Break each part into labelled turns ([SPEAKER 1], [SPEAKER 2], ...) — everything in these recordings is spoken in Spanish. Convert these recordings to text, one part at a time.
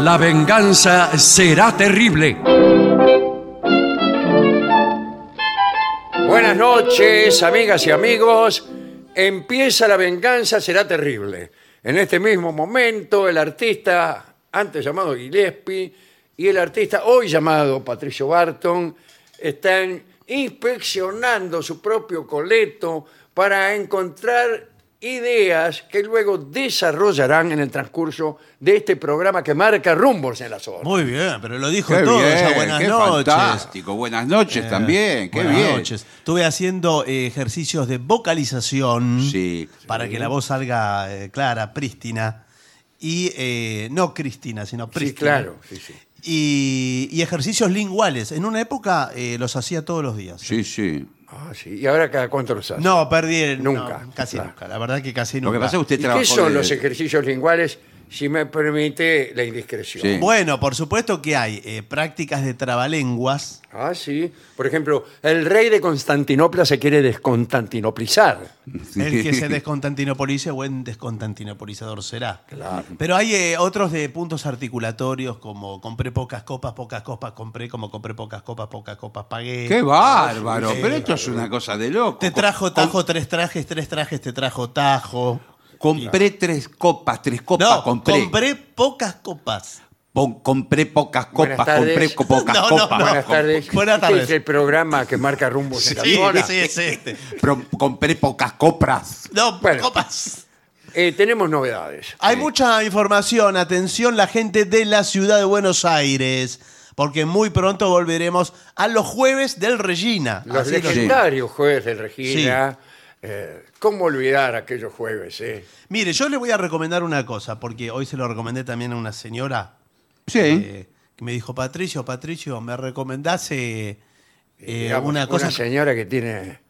[SPEAKER 1] La venganza será terrible. Buenas noches, amigas y amigos. Empieza la venganza será terrible. En este mismo momento, el artista, antes llamado Gillespie, y el artista, hoy llamado Patricio Barton, están inspeccionando su propio coleto para encontrar ideas que luego desarrollarán en el transcurso de este programa que marca rumbos en la zona.
[SPEAKER 2] Muy bien, pero lo dijo
[SPEAKER 3] Qué
[SPEAKER 2] todo.
[SPEAKER 3] bien,
[SPEAKER 2] ya, buenas
[SPEAKER 3] qué
[SPEAKER 2] noches. Eh,
[SPEAKER 3] fantástico. Buenas noches también, qué
[SPEAKER 2] Buenas
[SPEAKER 3] bien.
[SPEAKER 2] noches. Estuve haciendo eh, ejercicios de vocalización
[SPEAKER 3] Sí.
[SPEAKER 2] para que la voz salga eh, clara, prístina. Y eh, no Cristina, sino
[SPEAKER 1] Sí,
[SPEAKER 2] prístina.
[SPEAKER 1] claro. sí, sí.
[SPEAKER 2] Y, y ejercicios linguales. En una época eh, los hacía todos los días.
[SPEAKER 3] Sí, sí.
[SPEAKER 1] Ah, sí. ¿Y ahora cada cuánto los hace?
[SPEAKER 2] No, perdí el-
[SPEAKER 1] Nunca.
[SPEAKER 2] no, casi
[SPEAKER 1] Claro.
[SPEAKER 2] nunca. La verdad que casi
[SPEAKER 3] Lo
[SPEAKER 2] nunca.
[SPEAKER 3] que pasa es que usted
[SPEAKER 1] ¿Y
[SPEAKER 3] trabajó.
[SPEAKER 1] qué son
[SPEAKER 3] de-
[SPEAKER 1] los ejercicios linguales, si me permite la indiscreción?
[SPEAKER 3] Sí.
[SPEAKER 2] Bueno, por supuesto que hay eh, prácticas de trabalenguas.
[SPEAKER 1] Ah, sí. Por ejemplo, el rey de Constantinopla se quiere desconstantinoplizar.
[SPEAKER 2] El que se descontantinopolice, buen descontantinopolizador será. Pero hay eh, otros de puntos articulatorios como compré pocas copas, pocas copas compré, como compré pocas copas, pocas copas pagué. Eh,
[SPEAKER 3] Qué bárbaro, pero esto es una cosa de loco.
[SPEAKER 2] Te trajo tajo tres trajes, tres trajes te trajo tajo.
[SPEAKER 3] Compré tres copas, tres copas
[SPEAKER 2] no,
[SPEAKER 3] compré.
[SPEAKER 2] compré. pocas copas.
[SPEAKER 3] Pon- compré pocas
[SPEAKER 1] Buenas
[SPEAKER 3] copas,
[SPEAKER 1] tardes.
[SPEAKER 3] compré co- pocas
[SPEAKER 2] No, no,
[SPEAKER 3] copas.
[SPEAKER 2] no.
[SPEAKER 1] Buenas tardes.
[SPEAKER 2] Buenas
[SPEAKER 1] Este
[SPEAKER 2] tardes.
[SPEAKER 1] es el programa que marca rumbos en
[SPEAKER 2] Sí,
[SPEAKER 1] la zona.
[SPEAKER 2] sí, es este.
[SPEAKER 3] Pro- compré pocas copras.
[SPEAKER 2] No,
[SPEAKER 1] Bueno.
[SPEAKER 2] copas.
[SPEAKER 1] Eh, tenemos novedades.
[SPEAKER 2] Hay mucha información, atención la gente de la ciudad de Buenos Aires, porque muy pronto volveremos a los jueves del Regina.
[SPEAKER 1] Los
[SPEAKER 2] Así lo-
[SPEAKER 1] legendarios jueves del Regina. eh, ¿Cómo olvidar aquellos jueves? eh?
[SPEAKER 2] Mire, yo le voy a recomendar una cosa, porque hoy se lo recomendé también a una señora
[SPEAKER 3] Sí.
[SPEAKER 2] eh, que me dijo, Patricio, Patricio, me recomendase eh,
[SPEAKER 1] Digamos,
[SPEAKER 2] una cosa...
[SPEAKER 1] señora que tiene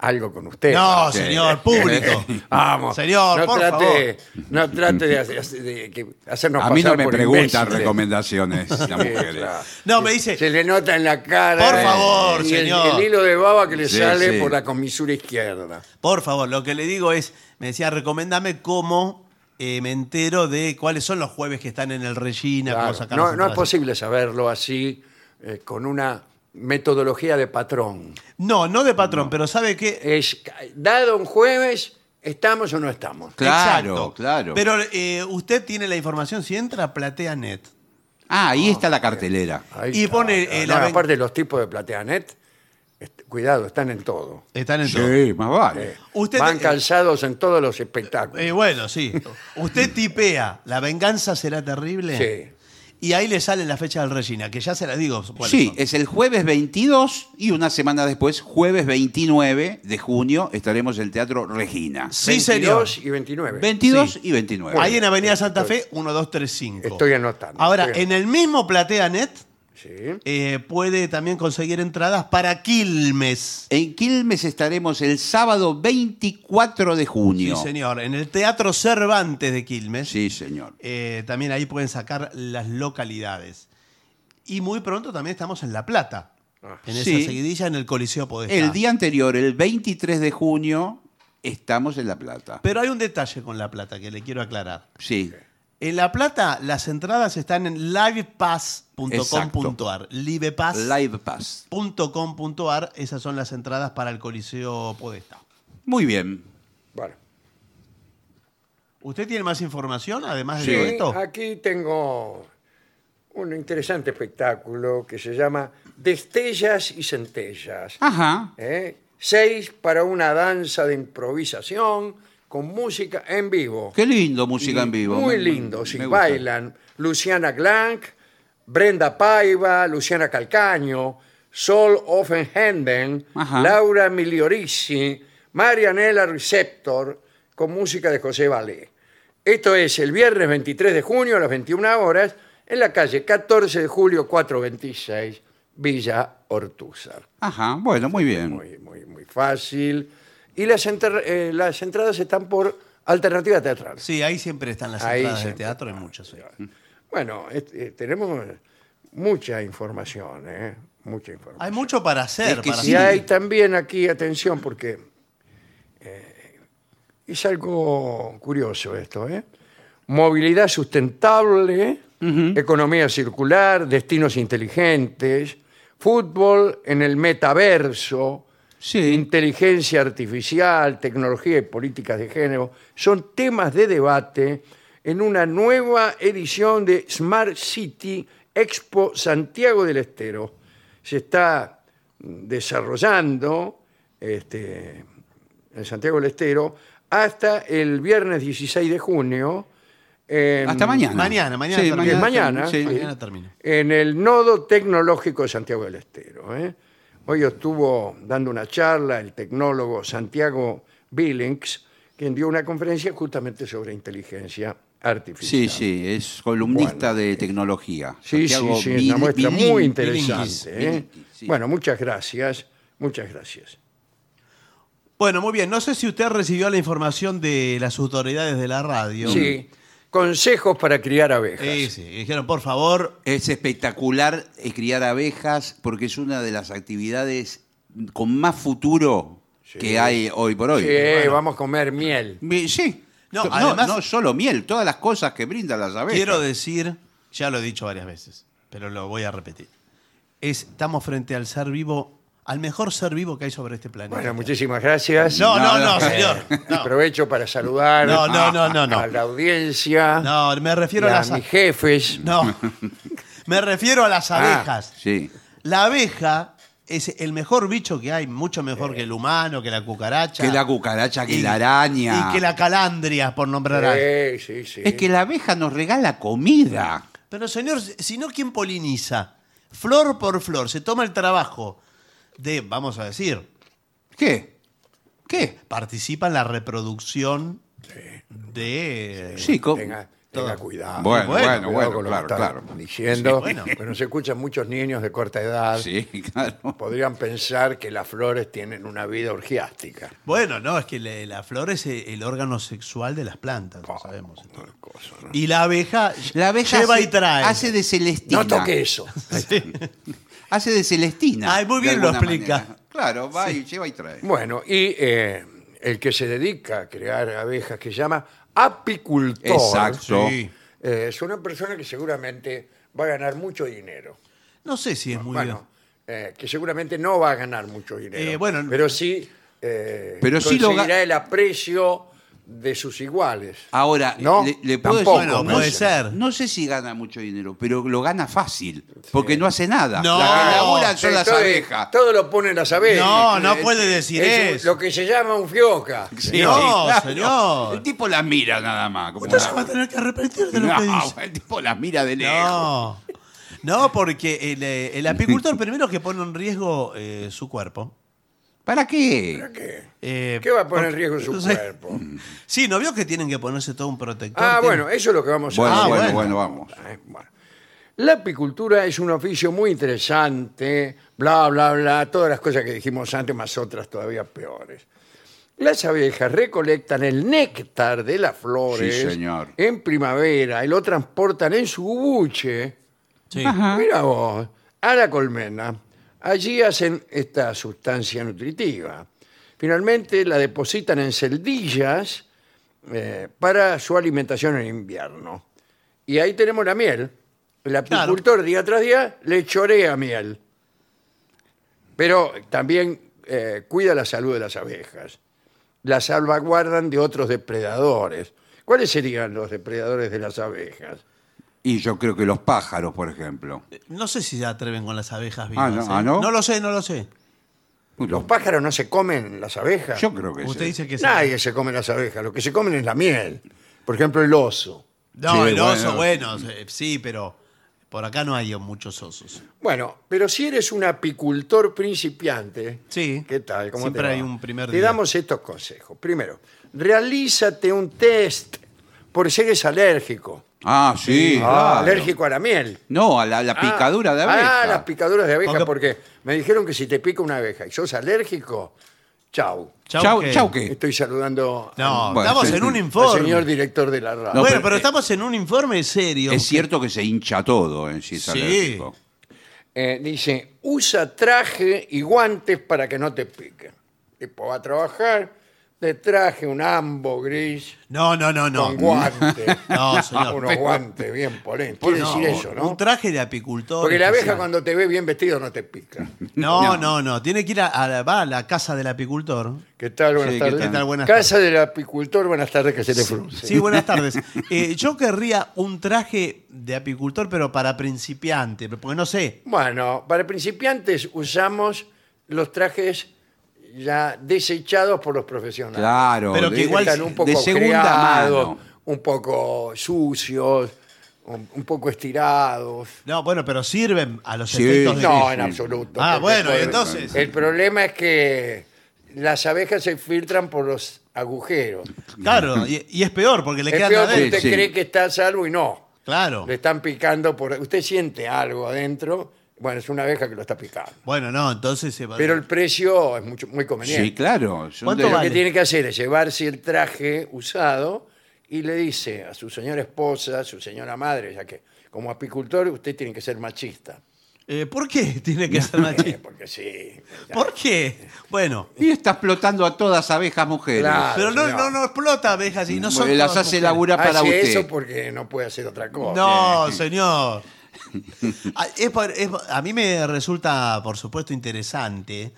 [SPEAKER 1] algo con usted.
[SPEAKER 2] no,
[SPEAKER 3] Sí.
[SPEAKER 2] señor, público.
[SPEAKER 1] Vamos.
[SPEAKER 2] Señor,
[SPEAKER 1] no
[SPEAKER 2] por
[SPEAKER 1] trate, No trate de, hacer- de que- hacernos
[SPEAKER 3] A mí no
[SPEAKER 1] pasar
[SPEAKER 3] me
[SPEAKER 1] por
[SPEAKER 3] preguntan
[SPEAKER 1] imbéciles.
[SPEAKER 3] recomendaciones las
[SPEAKER 1] Sí,
[SPEAKER 3] mujeres.
[SPEAKER 1] claro.
[SPEAKER 2] No, me dice,
[SPEAKER 1] Se le nota en la cara. eh,
[SPEAKER 2] Por favor,
[SPEAKER 1] y el-
[SPEAKER 2] señor.
[SPEAKER 1] El, hilo de baba que le
[SPEAKER 3] Sí,
[SPEAKER 1] sale
[SPEAKER 3] sí.
[SPEAKER 1] por la comisura izquierda.
[SPEAKER 2] Por favor, lo que le digo es, me decía, recomendame cómo eh, me entero de cuáles son los jueves que están en el Regina, cómo
[SPEAKER 1] Claro,
[SPEAKER 2] sacar
[SPEAKER 1] No,
[SPEAKER 2] las
[SPEAKER 1] no es
[SPEAKER 2] entradas".
[SPEAKER 1] posible saberlo así, eh, con una metodología de patrón.
[SPEAKER 2] No, no de patrón, pero ¿sabe qué?
[SPEAKER 1] Es, dado un jueves, ¿estamos o no estamos?
[SPEAKER 3] Claro,
[SPEAKER 2] Exacto.
[SPEAKER 3] claro.
[SPEAKER 2] Pero eh, usted tiene la información, si entra a PlateaNet.
[SPEAKER 3] Ah, ahí está la cartelera.
[SPEAKER 1] Ahí
[SPEAKER 2] Y pone, eh,
[SPEAKER 1] No,
[SPEAKER 2] la ven-
[SPEAKER 1] aparte, los tipos de Plateanet, este, cuidado, están en todo.
[SPEAKER 2] Están en todo.
[SPEAKER 3] Sí, más vale.
[SPEAKER 2] Usted,
[SPEAKER 1] Van
[SPEAKER 2] eh,
[SPEAKER 1] calzados en todos los espectáculos.
[SPEAKER 2] eh, bueno, sí. Usted tipea, la venganza será terrible. Y ahí le sale la fecha del Regina, que ya se la digo. cuáles
[SPEAKER 3] Sí, eh,
[SPEAKER 2] son.
[SPEAKER 3] es el jueves 22 y una semana después, jueves 29 de junio, estaremos en el Teatro Regina.
[SPEAKER 1] sí,
[SPEAKER 2] sí, señor.
[SPEAKER 1] 22 y 29.
[SPEAKER 3] 22
[SPEAKER 2] Sí.
[SPEAKER 3] y 29.
[SPEAKER 2] Ahí en Avenida Santa Fe, 1235.
[SPEAKER 1] Estoy anotando,
[SPEAKER 2] Ahora,
[SPEAKER 1] estoy
[SPEAKER 2] en el mismo PlateaNet,
[SPEAKER 1] Sí.
[SPEAKER 2] Eh, puede también conseguir entradas para Quilmes.
[SPEAKER 3] En Quilmes estaremos el sábado 24 de
[SPEAKER 2] Sí,
[SPEAKER 3] junio.
[SPEAKER 2] señor. En el Teatro Cervantes de Quilmes.
[SPEAKER 3] Sí, señor.
[SPEAKER 2] Eh, también ahí pueden sacar las localidades. Y muy pronto también estamos en La Plata.
[SPEAKER 1] Ah.
[SPEAKER 2] En esa
[SPEAKER 3] Sí.
[SPEAKER 2] seguidilla, en el Coliseo Podestá.
[SPEAKER 3] El día anterior, el 23 de junio, estamos en La Plata.
[SPEAKER 2] Pero hay un detalle con La Plata que le quiero aclarar.
[SPEAKER 3] Sí.
[SPEAKER 2] En La Plata, las entradas están en livepass.com.ar. Livepass.com.ar.
[SPEAKER 3] Live Pass.
[SPEAKER 2] Esas son las entradas para el Coliseo Podestá.
[SPEAKER 3] Muy bien.
[SPEAKER 1] Bueno.
[SPEAKER 2] ¿Usted tiene más información además
[SPEAKER 1] Sí,
[SPEAKER 2] de esto?
[SPEAKER 1] aquí tengo un interesante espectáculo que se llama Destellas y Centellas.
[SPEAKER 2] Ah.
[SPEAKER 3] Ajá.
[SPEAKER 1] ¿Eh? Seis para una danza de improvisación con música en vivo.
[SPEAKER 3] Qué lindo música
[SPEAKER 1] Y
[SPEAKER 3] en vivo.
[SPEAKER 1] Muy
[SPEAKER 3] Me-
[SPEAKER 1] lindo,
[SPEAKER 3] me
[SPEAKER 1] sí.
[SPEAKER 3] gusta.
[SPEAKER 1] Bailan Luciana Glank, Brenda Paiva, Luciana Calcaño, Sol Offenhenden,
[SPEAKER 3] Ajá.
[SPEAKER 1] Laura Migliorisi, Marianela Receptor, con música de José Valé. Esto es el viernes 23 de junio a las 21 horas en la calle 14 de julio 426, Villa Ortúzar.
[SPEAKER 3] Ajá, bueno, muy bien.
[SPEAKER 1] Muy, muy, muy fácil. Y las, enter- eh, las entradas están por alternativa teatral.
[SPEAKER 2] Sí, ahí siempre están las
[SPEAKER 1] Ahí
[SPEAKER 2] entradas de
[SPEAKER 1] siempre
[SPEAKER 2] teatro, hay muchas. sí.
[SPEAKER 1] Bueno, es- eh, tenemos mucha información, ¿eh? Mucha información.
[SPEAKER 2] Hay mucho para hacer.
[SPEAKER 3] Es que
[SPEAKER 2] para
[SPEAKER 3] sí.
[SPEAKER 1] Y
[SPEAKER 2] hacer.
[SPEAKER 1] hay también aquí, atención, porque eh, es algo curioso esto, ¿eh? Movilidad sustentable economía circular, destinos inteligentes, fútbol en el metaverso,
[SPEAKER 3] Sí.
[SPEAKER 1] inteligencia artificial, tecnología y políticas de género, son temas de debate en una nueva edición de Smart City Expo Santiago del Estero. Se está desarrollando este, en Santiago del Estero hasta el viernes 16 de junio. en-
[SPEAKER 3] Hasta mañana.
[SPEAKER 2] Mañana, Ah, mañana
[SPEAKER 3] Sí,
[SPEAKER 2] termina.
[SPEAKER 1] que es mañana,
[SPEAKER 3] Sí.
[SPEAKER 2] Mañana termina.
[SPEAKER 1] en el Nodo Tecnológico de Santiago del Estero. ¿eh? Hoy estuvo dando una charla el tecnólogo Santiago Billings, quien dio una conferencia justamente sobre inteligencia
[SPEAKER 3] Sí,
[SPEAKER 1] artificial.
[SPEAKER 3] sí, es columnista de tecnología.
[SPEAKER 1] sí,
[SPEAKER 3] Santiago
[SPEAKER 1] sí, sí, es
[SPEAKER 3] Bil-
[SPEAKER 1] una muestra
[SPEAKER 3] Bilingui.
[SPEAKER 1] muy
[SPEAKER 3] Bilingui.
[SPEAKER 1] interesante. ¿eh?
[SPEAKER 3] Bilingui, sí.
[SPEAKER 1] Bueno, muchas gracias, muchas gracias.
[SPEAKER 2] Bueno, muy bien. No sé si usted recibió la información de las autoridades de la radio.
[SPEAKER 1] Sí, consejos para criar abejas.
[SPEAKER 2] Sí, sí. Dijeron, por favor,
[SPEAKER 3] Es espectacular eh, criar abejas porque es una de las actividades con más futuro que hay hoy por hoy. Eh,
[SPEAKER 1] Sí, vamos a comer miel.
[SPEAKER 3] Mi- Sí.
[SPEAKER 2] No,
[SPEAKER 3] No, no,
[SPEAKER 2] además-
[SPEAKER 3] no solo miel, todas las cosas que brindan las abejas.
[SPEAKER 2] quiero decir, ya lo he dicho varias veces, pero lo voy a repetir. Es- estamos frente al ser vivo, al mejor ser vivo que hay sobre este planeta.
[SPEAKER 1] Bueno, muchísimas gracias.
[SPEAKER 2] no, no, no,
[SPEAKER 3] No, no.
[SPEAKER 2] señor. No.
[SPEAKER 1] Eh, Aprovecho para saludar
[SPEAKER 2] No, no, no, no, no.
[SPEAKER 1] a la audiencia,
[SPEAKER 2] No, me
[SPEAKER 1] y
[SPEAKER 2] refiero a
[SPEAKER 1] a
[SPEAKER 2] las
[SPEAKER 1] mis jefes.
[SPEAKER 2] No. Me refiero a las
[SPEAKER 1] Ah,
[SPEAKER 2] abejas.
[SPEAKER 3] Sí.
[SPEAKER 2] La abeja es el mejor bicho que hay, mucho mejor que el humano, que la cucaracha.
[SPEAKER 3] Que la cucaracha, que
[SPEAKER 2] Y-
[SPEAKER 3] la araña.
[SPEAKER 2] Y que la calandria, por nombrar algo.
[SPEAKER 1] Sí, Eh, sí, sí.
[SPEAKER 3] Es que la abeja nos regala comida.
[SPEAKER 2] Pero señor, si no, ¿quién poliniza? Flor por flor, se toma el trabajo de, vamos a decir,
[SPEAKER 3] ¿Qué? ¿Qué?
[SPEAKER 2] participa en la reproducción de...
[SPEAKER 3] Sí, co-
[SPEAKER 1] tenga, tenga cuidado.
[SPEAKER 3] Bueno,
[SPEAKER 2] bueno,
[SPEAKER 1] Cuidado
[SPEAKER 3] bueno,
[SPEAKER 1] con lo
[SPEAKER 3] claro,
[SPEAKER 1] que está
[SPEAKER 3] claro.
[SPEAKER 1] Diciendo,
[SPEAKER 2] Sí, bueno.
[SPEAKER 1] pero se escuchan muchos niños de corta edad.
[SPEAKER 3] Sí, claro.
[SPEAKER 1] Podrían pensar que las flores tienen una vida orgiástica.
[SPEAKER 2] Bueno, no, es que le- la flor es eh, el el órgano sexual de las plantas, lo sabemos.
[SPEAKER 1] Una cosa, ¿no?
[SPEAKER 2] Y la abeja,
[SPEAKER 3] Oh. La abeja
[SPEAKER 2] lleva
[SPEAKER 3] hace,
[SPEAKER 2] y trae.
[SPEAKER 3] hace de Celestina.
[SPEAKER 1] No toque eso.
[SPEAKER 3] Hace de Celestina.
[SPEAKER 2] Ay, muy
[SPEAKER 3] de
[SPEAKER 2] bien lo
[SPEAKER 3] alguna
[SPEAKER 2] explica.
[SPEAKER 3] manera. Claro, va y lleva y trae.
[SPEAKER 1] Bueno, y eh, el que se dedica a crear abejas, que se llama apicultor,
[SPEAKER 3] Exacto.
[SPEAKER 2] Sí.
[SPEAKER 1] eh, es una persona que seguramente va a ganar mucho dinero.
[SPEAKER 2] No sé si es muy
[SPEAKER 1] bueno,
[SPEAKER 2] bien.
[SPEAKER 1] eh, que seguramente no va a ganar mucho dinero.
[SPEAKER 2] Eh, bueno,
[SPEAKER 1] pero sí, eh,
[SPEAKER 3] Pero sí lo ga-
[SPEAKER 1] conseguirá el aprecio de sus iguales.
[SPEAKER 3] Ahora,
[SPEAKER 1] No,
[SPEAKER 3] le, le puedo
[SPEAKER 1] tampoco,
[SPEAKER 3] decir-
[SPEAKER 2] Bueno,
[SPEAKER 1] ¿no?
[SPEAKER 2] puede ser.
[SPEAKER 3] No sé si gana mucho dinero, pero lo gana fácil, porque no hace nada.
[SPEAKER 2] No.
[SPEAKER 3] La que laburan
[SPEAKER 1] Sí,
[SPEAKER 3] son las
[SPEAKER 1] todo,
[SPEAKER 3] abejas.
[SPEAKER 1] Ah, Todo lo ponen las abejas.
[SPEAKER 2] No, no puede decir
[SPEAKER 1] Es un-
[SPEAKER 2] eso.
[SPEAKER 1] lo que se llama un fioca.
[SPEAKER 3] Sí,
[SPEAKER 2] No, señor.
[SPEAKER 3] El tipo las mira nada más. como
[SPEAKER 2] Usted se
[SPEAKER 3] una-
[SPEAKER 2] va a tener que arrepentir de lo que
[SPEAKER 3] No,
[SPEAKER 2] dice.
[SPEAKER 3] el tipo las mira de lejos.
[SPEAKER 2] No. No, porque el, eh, el apicultor primero que pone en riesgo eh, su cuerpo.
[SPEAKER 3] ¿Para qué?
[SPEAKER 1] ¿Qué?
[SPEAKER 2] Eh,
[SPEAKER 1] ¿Qué va a poner en
[SPEAKER 2] porque-
[SPEAKER 1] riesgo su
[SPEAKER 2] sí.
[SPEAKER 1] cuerpo?
[SPEAKER 2] Sí, ¿no vio que tienen que ponerse todo un protector?
[SPEAKER 1] Ah,
[SPEAKER 2] Tienen-
[SPEAKER 1] bueno, eso es lo que vamos a
[SPEAKER 3] Bueno,
[SPEAKER 1] hacer.
[SPEAKER 2] Ah,
[SPEAKER 3] bueno, bueno,
[SPEAKER 2] bueno.
[SPEAKER 3] vamos.
[SPEAKER 1] Eh, bueno. La apicultura es un oficio muy interesante, bla, bla, bla, todas las cosas que dijimos antes, más otras todavía peores. Las abejas recolectan el néctar de las flores
[SPEAKER 3] Sí, señor.
[SPEAKER 1] en primavera y lo transportan en su buche,
[SPEAKER 2] Sí.
[SPEAKER 1] mira vos, a la colmena. Allí hacen esta sustancia nutritiva. Finalmente la depositan en celdillas eh, para su alimentación en invierno. Y ahí tenemos la miel. El
[SPEAKER 2] Claro.
[SPEAKER 1] apicultor día tras día le chorea miel. Pero también eh, cuida la salud de las abejas. La salvaguardan de otros depredadores. ¿Cuáles serían los depredadores de las abejas?
[SPEAKER 3] Y yo creo que los pájaros, por ejemplo.
[SPEAKER 2] No sé si se atreven con las abejas vivas.
[SPEAKER 3] Ah, no,
[SPEAKER 2] ¿eh?
[SPEAKER 3] ah, ¿no?
[SPEAKER 2] lo sé, no lo sé.
[SPEAKER 3] Uy, los
[SPEAKER 1] ¿Los pájaros no se comen las abejas?
[SPEAKER 3] pájaros, yo creo que
[SPEAKER 2] Usted
[SPEAKER 3] sí.
[SPEAKER 2] dice que sí.
[SPEAKER 1] Nadie se come las abejas, lo que se comen es la miel. Por ejemplo, el oso.
[SPEAKER 2] No,
[SPEAKER 3] Sí,
[SPEAKER 2] el oso, bueno,
[SPEAKER 3] bueno.
[SPEAKER 2] eh, sí, pero por acá no hay muchos osos.
[SPEAKER 1] Bueno, pero si eres un apicultor principiante,
[SPEAKER 2] Sí.
[SPEAKER 1] ¿qué tal? ¿Cómo
[SPEAKER 2] Siempre
[SPEAKER 1] te va?
[SPEAKER 2] hay un primer
[SPEAKER 1] Te
[SPEAKER 2] día.
[SPEAKER 1] damos estos consejos. Primero, realízate un test por si eres alérgico.
[SPEAKER 3] Ah, sí.
[SPEAKER 1] Ah,
[SPEAKER 3] claro.
[SPEAKER 1] Alérgico a la miel.
[SPEAKER 3] No, a la, la
[SPEAKER 1] Ah,
[SPEAKER 3] picadura de abeja.
[SPEAKER 1] Ah, las picaduras de abeja,
[SPEAKER 2] Porque-
[SPEAKER 1] porque me dijeron que si te pica una abeja y sos alérgico, chau.
[SPEAKER 3] Chau,
[SPEAKER 2] que-
[SPEAKER 3] chau, que-
[SPEAKER 1] Estoy saludando
[SPEAKER 2] No,
[SPEAKER 3] Bueno,
[SPEAKER 2] estamos
[SPEAKER 3] sí,
[SPEAKER 2] en un
[SPEAKER 3] sí.
[SPEAKER 1] al
[SPEAKER 2] informe.
[SPEAKER 1] señor director de la radio.
[SPEAKER 3] No,
[SPEAKER 2] bueno, pero,
[SPEAKER 3] pero- eh,
[SPEAKER 2] estamos en un informe serio.
[SPEAKER 3] Es cierto que se hincha todo en sí. es
[SPEAKER 2] Sí.
[SPEAKER 3] alérgico.
[SPEAKER 1] Eh, dice, usa traje y guantes para que no te piquen. Tipo, va a trabajar, Le traje un ambo gris
[SPEAKER 2] No, no, no, no.
[SPEAKER 1] con guantes.
[SPEAKER 2] No, señor.
[SPEAKER 1] Unos guantes bien polentes. Quiere
[SPEAKER 2] No,
[SPEAKER 1] decir eso, ¿no?
[SPEAKER 2] Un traje de apicultor.
[SPEAKER 1] Porque la abeja
[SPEAKER 2] especial.
[SPEAKER 1] cuando te ve bien vestido no te pica.
[SPEAKER 2] No,
[SPEAKER 3] No.
[SPEAKER 2] no, no. Tiene que ir a, a la, va a la casa del apicultor.
[SPEAKER 1] ¿Qué tal? Buenas
[SPEAKER 3] Sí, ¿qué
[SPEAKER 1] tardes.
[SPEAKER 3] tal? ¿Qué
[SPEAKER 2] tal? Buenas
[SPEAKER 1] Casa del apicultor, buenas tardes, que se le frunce.
[SPEAKER 2] Sí, buenas tardes. Eh, yo querría un traje de apicultor, pero para principiante. Porque no sé.
[SPEAKER 1] Bueno, para principiantes usamos los trajes ya desechados por los profesionales.
[SPEAKER 3] Claro.
[SPEAKER 2] Pero que
[SPEAKER 1] Que
[SPEAKER 3] de-
[SPEAKER 2] igual
[SPEAKER 1] están un poco
[SPEAKER 3] de segunda
[SPEAKER 1] creados,
[SPEAKER 3] mano.
[SPEAKER 1] un poco sucios, un, un poco estirados.
[SPEAKER 2] No, bueno, pero sirven a los
[SPEAKER 3] Sí.
[SPEAKER 2] efectos de.
[SPEAKER 1] No,
[SPEAKER 3] sí.
[SPEAKER 1] en absoluto.
[SPEAKER 2] Ah,
[SPEAKER 1] porque
[SPEAKER 2] bueno, y
[SPEAKER 1] puede-
[SPEAKER 2] entonces.
[SPEAKER 1] El problema es que las abejas se filtran por los agujeros.
[SPEAKER 2] Claro, y, y es peor porque le
[SPEAKER 1] es
[SPEAKER 2] quedan
[SPEAKER 1] peor porque
[SPEAKER 2] adentro.
[SPEAKER 1] usted
[SPEAKER 3] Sí, sí.
[SPEAKER 1] cree que está a salvo y no.
[SPEAKER 2] Claro.
[SPEAKER 1] Le están picando por... Usted siente algo adentro. Bueno, es una abeja que lo está picando.
[SPEAKER 2] Bueno, no, entonces se va.
[SPEAKER 1] Pero el precio es mucho, muy conveniente.
[SPEAKER 3] Sí, claro. son
[SPEAKER 2] ¿Cuánto
[SPEAKER 3] de-
[SPEAKER 1] Lo
[SPEAKER 2] vale?
[SPEAKER 1] que tiene que hacer es llevarse el traje usado y le dice a su señora esposa, a su señora madre, ya que como apicultor usted tiene que ser machista.
[SPEAKER 2] Eh, ¿Por qué tiene que ser machista?
[SPEAKER 1] Eh, Porque sí. ya.
[SPEAKER 2] ¿Por qué? Bueno,
[SPEAKER 3] Y está explotando a todas abejas mujeres.
[SPEAKER 1] Claro.
[SPEAKER 2] pero no,
[SPEAKER 1] señor.
[SPEAKER 2] no, no explota abejas y no son.
[SPEAKER 3] Las
[SPEAKER 2] todas
[SPEAKER 3] hace
[SPEAKER 2] mujeres.
[SPEAKER 3] laburar para
[SPEAKER 1] Hace
[SPEAKER 3] usted.
[SPEAKER 1] eso porque no puede hacer otra
[SPEAKER 3] Oh,
[SPEAKER 1] cosa.
[SPEAKER 2] No, señor. Ah, es por- es- a mí me resulta, por supuesto, interesante.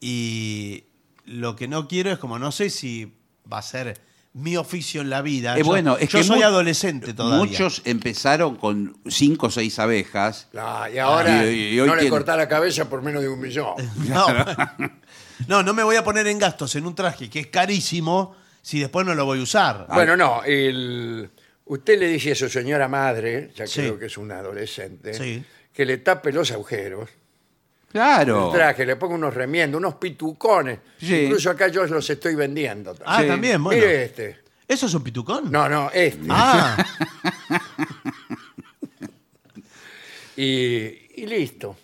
[SPEAKER 2] Y lo que no quiero es como, no sé si va a ser mi oficio en la vida.
[SPEAKER 3] Eh,
[SPEAKER 2] yo
[SPEAKER 3] bueno, es
[SPEAKER 2] yo
[SPEAKER 3] que
[SPEAKER 2] soy
[SPEAKER 3] mu-
[SPEAKER 2] adolescente todavía.
[SPEAKER 3] Muchos empezaron con cinco o seis abejas.
[SPEAKER 1] No, y ahora
[SPEAKER 3] Ah, y- y hoy
[SPEAKER 1] no le
[SPEAKER 3] tiene-
[SPEAKER 1] corta la cabeza por menos de un millón.
[SPEAKER 2] No, no, no me voy a poner en gastos en un traje que es carísimo si después no lo voy a usar.
[SPEAKER 3] Ah,
[SPEAKER 1] Bueno, no, el- usted le dice a su señora madre, ya
[SPEAKER 2] Sí.
[SPEAKER 1] creo que es una adolescente,
[SPEAKER 2] Sí.
[SPEAKER 1] que le tape los agujeros,
[SPEAKER 3] Claro.
[SPEAKER 1] el traje, le ponga unos remiendos, unos pitucones.
[SPEAKER 3] Sí.
[SPEAKER 1] Incluso acá yo los estoy vendiendo.
[SPEAKER 2] Ah,
[SPEAKER 3] Sí.
[SPEAKER 2] también, bueno.
[SPEAKER 1] Mire este.
[SPEAKER 2] ¿Eso es un pitucón?
[SPEAKER 1] No, no, este.
[SPEAKER 2] Ah,
[SPEAKER 1] Y, y listo.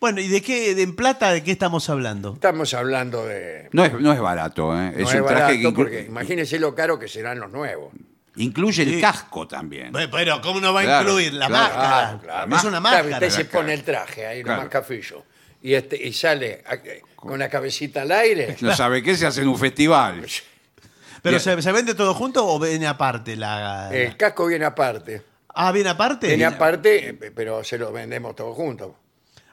[SPEAKER 2] bueno, ¿y de qué, de en plata, de qué estamos hablando?
[SPEAKER 1] Estamos hablando de...
[SPEAKER 3] No es, no es barato, ¿eh?
[SPEAKER 1] no
[SPEAKER 3] es
[SPEAKER 1] es
[SPEAKER 3] un traje que
[SPEAKER 1] barato
[SPEAKER 3] inclu-
[SPEAKER 1] porque imagínese lo caro que serán los nuevos.
[SPEAKER 3] incluye
[SPEAKER 2] Sí.
[SPEAKER 3] el casco también.
[SPEAKER 2] Bueno, Pero, ¿cómo no va a
[SPEAKER 3] Claro,
[SPEAKER 2] incluir la
[SPEAKER 3] claro,
[SPEAKER 2] máscara? Es una
[SPEAKER 1] Ah, Claro,
[SPEAKER 2] máscara.
[SPEAKER 1] Usted se pone el traje ahí,
[SPEAKER 3] Claro.
[SPEAKER 1] nomás cafillo. Y, este, y sale eh, con la cabecita al aire.
[SPEAKER 3] Los abeques se hacen un festival.
[SPEAKER 2] ¿Pero
[SPEAKER 3] Bien. Eh,
[SPEAKER 2] se, se vende todo junto o viene aparte la.? la-
[SPEAKER 1] El casco viene aparte.
[SPEAKER 2] Ah, ¿viene aparte?
[SPEAKER 1] Viene aparte, eh, pero se lo vendemos todos juntos.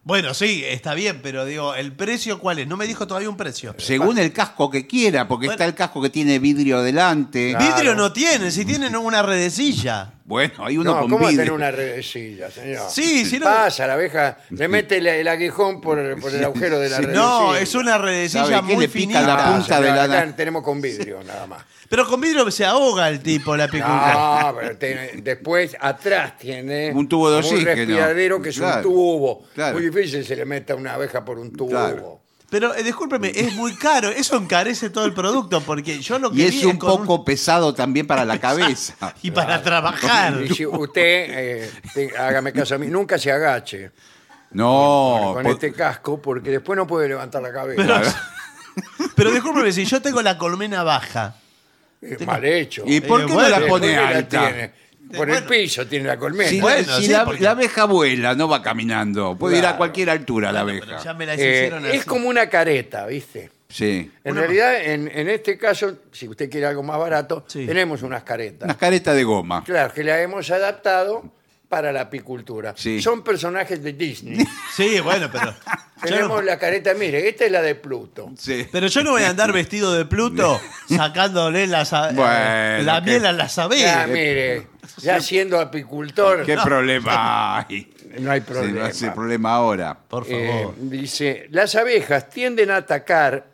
[SPEAKER 2] Bueno, sí, está bien, pero digo, ¿el precio cuál es? No me dijo todavía un precio.
[SPEAKER 3] Según el casco que quiera, porque
[SPEAKER 2] Bueno.
[SPEAKER 3] está el casco que tiene vidrio delante.
[SPEAKER 1] Claro.
[SPEAKER 2] Vidrio no tienen, si tienen una redecilla.
[SPEAKER 3] Bueno, hay uno
[SPEAKER 1] no,
[SPEAKER 3] con
[SPEAKER 1] ¿cómo va a
[SPEAKER 3] vidrio.
[SPEAKER 1] tener una redecilla, señor?
[SPEAKER 2] Sí, si no-
[SPEAKER 1] Pasa, la abeja le mete el, el aguijón por, por el agujero de la redecilla.
[SPEAKER 2] No, es una redecilla
[SPEAKER 3] ¿Sabe qué?
[SPEAKER 2] muy
[SPEAKER 3] Le pica
[SPEAKER 2] finita.
[SPEAKER 3] la
[SPEAKER 1] Ah,
[SPEAKER 3] punta
[SPEAKER 1] señor,
[SPEAKER 3] de la-
[SPEAKER 1] acá tenemos con vidrio, nada más.
[SPEAKER 2] Pero con vidrio se ahoga el tipo, la picuca.
[SPEAKER 1] No, pero tiene- después atrás tiene
[SPEAKER 3] Un tubo de
[SPEAKER 1] Un
[SPEAKER 3] oxígeno.
[SPEAKER 1] respiradero que es un
[SPEAKER 3] Claro,
[SPEAKER 1] tubo.
[SPEAKER 3] claro.
[SPEAKER 1] Muy difícil se le meta una abeja por un tubo.
[SPEAKER 3] Claro.
[SPEAKER 2] Pero eh, discúlpeme, es muy caro. Eso encarece todo el producto porque yo lo que
[SPEAKER 3] Y
[SPEAKER 2] vi
[SPEAKER 3] es un
[SPEAKER 2] con
[SPEAKER 3] poco pesado también para la cabeza.
[SPEAKER 2] Y para trabajar.
[SPEAKER 1] Y si usted, eh, te- hágame caso a mí, nunca se agache
[SPEAKER 3] No,
[SPEAKER 1] con
[SPEAKER 3] po-
[SPEAKER 1] este casco porque después no puede levantar la cabeza.
[SPEAKER 2] Pero, pero discúlpeme, si yo tengo la colmena baja.
[SPEAKER 1] Eh, mal hecho.
[SPEAKER 3] ¿y por
[SPEAKER 2] Eh,
[SPEAKER 3] qué
[SPEAKER 2] bueno,
[SPEAKER 3] no la
[SPEAKER 1] ¿Por qué
[SPEAKER 3] pone
[SPEAKER 1] la
[SPEAKER 3] alta?
[SPEAKER 1] tiene? Por el
[SPEAKER 2] Bueno.
[SPEAKER 1] piso tiene la colmena.
[SPEAKER 3] Si,
[SPEAKER 2] Bueno,
[SPEAKER 3] si
[SPEAKER 2] sí,
[SPEAKER 3] la,
[SPEAKER 2] porque-
[SPEAKER 3] la abeja vuela, no va caminando. Puede ir
[SPEAKER 1] Claro.
[SPEAKER 3] a cualquier altura la abeja.
[SPEAKER 2] Pero ya me la
[SPEAKER 1] Eh,
[SPEAKER 2] hicieron así.
[SPEAKER 1] es como una careta, ¿viste?
[SPEAKER 3] Sí.
[SPEAKER 1] En
[SPEAKER 2] Una-
[SPEAKER 1] realidad, en, en este caso, si usted quiere algo más barato,
[SPEAKER 2] Sí.
[SPEAKER 1] tenemos unas caretas.
[SPEAKER 3] Unas caretas de goma.
[SPEAKER 1] Claro, que la hemos adaptado para la apicultura.
[SPEAKER 3] Sí.
[SPEAKER 1] Son personajes de Disney.
[SPEAKER 2] Sí, bueno, pero. yo
[SPEAKER 1] Tenemos
[SPEAKER 2] no-
[SPEAKER 1] la careta, mire, esta es la de Pluto.
[SPEAKER 3] Sí.
[SPEAKER 2] pero yo no voy a andar vestido de Pluto sacándole las a- eh,
[SPEAKER 3] Bueno,
[SPEAKER 2] la
[SPEAKER 3] qué-
[SPEAKER 2] miel a las
[SPEAKER 1] Ya,
[SPEAKER 2] abejas.
[SPEAKER 1] mire, ya siendo apicultor,
[SPEAKER 3] ¿Qué problema hay?
[SPEAKER 1] no hay
[SPEAKER 3] Sí, no
[SPEAKER 1] problema.
[SPEAKER 3] hace problema ahora.
[SPEAKER 2] Por
[SPEAKER 1] Eh,
[SPEAKER 2] favor.
[SPEAKER 1] dice, las abejas tienden a atacar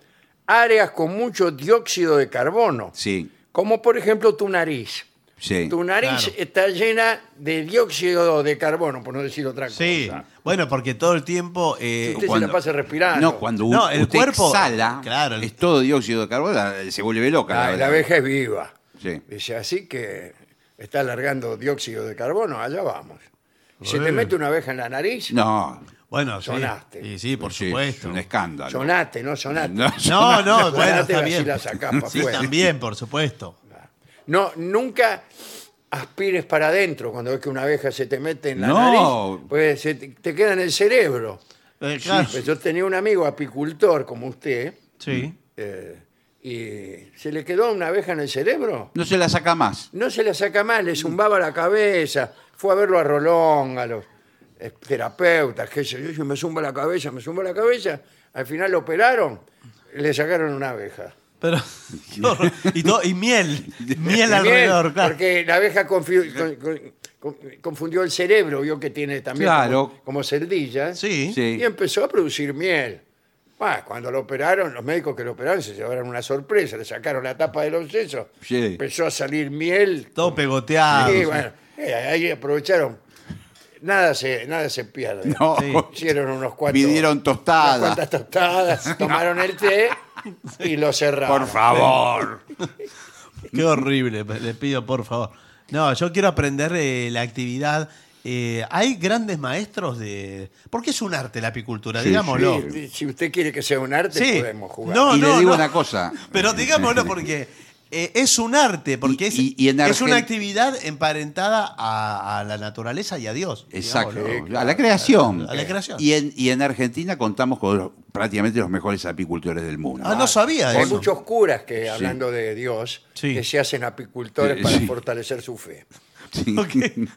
[SPEAKER 1] áreas con mucho dióxido de carbono,
[SPEAKER 3] Sí,
[SPEAKER 1] como por ejemplo tu nariz.
[SPEAKER 3] sí.
[SPEAKER 1] Tu nariz
[SPEAKER 2] Claro.
[SPEAKER 1] está llena de dióxido de carbono, por no decir otra cosa.
[SPEAKER 2] sí. Bueno, porque todo el tiempo. eh,
[SPEAKER 1] Usted se
[SPEAKER 3] cuando-
[SPEAKER 1] la pasa respirando.
[SPEAKER 3] No, cuando
[SPEAKER 2] No,
[SPEAKER 3] u-
[SPEAKER 2] el
[SPEAKER 3] usted
[SPEAKER 2] cuerpo-
[SPEAKER 3] exhala,
[SPEAKER 2] claro, el-
[SPEAKER 3] es todo dióxido de carbono, la- se vuelve loca.
[SPEAKER 1] La, la abeja es viva.
[SPEAKER 3] Sí.
[SPEAKER 1] Dice, así que está alargando dióxido de carbono, allá vamos. Si te
[SPEAKER 2] Bueno.
[SPEAKER 1] mete una abeja en la nariz,
[SPEAKER 3] No,
[SPEAKER 2] Bueno, sí.
[SPEAKER 1] Sonaste.
[SPEAKER 2] Sí, sí, por
[SPEAKER 3] sí,
[SPEAKER 2] supuesto.
[SPEAKER 3] Es un escándalo.
[SPEAKER 1] sonate, no sonate.
[SPEAKER 3] No,
[SPEAKER 2] No,
[SPEAKER 3] sonate.
[SPEAKER 2] no, bueno,
[SPEAKER 1] Sonate,
[SPEAKER 2] está
[SPEAKER 1] así
[SPEAKER 2] bien.
[SPEAKER 1] la sacás pa'
[SPEAKER 2] Sí,
[SPEAKER 1] afuera.
[SPEAKER 2] también, por supuesto.
[SPEAKER 1] No, nunca aspires para adentro cuando ves que una abeja se te mete en la
[SPEAKER 3] No.
[SPEAKER 1] nariz, pues se te, te queda en el cerebro.
[SPEAKER 2] Eh, claro,
[SPEAKER 1] Pues yo tenía un amigo apicultor como usted
[SPEAKER 2] sí.
[SPEAKER 1] eh, y se le quedó una abeja en el cerebro.
[SPEAKER 3] No se la saca más.
[SPEAKER 1] No se la saca más,
[SPEAKER 2] Mm.
[SPEAKER 1] le zumbaba la cabeza, fue a verlo a Rolón, a los eh, terapeutas, qué sé yo, y me zumba la cabeza, me zumba la cabeza. Al final lo operaron, le sacaron una abeja.
[SPEAKER 2] Pero, y, to- y miel, miel alrededor,
[SPEAKER 1] Bien,
[SPEAKER 2] claro.
[SPEAKER 1] Porque la abeja confi- con- con- con- confundió el cerebro, vio que tiene también
[SPEAKER 3] Claro.
[SPEAKER 1] como, como celdillas.
[SPEAKER 2] Sí.
[SPEAKER 3] Sí.
[SPEAKER 1] Y empezó a producir miel. Bah, cuando lo operaron, los médicos que lo operaron se llevaron una sorpresa, le sacaron la tapa de los sesos,
[SPEAKER 3] Sí.
[SPEAKER 1] empezó a salir miel.
[SPEAKER 2] Todo
[SPEAKER 3] Ah,
[SPEAKER 2] pegoteado.
[SPEAKER 3] pues
[SPEAKER 1] y bueno, eh, ahí aprovecharon. Nada se, nada se pierde.
[SPEAKER 3] No.
[SPEAKER 2] Sí.
[SPEAKER 1] Hicieron unos cuantos.
[SPEAKER 3] Pidieron
[SPEAKER 1] unas
[SPEAKER 3] tostadas.
[SPEAKER 1] cuantas tostadas, tomaron el té y lo cerraron.
[SPEAKER 3] Por favor.
[SPEAKER 2] Qué horrible, pe- le pido por favor. No, yo quiero aprender eh, la actividad. Eh, hay grandes maestros de... Porque es un arte la apicultura,
[SPEAKER 3] Sí,
[SPEAKER 2] digámoslo.
[SPEAKER 1] Si-
[SPEAKER 3] sí.
[SPEAKER 1] Si usted quiere que sea un arte,
[SPEAKER 2] Sí.
[SPEAKER 1] podemos jugar.
[SPEAKER 2] No,
[SPEAKER 3] y
[SPEAKER 2] no,
[SPEAKER 3] le digo
[SPEAKER 2] no.
[SPEAKER 3] una cosa.
[SPEAKER 2] Pero digámoslo porque eh, es un arte, porque
[SPEAKER 3] Y-
[SPEAKER 2] es,
[SPEAKER 3] y- y en
[SPEAKER 2] es una
[SPEAKER 3] Argen-
[SPEAKER 2] actividad emparentada a, a la naturaleza y a Dios.
[SPEAKER 3] Exacto.
[SPEAKER 2] digámoslo.
[SPEAKER 1] digámoslo. Eh,
[SPEAKER 3] A la creación.
[SPEAKER 2] A la creación.
[SPEAKER 3] Y en, y en Argentina contamos con los- prácticamente los mejores apicultores del mundo.
[SPEAKER 2] Ah, no sabía
[SPEAKER 1] Hay
[SPEAKER 2] eso.
[SPEAKER 1] muchos curas que, hablando de Dios,
[SPEAKER 2] Sí.
[SPEAKER 1] que se hacen apicultores
[SPEAKER 3] Eh,
[SPEAKER 1] para
[SPEAKER 3] sí.
[SPEAKER 1] fortalecer su fe.
[SPEAKER 3] Sí.
[SPEAKER 2] Ok.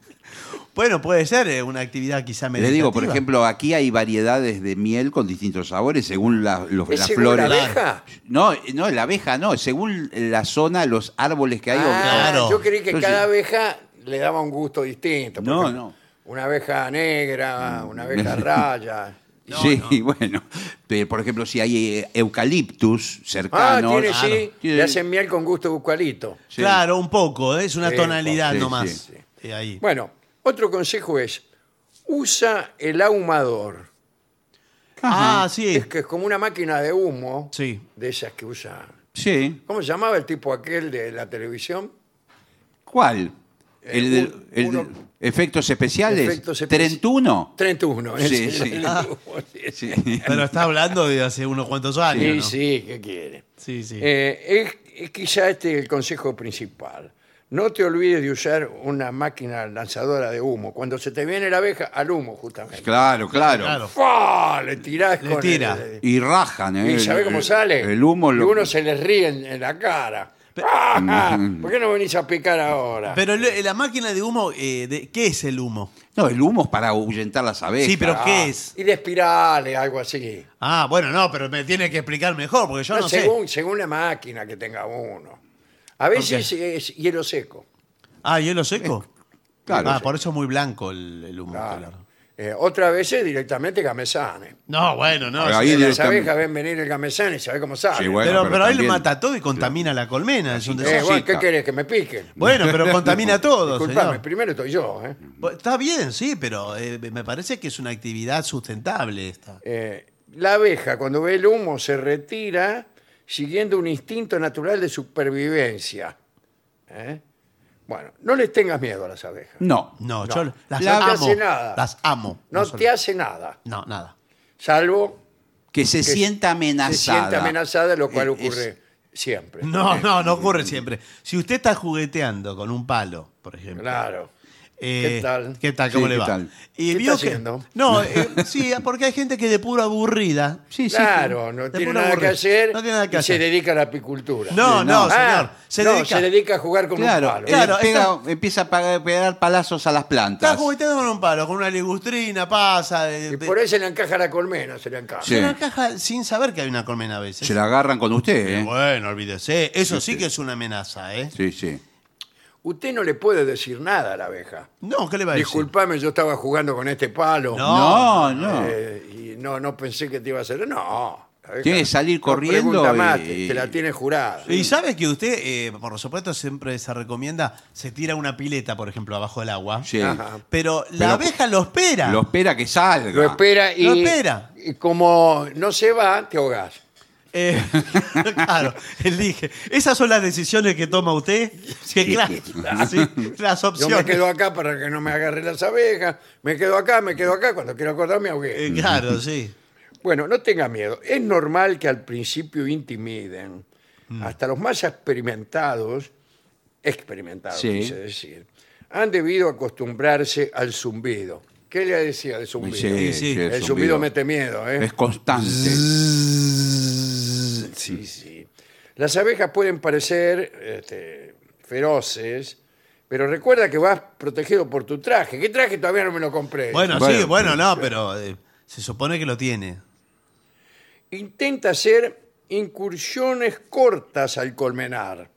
[SPEAKER 2] Bueno, puede ser eh, una actividad quizá
[SPEAKER 3] Le digo, por
[SPEAKER 2] meditativa.
[SPEAKER 3] ejemplo, aquí hay variedades de miel con distintos sabores según la- los,
[SPEAKER 1] ¿Es
[SPEAKER 3] las
[SPEAKER 1] según
[SPEAKER 3] flores.
[SPEAKER 1] la abeja?
[SPEAKER 3] No, no, la abeja no, según la zona, los árboles que hay. o-
[SPEAKER 1] Ah,
[SPEAKER 2] Claro.
[SPEAKER 1] Yo creí que
[SPEAKER 3] Entonces-
[SPEAKER 1] cada abeja le daba un gusto distinto. por
[SPEAKER 3] No,
[SPEAKER 1] ejemplo,
[SPEAKER 3] no.
[SPEAKER 1] Una abeja negra, una abeja raya.
[SPEAKER 3] sí, bueno. Pero, por ejemplo, si hay eh, eucaliptus
[SPEAKER 1] Ah,
[SPEAKER 3] cercanos.
[SPEAKER 1] tiene, sí.
[SPEAKER 3] Tiene-
[SPEAKER 1] Le hacen miel con gusto bucalito.
[SPEAKER 3] Sí.
[SPEAKER 2] Claro, un poco, eh, es una
[SPEAKER 1] Sí,
[SPEAKER 2] tonalidad
[SPEAKER 3] sí,
[SPEAKER 2] nomás.
[SPEAKER 3] sí.
[SPEAKER 2] Eh, ahí.
[SPEAKER 1] Bueno, otro consejo es, usa el ahumador.
[SPEAKER 2] ah, sí.
[SPEAKER 1] Es que es como una máquina de humo.
[SPEAKER 2] Sí.
[SPEAKER 1] De esas que usa...
[SPEAKER 3] Sí.
[SPEAKER 1] ¿Cómo se llamaba el tipo aquel de la televisión?
[SPEAKER 3] ¿Cuál? ¿El, de-
[SPEAKER 1] Eh, un-
[SPEAKER 3] el de-
[SPEAKER 1] uno-
[SPEAKER 3] efectos especiales?
[SPEAKER 1] Efectos espe-
[SPEAKER 3] ¿31?
[SPEAKER 1] 31. es
[SPEAKER 3] Sí,
[SPEAKER 1] el-
[SPEAKER 3] sí.
[SPEAKER 1] el humo, ¿eh? sí.
[SPEAKER 3] Sí.
[SPEAKER 2] Pero está hablando de hace unos cuantos años.
[SPEAKER 1] Sí,
[SPEAKER 2] ¿no?
[SPEAKER 1] sí, ¿qué quiere?
[SPEAKER 2] Sí, sí.
[SPEAKER 1] Eh, es, es quizá este el consejo principal. No te olvides de usar una máquina lanzadora de humo. Cuando se te viene la abeja, al humo, justamente.
[SPEAKER 3] Claro, claro.
[SPEAKER 2] Claro.
[SPEAKER 1] ¡Fua! Le tirás
[SPEAKER 2] Le
[SPEAKER 1] con
[SPEAKER 2] tira.
[SPEAKER 1] el-
[SPEAKER 3] Y rajan, ¿eh?
[SPEAKER 1] y sabe cómo
[SPEAKER 3] El-
[SPEAKER 1] sale.
[SPEAKER 3] El humo
[SPEAKER 1] Y
[SPEAKER 3] lo-
[SPEAKER 1] uno se les ríe en, en la cara. ¡Ah! ¿Por qué no venís a picar ahora?
[SPEAKER 2] Pero el- la máquina de humo, eh, de- ¿qué es el humo?
[SPEAKER 3] No, el humo es para ahuyentar las abejas.
[SPEAKER 2] Sí, pero
[SPEAKER 1] Ah,
[SPEAKER 2] ¿qué es?
[SPEAKER 1] Y de espirales, algo así.
[SPEAKER 2] Ah, bueno, no, pero me tiene que explicar mejor, porque yo no,
[SPEAKER 1] No,
[SPEAKER 2] sé.
[SPEAKER 1] según, según la máquina que tenga uno. A veces es hielo seco.
[SPEAKER 2] Ah, hielo seco.
[SPEAKER 3] Claro.
[SPEAKER 2] Ah, por eso es muy blanco el, el humo.
[SPEAKER 1] Claro.
[SPEAKER 2] claro.
[SPEAKER 1] Eh, otra vez es directamente gamesane.
[SPEAKER 2] No, bueno, no.
[SPEAKER 3] Ahí
[SPEAKER 1] Que
[SPEAKER 2] sí.
[SPEAKER 1] las
[SPEAKER 3] directamente.
[SPEAKER 1] abejas ven venir el gamesane y sabe cómo sale.
[SPEAKER 3] Sí, bueno,
[SPEAKER 2] pero,
[SPEAKER 3] pero
[SPEAKER 2] pero ahí le
[SPEAKER 3] también-
[SPEAKER 2] mata todo y contamina la colmena. Es un
[SPEAKER 1] Eh,
[SPEAKER 2] desastre.
[SPEAKER 1] bueno, ¿Qué
[SPEAKER 3] chica.
[SPEAKER 1] querés? Que me piquen.
[SPEAKER 2] Bueno, pero contamina todo,
[SPEAKER 1] Disculpame,
[SPEAKER 2] señor.
[SPEAKER 1] primero estoy yo. ¿eh?
[SPEAKER 2] Bueno, Está bien, sí, pero eh, me parece que es una actividad sustentable esta.
[SPEAKER 1] Eh, la abeja, cuando ve el humo, se retira siguiendo un instinto natural de supervivencia. ¿Eh? Bueno, no les tengas miedo a las abejas.
[SPEAKER 3] No.
[SPEAKER 2] No,
[SPEAKER 1] No.
[SPEAKER 2] yo las
[SPEAKER 1] No te
[SPEAKER 2] amo.
[SPEAKER 1] hace nada.
[SPEAKER 2] Las amo.
[SPEAKER 1] No
[SPEAKER 2] son-
[SPEAKER 1] te hace nada,
[SPEAKER 2] No, nada.
[SPEAKER 1] salvo
[SPEAKER 3] Que se sienta amenazada.
[SPEAKER 1] se siente amenazada, lo cual
[SPEAKER 3] Eh,
[SPEAKER 1] ocurre
[SPEAKER 3] es-
[SPEAKER 1] siempre.
[SPEAKER 2] No, no, no ocurre siempre. Si usted está jugueteando con un palo, por ejemplo.
[SPEAKER 1] Claro.
[SPEAKER 2] eh,
[SPEAKER 1] ¿Qué tal?
[SPEAKER 2] ¿Qué tal? ¿Cómo
[SPEAKER 3] Sí,
[SPEAKER 2] le
[SPEAKER 3] ¿qué
[SPEAKER 2] va?
[SPEAKER 3] tal?
[SPEAKER 2] Y
[SPEAKER 1] ¿Qué
[SPEAKER 2] vio
[SPEAKER 1] está
[SPEAKER 2] que-
[SPEAKER 1] haciendo?
[SPEAKER 2] No, eh, sí, porque hay gente que de pura aburrida. Sí, sí,
[SPEAKER 1] Claro,
[SPEAKER 2] sí,
[SPEAKER 1] no
[SPEAKER 2] de
[SPEAKER 1] tiene
[SPEAKER 2] pura
[SPEAKER 1] nada que
[SPEAKER 2] aburrida.
[SPEAKER 1] hacer.
[SPEAKER 2] No tiene nada que
[SPEAKER 1] y
[SPEAKER 2] hacer.
[SPEAKER 1] se dedica a la apicultura.
[SPEAKER 2] No, no,
[SPEAKER 3] No.
[SPEAKER 2] señor.
[SPEAKER 1] Ah,
[SPEAKER 2] Se
[SPEAKER 1] no,
[SPEAKER 2] dedica.
[SPEAKER 1] se dedica a jugar con
[SPEAKER 3] Claro,
[SPEAKER 1] un palo.
[SPEAKER 3] eh,
[SPEAKER 2] Claro,
[SPEAKER 3] pega-
[SPEAKER 2] está-
[SPEAKER 3] empieza a pa- pegar palazos a las
[SPEAKER 2] Está
[SPEAKER 3] plantas.
[SPEAKER 2] jugueteando con un palo, con una ligustrina, pasa. de-
[SPEAKER 1] Y
[SPEAKER 2] de-
[SPEAKER 1] por ahí se le encaja la colmena, se le encaja.
[SPEAKER 3] Sí.
[SPEAKER 2] se la encaja sin saber que hay una colmena a veces.
[SPEAKER 3] Se la agarran con usted, ¿eh?
[SPEAKER 2] Bueno, olvídese. Eso sí que es una amenaza, ¿eh?
[SPEAKER 3] Sí, sí.
[SPEAKER 1] Usted no le puede decir nada a la abeja.
[SPEAKER 2] No, ¿qué le va a decir?
[SPEAKER 1] Disculpame, yo estaba jugando con este palo.
[SPEAKER 2] No,
[SPEAKER 3] No, no.
[SPEAKER 1] eh, y no, no pensé que te iba a hacer. No. la abeja
[SPEAKER 3] Tiene que salir
[SPEAKER 1] no
[SPEAKER 3] corriendo
[SPEAKER 1] pregunta más,
[SPEAKER 3] y-
[SPEAKER 1] te, te la tiene jurada.
[SPEAKER 2] Y sabe que usted, eh, por supuesto, siempre se recomienda, se tira una pileta, por ejemplo, abajo del agua.
[SPEAKER 3] Sí.
[SPEAKER 1] Ajá.
[SPEAKER 2] Pero la
[SPEAKER 3] Pero-
[SPEAKER 2] abeja lo espera.
[SPEAKER 3] Lo espera que salga.
[SPEAKER 1] Lo espera y.
[SPEAKER 2] Lo espera.
[SPEAKER 1] y como no se va, te ahogás.
[SPEAKER 2] Eh, claro, elige. Esas son las decisiones que toma usted. Que claro, sí, las
[SPEAKER 1] Yo
[SPEAKER 2] opciones.
[SPEAKER 1] me quedo acá para que no me agarre las abejas. Me quedo acá, me quedo acá. Cuando quiero acordarme, ahogué.
[SPEAKER 2] Eh, claro, sí.
[SPEAKER 1] Bueno, no tenga miedo. Es normal que al principio intimiden. Hasta los más experimentados, experimentados,
[SPEAKER 3] Sí.
[SPEAKER 1] quise decir, han debido acostumbrarse al zumbido. ¿Qué le decía del
[SPEAKER 3] Sí,
[SPEAKER 1] zumbido?
[SPEAKER 3] sí,
[SPEAKER 2] sí.
[SPEAKER 3] el
[SPEAKER 1] El, zumbido. mete miedo, ¿eh?
[SPEAKER 3] Es constante.
[SPEAKER 1] Sí, sí. Las abejas pueden parecer este, feroces, pero recuerda que vas protegido por tu traje. ¿Qué traje todavía no me lo compré?
[SPEAKER 2] Bueno, sí,
[SPEAKER 3] Bueno.
[SPEAKER 2] bueno, no, pero eh, se supone que lo tiene.
[SPEAKER 1] Intenta hacer incursiones cortas al colmenar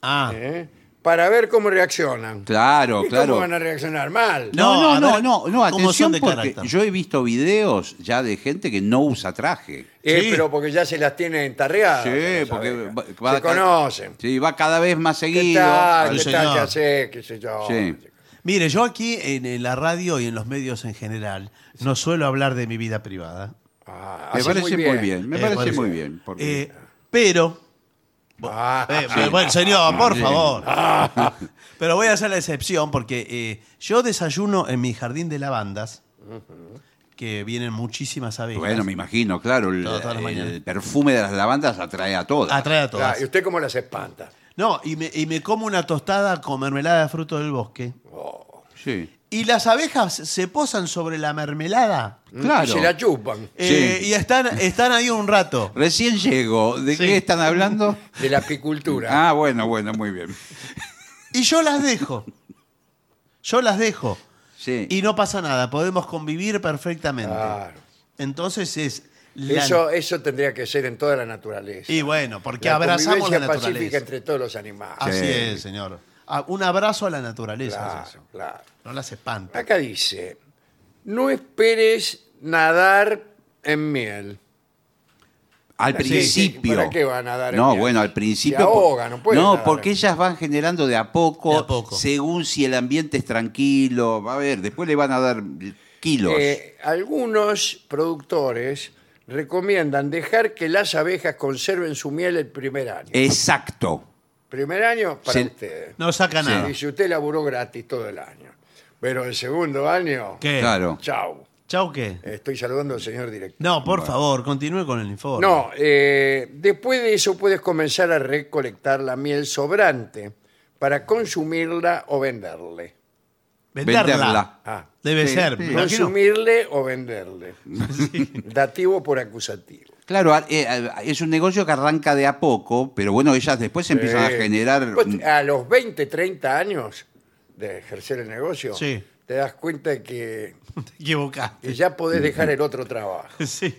[SPEAKER 2] Ah,
[SPEAKER 1] ¿eh? para ver cómo reaccionan.
[SPEAKER 3] Claro,
[SPEAKER 1] ¿Y
[SPEAKER 3] claro.
[SPEAKER 1] ¿Cómo van a reaccionar? Mal.
[SPEAKER 2] No,
[SPEAKER 3] No, no,
[SPEAKER 2] a
[SPEAKER 3] no,
[SPEAKER 2] ver,
[SPEAKER 3] no, no,
[SPEAKER 2] ¿cómo
[SPEAKER 3] atención
[SPEAKER 2] son de
[SPEAKER 3] porque
[SPEAKER 2] carácter?
[SPEAKER 3] yo he visto videos ya de gente que no usa traje.
[SPEAKER 1] Eh,
[SPEAKER 2] sí.
[SPEAKER 1] Pero porque ya se las tienen tarreadas.
[SPEAKER 3] Sí,
[SPEAKER 1] las
[SPEAKER 3] porque
[SPEAKER 1] abejas.
[SPEAKER 3] va- va-
[SPEAKER 1] se conocen.
[SPEAKER 3] Sí, va cada vez más
[SPEAKER 1] ¿Qué
[SPEAKER 3] seguido.
[SPEAKER 1] tal?
[SPEAKER 2] al
[SPEAKER 1] ¿Qué tal?
[SPEAKER 2] señor.
[SPEAKER 1] ¿Qué hace? ¿Qué sé yo?
[SPEAKER 3] Sí.
[SPEAKER 2] mire, yo aquí en, en la radio y en los medios en general no suelo hablar de mi vida privada.
[SPEAKER 1] Ah,
[SPEAKER 3] Me
[SPEAKER 1] hace
[SPEAKER 3] parece muy bien, me
[SPEAKER 2] Eh,
[SPEAKER 3] parece
[SPEAKER 2] bueno,
[SPEAKER 3] muy
[SPEAKER 2] sí.
[SPEAKER 3] bien. porque-
[SPEAKER 2] Eh, pero,
[SPEAKER 1] Ah,
[SPEAKER 2] eh, bueno, señor, por favor. Pero voy a hacer la excepción porque eh, yo desayuno en mi jardín de lavandas, que vienen muchísimas abejas.
[SPEAKER 3] pues bueno, me imagino, claro, el,
[SPEAKER 2] Todo- todas las
[SPEAKER 3] el
[SPEAKER 2] mañanas.
[SPEAKER 3] perfume de las lavandas atrae a todas.
[SPEAKER 2] Atrae Ah, a
[SPEAKER 1] claro,
[SPEAKER 2] todas.
[SPEAKER 1] ¿Y usted cómo las espanta?
[SPEAKER 2] No, y me, y me como una tostada con mermelada de fruto del bosque.
[SPEAKER 3] Sí.
[SPEAKER 2] Y las abejas se posan sobre la mermelada
[SPEAKER 3] Claro.
[SPEAKER 1] Y Mm, se la chupan.
[SPEAKER 2] eh,
[SPEAKER 3] Sí.
[SPEAKER 2] y están, están ahí un rato.
[SPEAKER 3] Recién llego. ¿De
[SPEAKER 2] Sí.
[SPEAKER 3] qué están hablando?
[SPEAKER 1] De la apicultura.
[SPEAKER 3] Ah, bueno, bueno, muy bien.
[SPEAKER 2] Y yo las dejo. Yo las dejo.
[SPEAKER 3] Sí.
[SPEAKER 2] Y no pasa nada, podemos convivir perfectamente.
[SPEAKER 1] Claro.
[SPEAKER 2] Entonces es... la-
[SPEAKER 1] Eso, eso tendría que ser en toda la naturaleza.
[SPEAKER 2] Y bueno, porque
[SPEAKER 1] la
[SPEAKER 2] abrazamos la
[SPEAKER 1] convivencia pacífica
[SPEAKER 2] naturaleza.
[SPEAKER 1] entre todos los animales.
[SPEAKER 2] Así
[SPEAKER 3] Sí.
[SPEAKER 2] es, señor. Ah, un abrazo a la naturaleza. es eso.
[SPEAKER 1] Claro, claro.
[SPEAKER 2] No las espanta.
[SPEAKER 1] Acá dice, no esperes nadar en miel.
[SPEAKER 3] Al
[SPEAKER 1] Sí,
[SPEAKER 3] principio.
[SPEAKER 1] ¿para qué van a dar
[SPEAKER 3] No,
[SPEAKER 1] miedo?
[SPEAKER 3] bueno,
[SPEAKER 1] Se
[SPEAKER 3] al principio.
[SPEAKER 1] ahogan, no pueden nadar.
[SPEAKER 3] porque ellas van generando de a, poco,
[SPEAKER 2] De a poco.
[SPEAKER 3] según si el ambiente es tranquilo. Va a ver, después le van a dar kilos.
[SPEAKER 1] Eh, algunos productores recomiendan dejar que las abejas conserven su miel el primer año.
[SPEAKER 3] Eh, Exacto.
[SPEAKER 1] primer año para
[SPEAKER 3] Sí.
[SPEAKER 1] ustedes.
[SPEAKER 2] No saca
[SPEAKER 3] Sí.
[SPEAKER 2] nada.
[SPEAKER 1] Y si usted laburó gratis todo el año. Pero el segundo año,
[SPEAKER 2] ¿Qué?
[SPEAKER 3] Claro.
[SPEAKER 1] chau.
[SPEAKER 2] ¿Chau qué?
[SPEAKER 1] Estoy saludando al señor director.
[SPEAKER 2] No, por favor, continúe con el informe.
[SPEAKER 1] No, eh, después de eso puedes comenzar a recolectar la miel sobrante para consumirla o venderle.
[SPEAKER 2] Venderla.
[SPEAKER 3] Venderla.
[SPEAKER 1] Ah,
[SPEAKER 2] Debe
[SPEAKER 3] Sí,
[SPEAKER 2] ser.
[SPEAKER 3] sí.
[SPEAKER 2] me imagino.
[SPEAKER 1] consumirle o venderle. Dativo por acusativo.
[SPEAKER 3] Claro, a- eh, a- es un negocio que arranca de a poco, pero bueno, ellas después empiezan a
[SPEAKER 1] Eh,
[SPEAKER 3] generar.
[SPEAKER 1] después, a los 20, 30 años de ejercer el negocio,
[SPEAKER 2] Sí.
[SPEAKER 1] te das cuenta de que,
[SPEAKER 2] Te equivocaste.
[SPEAKER 1] que ya podés dejar el otro trabajo.
[SPEAKER 2] Sí.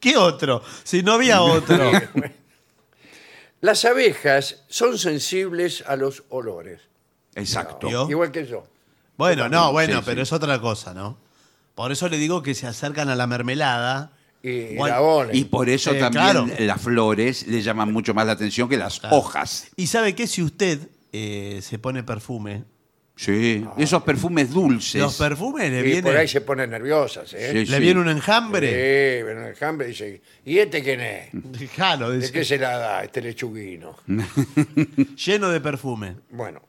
[SPEAKER 2] ¿Qué otro? Si no había otro.
[SPEAKER 1] Las abejas son sensibles a los olores,
[SPEAKER 3] Exacto.
[SPEAKER 2] ¿Vio?
[SPEAKER 1] igual que yo.
[SPEAKER 2] Bueno, no, bueno,
[SPEAKER 3] Sí,
[SPEAKER 2] pero
[SPEAKER 3] sí.
[SPEAKER 2] es otra cosa, ¿no? Por eso le digo que se acercan a la mermelada.
[SPEAKER 1] Y
[SPEAKER 2] Bueno,
[SPEAKER 1] la oler.
[SPEAKER 3] Y por eso
[SPEAKER 2] Eh,
[SPEAKER 3] también
[SPEAKER 2] claro.
[SPEAKER 3] las flores le llaman mucho más la atención que las hojas.
[SPEAKER 2] Y sabe que si usted eh, se pone perfume,
[SPEAKER 3] Sí. Esos perfumes dulces.
[SPEAKER 2] Ah. los perfumes le
[SPEAKER 1] Y por ahí
[SPEAKER 2] vienen.
[SPEAKER 1] se ponen nerviosas, ¿eh?
[SPEAKER 3] Sí,
[SPEAKER 2] Le
[SPEAKER 3] sí.
[SPEAKER 2] viene un enjambre.
[SPEAKER 1] Sí, ven el enjambre y dice, ¿y este quién es?
[SPEAKER 2] Jalo,
[SPEAKER 1] ¿De
[SPEAKER 2] dice,
[SPEAKER 1] qué se la da este lechuguino?
[SPEAKER 2] lleno de perfume.
[SPEAKER 1] Bueno,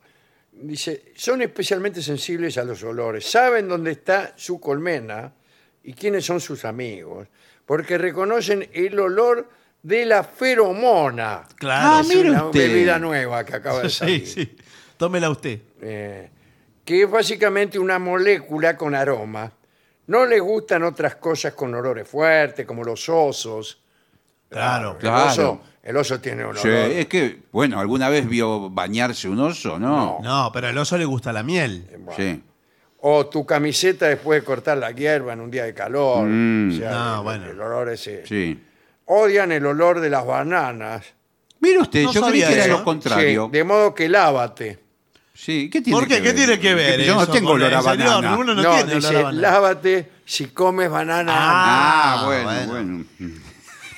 [SPEAKER 1] dice, son especialmente sensibles a los olores, saben dónde está su colmena y quiénes son sus amigos, porque reconocen el olor de la feromona.
[SPEAKER 2] Claro.
[SPEAKER 3] Ah,
[SPEAKER 1] Es
[SPEAKER 3] mire
[SPEAKER 1] una
[SPEAKER 3] usted.
[SPEAKER 1] bebida nueva que acaba de
[SPEAKER 2] sí,
[SPEAKER 1] salir.
[SPEAKER 2] sí. Tómela usted.
[SPEAKER 1] eh, que es básicamente una molécula con aroma. No les gustan otras cosas con olores fuertes, como los osos.
[SPEAKER 2] Claro.
[SPEAKER 1] El,
[SPEAKER 3] Claro.
[SPEAKER 1] oso, el oso tiene un olor.
[SPEAKER 3] Sí, es que, bueno, ¿alguna vez vio bañarse un oso? No.
[SPEAKER 2] No, pero al oso le gusta la miel.
[SPEAKER 1] Bueno.
[SPEAKER 3] Sí.
[SPEAKER 1] O tu camiseta después de cortar la hierba en un día de calor.
[SPEAKER 3] Mm.
[SPEAKER 1] O sea,
[SPEAKER 2] No,
[SPEAKER 1] el,
[SPEAKER 2] bueno.
[SPEAKER 1] el olor ese.
[SPEAKER 3] sí.
[SPEAKER 1] Odian el olor de las bananas.
[SPEAKER 3] Mire usted,
[SPEAKER 2] No
[SPEAKER 3] yo creí
[SPEAKER 2] sabía
[SPEAKER 3] que era
[SPEAKER 2] eso.
[SPEAKER 3] lo contrario.
[SPEAKER 1] Sí, de modo que lávate.
[SPEAKER 3] Sí, ¿qué tiene
[SPEAKER 2] ¿Por qué?
[SPEAKER 3] que
[SPEAKER 2] ¿Qué
[SPEAKER 3] ver?
[SPEAKER 2] tiene que ver?
[SPEAKER 3] Yo no
[SPEAKER 2] eso
[SPEAKER 3] tengo
[SPEAKER 2] con
[SPEAKER 3] olor a
[SPEAKER 2] el señor?
[SPEAKER 3] banana.
[SPEAKER 2] Uno no,
[SPEAKER 1] no,
[SPEAKER 2] tiene olor
[SPEAKER 1] dice,
[SPEAKER 2] a banana.
[SPEAKER 1] lávate si comes banana.
[SPEAKER 3] Ah,
[SPEAKER 2] Ah,
[SPEAKER 3] bueno,
[SPEAKER 2] bueno.
[SPEAKER 3] bueno.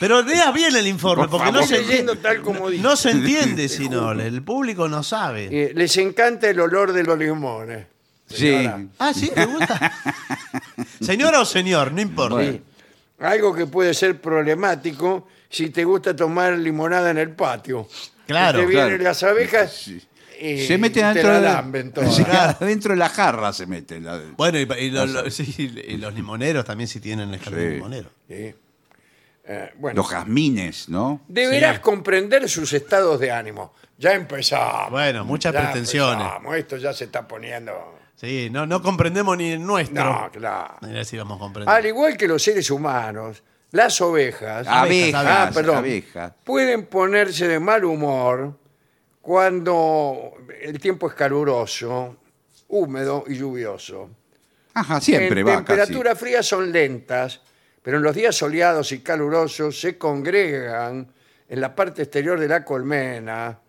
[SPEAKER 2] Pero lea bien el informe,
[SPEAKER 3] Por
[SPEAKER 2] porque no
[SPEAKER 3] favor.
[SPEAKER 2] se
[SPEAKER 1] Estoy leyendo
[SPEAKER 2] entiende.
[SPEAKER 1] tal como dice.
[SPEAKER 2] No se entiende si no, el público no sabe.
[SPEAKER 1] Eh, les encanta el olor de los limones.
[SPEAKER 3] Sí.
[SPEAKER 1] señora.
[SPEAKER 2] Ah, sí, me gusta. Señora o señor, no importa.
[SPEAKER 3] Bueno.
[SPEAKER 1] Algo que puede ser problemático si te gusta tomar limonada en el patio.
[SPEAKER 2] Claro,
[SPEAKER 1] Te vienen
[SPEAKER 3] claro.
[SPEAKER 1] las abejas
[SPEAKER 3] Sí.
[SPEAKER 2] Eh,
[SPEAKER 1] y
[SPEAKER 3] Se meten
[SPEAKER 1] te
[SPEAKER 3] adentro
[SPEAKER 1] la
[SPEAKER 3] de la,
[SPEAKER 1] lamben toda.
[SPEAKER 3] Sí, adentro de la jarra se meten. la-
[SPEAKER 2] Bueno, y, y lo- lo- sí, y los limoneros también sí tienen el jardín
[SPEAKER 3] Sí.
[SPEAKER 2] limonero.
[SPEAKER 1] Sí. Eh, bueno,
[SPEAKER 3] los jazmines, ¿no?
[SPEAKER 1] deberás
[SPEAKER 2] Sí.
[SPEAKER 1] comprender sus estados de ánimo. Ya empezamos.
[SPEAKER 2] Bueno, muchas
[SPEAKER 1] Ya
[SPEAKER 2] pretensiones.
[SPEAKER 1] empezamos. Esto ya se está poniendo.
[SPEAKER 2] Sí, no, no comprendemos ni el nuestro.
[SPEAKER 1] No, claro.
[SPEAKER 2] Mira si vamos a comprender.
[SPEAKER 1] Al igual que los seres humanos, Las ovejas.
[SPEAKER 3] Abejas,
[SPEAKER 1] Ah, perdón.
[SPEAKER 3] abejas.
[SPEAKER 1] Pueden ponerse de mal humor cuando el tiempo es caluroso, húmedo y lluvioso.
[SPEAKER 3] Ajá, siempre
[SPEAKER 1] en
[SPEAKER 3] va
[SPEAKER 1] temperaturas frías son lentas, pero en los días soleados y calurosos se congregan en la parte exterior de la colmena,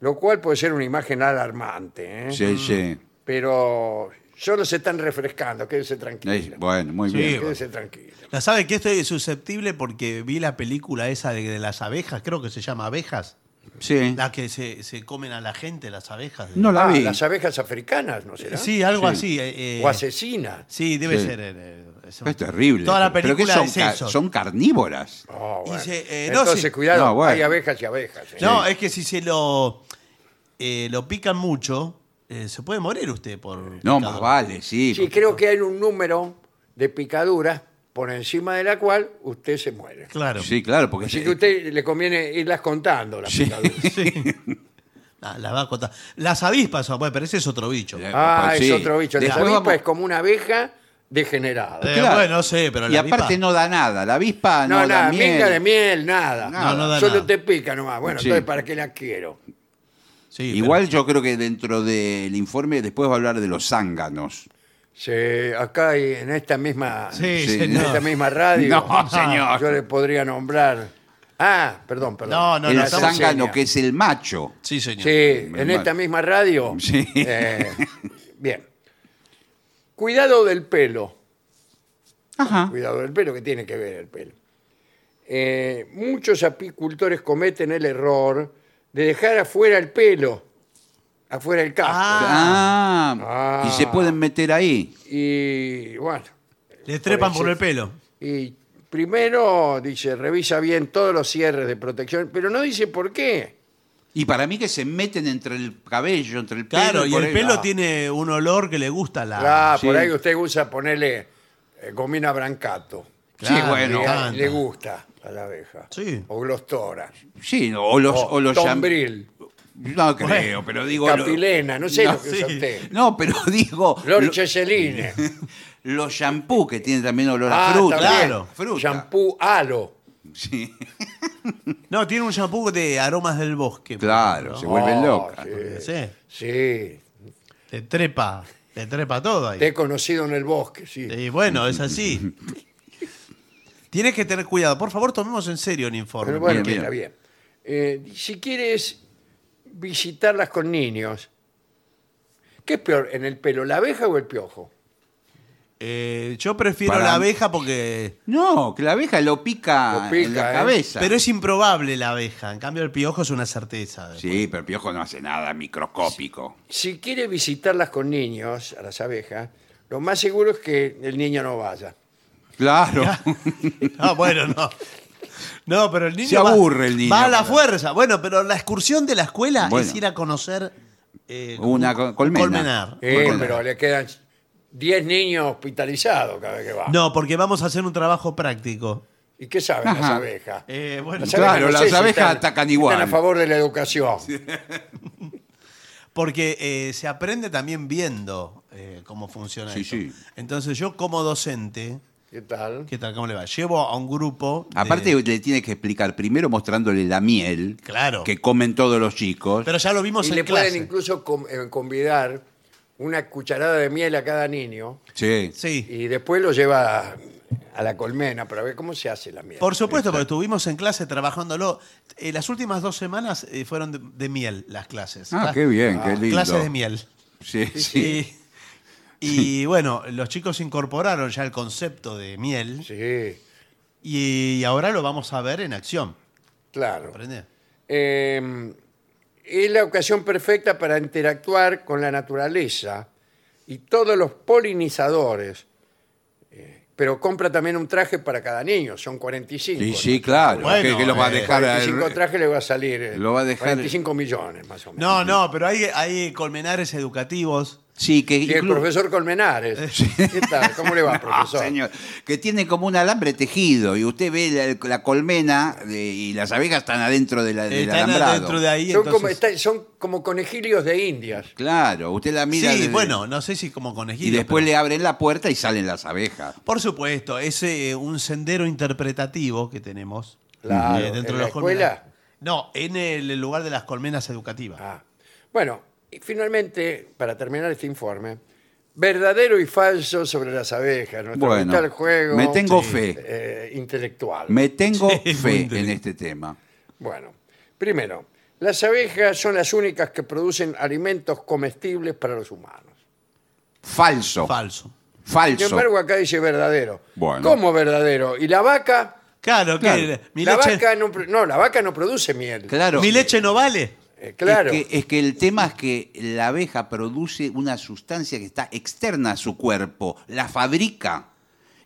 [SPEAKER 1] lo cual puede ser una imagen alarmante. ¿eh?
[SPEAKER 3] casi. Sí, sí.
[SPEAKER 1] Pero solo se están refrescando, quédense
[SPEAKER 3] Ahí,
[SPEAKER 1] tranquilos.
[SPEAKER 3] bueno, muy
[SPEAKER 2] Sí,
[SPEAKER 3] bien.
[SPEAKER 2] bueno.
[SPEAKER 1] Quédense tranquilos.
[SPEAKER 2] ¿La sabe que estoy susceptible porque vi la película esa de, de las abejas, creo que se llama Abejas?
[SPEAKER 3] Sí.
[SPEAKER 2] La que se, se comen a la gente, las abejas.
[SPEAKER 3] No la
[SPEAKER 1] Ah,
[SPEAKER 3] vi.
[SPEAKER 1] las abejas africanas, ¿no será?
[SPEAKER 2] Sí, algo
[SPEAKER 3] Sí.
[SPEAKER 2] así. eh, eh,
[SPEAKER 1] O asesinas.
[SPEAKER 2] sí, debe
[SPEAKER 3] Sí.
[SPEAKER 2] ser. eh, eh, es un-
[SPEAKER 3] Es terrible.
[SPEAKER 2] Toda la
[SPEAKER 3] ¿Pero qué
[SPEAKER 2] película
[SPEAKER 3] son?
[SPEAKER 2] es
[SPEAKER 3] ca-
[SPEAKER 2] eso.
[SPEAKER 3] Son carnívoras.
[SPEAKER 1] Oh,
[SPEAKER 2] Y
[SPEAKER 1] bueno.
[SPEAKER 2] se- eh, no,
[SPEAKER 1] Entonces,
[SPEAKER 2] sí.
[SPEAKER 1] cuidado,
[SPEAKER 3] No, bueno.
[SPEAKER 1] hay abejas y abejas. ¿eh?
[SPEAKER 2] No, es que si se lo, eh, lo pican mucho, eh, se puede morir usted por...
[SPEAKER 3] No,
[SPEAKER 2] picadura.
[SPEAKER 3] más vale, sí.
[SPEAKER 1] Sí, creo que hay un número de picaduras por encima de la cual usted se muere.
[SPEAKER 2] Claro.
[SPEAKER 3] Sí, claro, porque
[SPEAKER 1] Así que a usted le conviene irlas contando, las
[SPEAKER 3] Sí.
[SPEAKER 1] picaduras.
[SPEAKER 2] Ah, las va a contar. Las avispas, son- bueno, pero ese es otro bicho.
[SPEAKER 3] Eh,
[SPEAKER 1] Ah,
[SPEAKER 3] Sí.
[SPEAKER 1] es otro bicho. La
[SPEAKER 3] Después
[SPEAKER 1] avispa
[SPEAKER 3] vamos-
[SPEAKER 1] es como una abeja degenerada.
[SPEAKER 2] Eh, bueno, sí, pero
[SPEAKER 3] Y
[SPEAKER 2] la avispa-
[SPEAKER 3] aparte no da nada. La avispa no,
[SPEAKER 1] no,
[SPEAKER 3] da
[SPEAKER 1] nada, minga
[SPEAKER 3] miel.
[SPEAKER 1] de miel, nada.
[SPEAKER 2] No, no da
[SPEAKER 1] Solo
[SPEAKER 2] nada.
[SPEAKER 1] te pica nomás. Bueno,
[SPEAKER 3] Sí.
[SPEAKER 1] entonces, ¿para qué la quiero?
[SPEAKER 2] Sí, pero-
[SPEAKER 3] Igual yo creo que dentro del informe después va a hablar de los zánganos.
[SPEAKER 1] Se- acá hay- en esta misma,
[SPEAKER 2] Sí,
[SPEAKER 3] Sí.
[SPEAKER 1] en
[SPEAKER 2] señor.
[SPEAKER 1] esta misma radio,
[SPEAKER 3] No, señor.
[SPEAKER 1] yo le podría nombrar. Ah, perdón, perdón.
[SPEAKER 2] No, no,
[SPEAKER 3] el
[SPEAKER 2] no,
[SPEAKER 1] Era
[SPEAKER 2] estamos-
[SPEAKER 3] zángano
[SPEAKER 1] Yesenia.
[SPEAKER 3] que es el macho.
[SPEAKER 2] Sí, señor.
[SPEAKER 1] Sí, en
[SPEAKER 3] Menos
[SPEAKER 1] esta
[SPEAKER 3] mal.
[SPEAKER 1] misma radio.
[SPEAKER 3] Sí.
[SPEAKER 1] Eh, bien. Cuidado del pelo.
[SPEAKER 3] Ajá.
[SPEAKER 1] Cuidado del pelo, que tiene que ver el pelo. Eh, muchos apicultores cometen el error de dejar afuera el pelo, afuera el casco.
[SPEAKER 3] Ah,
[SPEAKER 1] Ah.
[SPEAKER 3] y se pueden meter ahí.
[SPEAKER 1] Y bueno,
[SPEAKER 2] Le trepan por el pelo.
[SPEAKER 1] y primero dice, revisa bien todos los cierres de protección, pero no dice por qué.
[SPEAKER 3] Y para mí que se meten entre el cabello, entre el pelo.
[SPEAKER 2] Claro, y
[SPEAKER 3] por
[SPEAKER 2] el
[SPEAKER 3] ahí.
[SPEAKER 2] pelo
[SPEAKER 3] Ah.
[SPEAKER 2] tiene un olor que le gusta a la...
[SPEAKER 1] Ah, por
[SPEAKER 3] sí.
[SPEAKER 1] ahí usted usa ponerle eh, gomina brancato.
[SPEAKER 2] Claro,
[SPEAKER 3] sí, bueno.
[SPEAKER 1] Le-
[SPEAKER 2] me encanta.
[SPEAKER 1] Le gusta a la abeja.
[SPEAKER 2] Sí.
[SPEAKER 1] O glostora.
[SPEAKER 3] Sí, o los,
[SPEAKER 1] O,
[SPEAKER 3] o los llam-
[SPEAKER 1] tombril.
[SPEAKER 3] No creo, pero digo. lo-
[SPEAKER 1] Capilena, no sé
[SPEAKER 3] No,
[SPEAKER 1] lo que usa
[SPEAKER 2] sí.
[SPEAKER 1] usted.
[SPEAKER 3] No, pero digo.
[SPEAKER 1] Lori
[SPEAKER 3] lo-
[SPEAKER 1] Cheseline.
[SPEAKER 3] los shampoos que tienen también olor a
[SPEAKER 1] Ah,
[SPEAKER 3] fruta.
[SPEAKER 1] también.
[SPEAKER 2] claro,
[SPEAKER 3] fruta.
[SPEAKER 1] Shampoo halo.
[SPEAKER 3] Sí.
[SPEAKER 2] No, tiene un shampoo de aromas del bosque. por
[SPEAKER 3] Claro,
[SPEAKER 2] ejemplo,
[SPEAKER 3] se
[SPEAKER 2] ¿no?
[SPEAKER 3] vuelven
[SPEAKER 1] Oh,
[SPEAKER 3] locas.
[SPEAKER 1] sí.
[SPEAKER 2] Sí,
[SPEAKER 1] Sí,
[SPEAKER 2] le trepa, le trepa todo ahí.
[SPEAKER 1] te he conocido en el bosque, sí.
[SPEAKER 2] Y bueno, es así. Tienes que tener cuidado. Por favor, tomemos en serio el informe.
[SPEAKER 1] Pero bueno,
[SPEAKER 3] bien,
[SPEAKER 1] está bien. Eh, si quieres visitarlas con niños, ¿qué es peor, en el pelo, la abeja o el piojo?
[SPEAKER 2] Eh, yo prefiero
[SPEAKER 3] Para-
[SPEAKER 2] la abeja porque...
[SPEAKER 3] No, que la abeja lo pica,
[SPEAKER 1] Lo pica,
[SPEAKER 3] en la
[SPEAKER 1] ¿eh?
[SPEAKER 3] cabeza.
[SPEAKER 2] Pero es improbable la abeja. En cambio, el piojo es una certeza.
[SPEAKER 3] Sí, pero el piojo no hace nada microscópico.
[SPEAKER 1] Si quieres visitarlas con niños, a las abejas, lo más seguro es que el niño no vaya.
[SPEAKER 3] Claro.
[SPEAKER 2] Ah, bueno, no. No, pero el niño.
[SPEAKER 3] Se
[SPEAKER 2] va-
[SPEAKER 3] aburre el niño,
[SPEAKER 2] Va a la
[SPEAKER 3] claro.
[SPEAKER 2] fuerza. Bueno, pero la excursión de la escuela
[SPEAKER 3] Bueno.
[SPEAKER 2] es ir a conocer. eh,
[SPEAKER 3] Una co- colmena.
[SPEAKER 2] colmenar.
[SPEAKER 1] Eh,
[SPEAKER 3] Bueno.
[SPEAKER 1] pero le quedan 10 niños hospitalizados cada vez que va.
[SPEAKER 2] No, porque vamos a hacer un trabajo práctico.
[SPEAKER 1] ¿Y qué saben las
[SPEAKER 3] Ajá.
[SPEAKER 1] abejas?
[SPEAKER 2] Eh, bueno,
[SPEAKER 1] Las abejas,
[SPEAKER 3] Claro,
[SPEAKER 1] no
[SPEAKER 3] las
[SPEAKER 1] sé si
[SPEAKER 3] abejas
[SPEAKER 1] están-
[SPEAKER 3] atacan igual.
[SPEAKER 1] Están a favor de la educación.
[SPEAKER 2] porque eh, se aprende también viendo eh, cómo funciona
[SPEAKER 3] Sí,
[SPEAKER 2] esto.
[SPEAKER 3] sí.
[SPEAKER 2] Entonces, yo como docente,
[SPEAKER 1] ¿Qué tal?
[SPEAKER 2] ¿qué tal? ¿Cómo le va? Llevo a un grupo. de-
[SPEAKER 3] Aparte le tienes que explicar primero mostrándole la miel
[SPEAKER 2] Claro.
[SPEAKER 3] que comen todos los chicos.
[SPEAKER 2] pero ya lo vimos
[SPEAKER 1] Y
[SPEAKER 2] en
[SPEAKER 1] le
[SPEAKER 2] clase.
[SPEAKER 1] pueden incluso com- eh, convidar una cucharada de miel a cada niño
[SPEAKER 3] Sí.
[SPEAKER 2] Sí.
[SPEAKER 1] y después lo lleva a, a la colmena para ver cómo se hace la miel.
[SPEAKER 2] Por supuesto, porque
[SPEAKER 3] Este.
[SPEAKER 2] estuvimos en clase trabajándolo. Eh, las últimas dos semanas eh, fueron de, de miel las clases.
[SPEAKER 3] Ah,
[SPEAKER 2] Cla-
[SPEAKER 3] qué bien, qué lindo.
[SPEAKER 2] Clases de miel.
[SPEAKER 3] Sí, sí.
[SPEAKER 2] Y, y, bueno, los chicos incorporaron ya el concepto de miel
[SPEAKER 1] Sí,
[SPEAKER 2] y, ahora lo vamos a ver en acción.
[SPEAKER 1] claro.
[SPEAKER 2] ¿Comprende?
[SPEAKER 1] Eh, es la ocasión perfecta para interactuar con la naturaleza y todos los polinizadores. Eh, pero compra también un traje para cada niño, son 45.
[SPEAKER 3] Sí,
[SPEAKER 1] ¿no?
[SPEAKER 3] sí, claro.
[SPEAKER 2] Bueno,
[SPEAKER 3] que, que lo va a
[SPEAKER 2] eh,
[SPEAKER 3] dejar al-
[SPEAKER 1] 45 trajes le va a salir eh,
[SPEAKER 3] Lo va a dejar-
[SPEAKER 1] 45 millones más o menos.
[SPEAKER 2] No, no, pero hay, hay colmenares educativos
[SPEAKER 3] Sí, que
[SPEAKER 1] Y el
[SPEAKER 3] inclu-
[SPEAKER 1] profesor Colmenares. ¿Qué tal? ¿Cómo le va,
[SPEAKER 3] Ah,
[SPEAKER 1] profesor?
[SPEAKER 3] señor, que tiene como un alambre tejido y usted ve la, la colmena de- y las abejas están adentro de la, del
[SPEAKER 2] Están
[SPEAKER 3] alambrado.
[SPEAKER 2] dentro de ahí.
[SPEAKER 1] son, como,
[SPEAKER 2] entonces-
[SPEAKER 1] está- son como conejillos de indias.
[SPEAKER 3] Claro, usted la
[SPEAKER 2] Sí,
[SPEAKER 3] mira desde-
[SPEAKER 2] bueno, no sé si como conejillo.
[SPEAKER 3] y después
[SPEAKER 2] pero-
[SPEAKER 3] le abren la puerta y salen las abejas.
[SPEAKER 2] Por supuesto, es eh, un sendero interpretativo que tenemos.
[SPEAKER 1] Claro,
[SPEAKER 2] eh, dentro
[SPEAKER 1] ¿en
[SPEAKER 2] de
[SPEAKER 1] la
[SPEAKER 2] las colmenas.
[SPEAKER 1] escuela?
[SPEAKER 2] No, en el lugar de las colmenas educativas.
[SPEAKER 1] Ah. Bueno, y finalmente, para terminar este informe, verdadero y falso sobre las abejas. Nuestro
[SPEAKER 3] Bueno,
[SPEAKER 1] habitual juego
[SPEAKER 3] me tengo fe.
[SPEAKER 1] eh, intelectual.
[SPEAKER 3] Me tengo
[SPEAKER 2] Sí, muy
[SPEAKER 3] fe en
[SPEAKER 2] interesante.
[SPEAKER 3] este tema.
[SPEAKER 1] Bueno, primero, las abejas son las únicas que producen alimentos comestibles para los humanos.
[SPEAKER 3] Falso.
[SPEAKER 2] Falso.
[SPEAKER 1] Sin
[SPEAKER 3] falso.
[SPEAKER 1] embargo, acá dice verdadero.
[SPEAKER 3] Bueno.
[SPEAKER 1] ¿Cómo verdadero? ¿Y la vaca?
[SPEAKER 2] Claro,
[SPEAKER 3] Claro.
[SPEAKER 2] que mi
[SPEAKER 1] la
[SPEAKER 2] leche,
[SPEAKER 1] vaca no, pro- no, la vaca no produce miel.
[SPEAKER 3] Claro.
[SPEAKER 2] mi leche no vale.
[SPEAKER 1] Eh,
[SPEAKER 3] Es
[SPEAKER 1] claro.
[SPEAKER 3] que- Es que, el tema es que la abeja produce una sustancia que está externa a su cuerpo, la fabrica.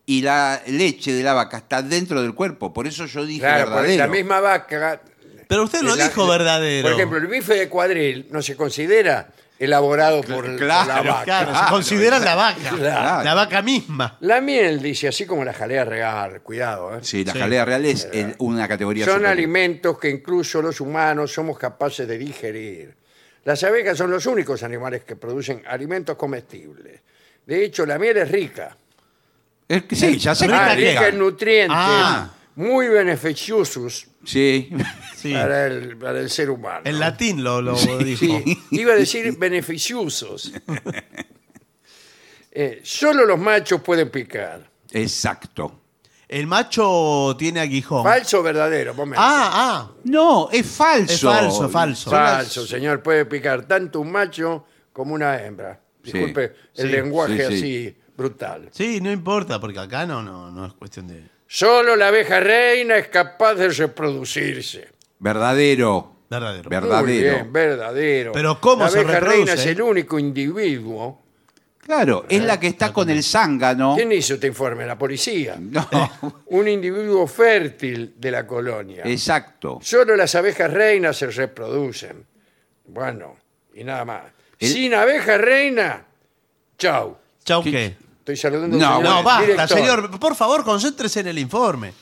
[SPEAKER 3] Y la leche de la vaca está dentro del cuerpo. Por eso yo dije
[SPEAKER 1] Claro, porque
[SPEAKER 3] verdadero.
[SPEAKER 1] la misma vaca.
[SPEAKER 2] Pero usted no
[SPEAKER 1] la-
[SPEAKER 2] dijo verdadero.
[SPEAKER 1] Por ejemplo, el bife de cuadril no se considera elaborado por, por la
[SPEAKER 3] claro,
[SPEAKER 1] vaca.
[SPEAKER 2] Claro, se
[SPEAKER 3] claro,
[SPEAKER 2] considera la vaca.
[SPEAKER 1] Claro.
[SPEAKER 2] La vaca misma.
[SPEAKER 1] La miel, dice, así como la jalea real, cuidado. ¿eh?
[SPEAKER 3] Sí, la
[SPEAKER 2] Sí.
[SPEAKER 3] jalea real es el- una categoría
[SPEAKER 1] Son
[SPEAKER 3] superior.
[SPEAKER 1] alimentos que incluso los humanos somos capaces de digerir. Las abejas son los únicos animales que producen alimentos comestibles. De hecho, la miel es rica.
[SPEAKER 3] Es que sí, ya sé que
[SPEAKER 1] Ah,
[SPEAKER 2] ¿Rica
[SPEAKER 3] es
[SPEAKER 2] qué?
[SPEAKER 1] rica
[SPEAKER 3] rica.
[SPEAKER 1] en nutrientes,
[SPEAKER 2] Ah.
[SPEAKER 1] muy beneficiosos
[SPEAKER 3] Sí.
[SPEAKER 2] Sí.
[SPEAKER 1] para, el, para el ser humano.
[SPEAKER 2] En latín lo, lo dijo.
[SPEAKER 1] Sí, iba a decir beneficiosos. Eh, solo los machos pueden picar.
[SPEAKER 3] Exacto.
[SPEAKER 2] El macho tiene aguijón.
[SPEAKER 1] Falso o verdadero, momento.
[SPEAKER 2] Oh. Ah, ah.
[SPEAKER 3] No, es falso.
[SPEAKER 2] Es falso, falso.
[SPEAKER 1] Falso, señor, puede picar tanto un macho como una hembra.
[SPEAKER 3] Sí,
[SPEAKER 1] Disculpe el
[SPEAKER 2] sí,
[SPEAKER 1] lenguaje
[SPEAKER 3] sí, sí.
[SPEAKER 1] así brutal.
[SPEAKER 2] Sí, no importa, porque acá no, no, no es cuestión de.
[SPEAKER 1] Solo la abeja reina es capaz de reproducirse.
[SPEAKER 3] Verdadero.
[SPEAKER 2] Verdadero.
[SPEAKER 3] Ver-
[SPEAKER 1] Muy
[SPEAKER 3] Verdadero.
[SPEAKER 1] bien, verdadero.
[SPEAKER 2] Pero ¿cómo
[SPEAKER 1] la
[SPEAKER 2] se
[SPEAKER 1] abeja reina
[SPEAKER 2] reproduce?
[SPEAKER 1] es el único individuo.
[SPEAKER 3] Claro, es la que está con el zángano.
[SPEAKER 1] ¿Quién hizo este informe? La policía.
[SPEAKER 3] No,
[SPEAKER 1] Un individuo fértil de la colonia.
[SPEAKER 3] exacto.
[SPEAKER 1] Solo las abejas reinas se reproducen. Bueno, y nada más.
[SPEAKER 3] El-
[SPEAKER 1] Sin abeja reina, chau.
[SPEAKER 2] Chau,
[SPEAKER 3] ¿Qué?
[SPEAKER 2] ¿qué?
[SPEAKER 1] Estoy saludando
[SPEAKER 3] No,
[SPEAKER 1] a un señor
[SPEAKER 2] No, basta,
[SPEAKER 1] director.
[SPEAKER 2] señor. Por favor, concéntrese en el informe.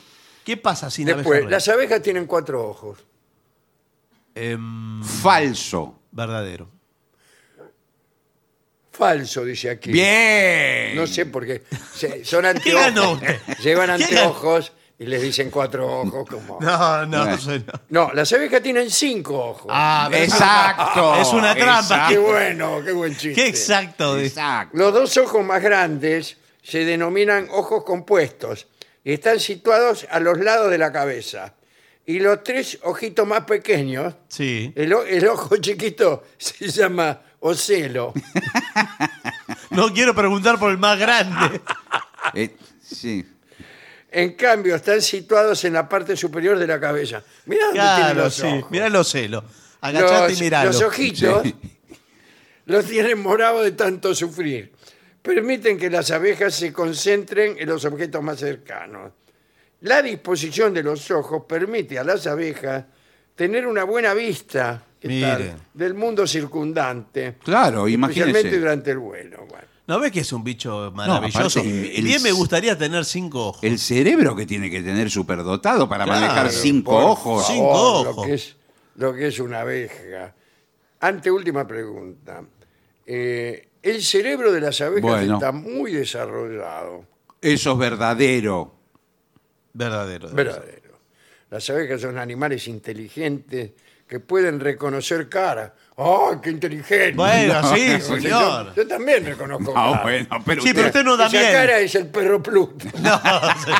[SPEAKER 2] ¿Qué pasa sin abeja
[SPEAKER 1] Después,
[SPEAKER 2] reina?
[SPEAKER 1] las abejas tienen cuatro ojos.
[SPEAKER 2] Em,
[SPEAKER 3] Falso.
[SPEAKER 2] verdadero.
[SPEAKER 1] Falso, dice aquí.
[SPEAKER 3] Bien.
[SPEAKER 1] No sé por qué. Se- son
[SPEAKER 2] ¿Qué ganó
[SPEAKER 1] anteojos.
[SPEAKER 2] usted?
[SPEAKER 1] Llevan
[SPEAKER 2] ¿Qué
[SPEAKER 1] anteojos y les dicen cuatro ojos. Como... No.
[SPEAKER 2] No, no,
[SPEAKER 3] Bueno.
[SPEAKER 2] soy- no.
[SPEAKER 1] las abejas tienen cinco ojos.
[SPEAKER 2] Ah, pero-
[SPEAKER 3] Exacto.
[SPEAKER 2] Es una trampa.
[SPEAKER 1] qué bueno, qué buen chiste.
[SPEAKER 2] Qué exacto. de-
[SPEAKER 3] Exacto.
[SPEAKER 1] Los dos ojos más grandes se denominan ojos compuestos y están situados a los lados de la cabeza. Y los tres ojitos más pequeños,
[SPEAKER 2] Sí.
[SPEAKER 1] el, o- el ojo chiquito se llama ocelo.
[SPEAKER 2] No quiero preguntar por el más grande.
[SPEAKER 1] Ah,
[SPEAKER 3] Eh, sí.
[SPEAKER 1] En cambio, están situados en la parte superior de la cabeza. Mirá dónde tienen
[SPEAKER 2] Claro,
[SPEAKER 1] los
[SPEAKER 2] sí.
[SPEAKER 1] ojos.
[SPEAKER 2] Mirá los celos. Agachate
[SPEAKER 1] los,
[SPEAKER 2] y miralo.
[SPEAKER 1] los ojitos
[SPEAKER 3] Sí.
[SPEAKER 1] los tienen morados de tanto sufrir. Permiten que las abejas se concentren en los objetos más cercanos. La disposición de los ojos permite a las abejas tener una buena vista ¿qué tal?
[SPEAKER 2] Mire.
[SPEAKER 1] del mundo circundante,
[SPEAKER 3] Claro,
[SPEAKER 1] especialmente
[SPEAKER 3] imagínese.
[SPEAKER 1] durante el vuelo. Bueno,
[SPEAKER 2] ¿No ves que es un bicho maravilloso?
[SPEAKER 3] aparte, el-
[SPEAKER 2] Bien me gustaría tener cinco ojos.
[SPEAKER 3] El cerebro que tiene que tener superdotado para
[SPEAKER 2] Claro,
[SPEAKER 3] manejar cinco
[SPEAKER 1] por
[SPEAKER 3] ojos.
[SPEAKER 2] Sí.
[SPEAKER 1] favor,
[SPEAKER 2] Cinco
[SPEAKER 1] Lo
[SPEAKER 2] ojos.
[SPEAKER 1] que, es, lo que es una abeja. Anteúltima pregunta. Eh, el cerebro de las abejas
[SPEAKER 3] Bueno.
[SPEAKER 1] está muy desarrollado.
[SPEAKER 3] Eso es verdadero.
[SPEAKER 2] Verdadero.
[SPEAKER 1] Verdadero. Las abejas son animales inteligentes que pueden reconocer caras. ¡Ay, qué inteligente!
[SPEAKER 2] Bueno, sí,
[SPEAKER 1] Porque
[SPEAKER 2] señor.
[SPEAKER 1] Yo, yo también reconozco
[SPEAKER 3] Ah,
[SPEAKER 1] caras.
[SPEAKER 3] bueno, pero
[SPEAKER 2] Sí,
[SPEAKER 3] usted-
[SPEAKER 2] pero usted no da
[SPEAKER 1] Esa
[SPEAKER 2] bien.
[SPEAKER 1] cara es el perro Pluto.
[SPEAKER 2] No, sí.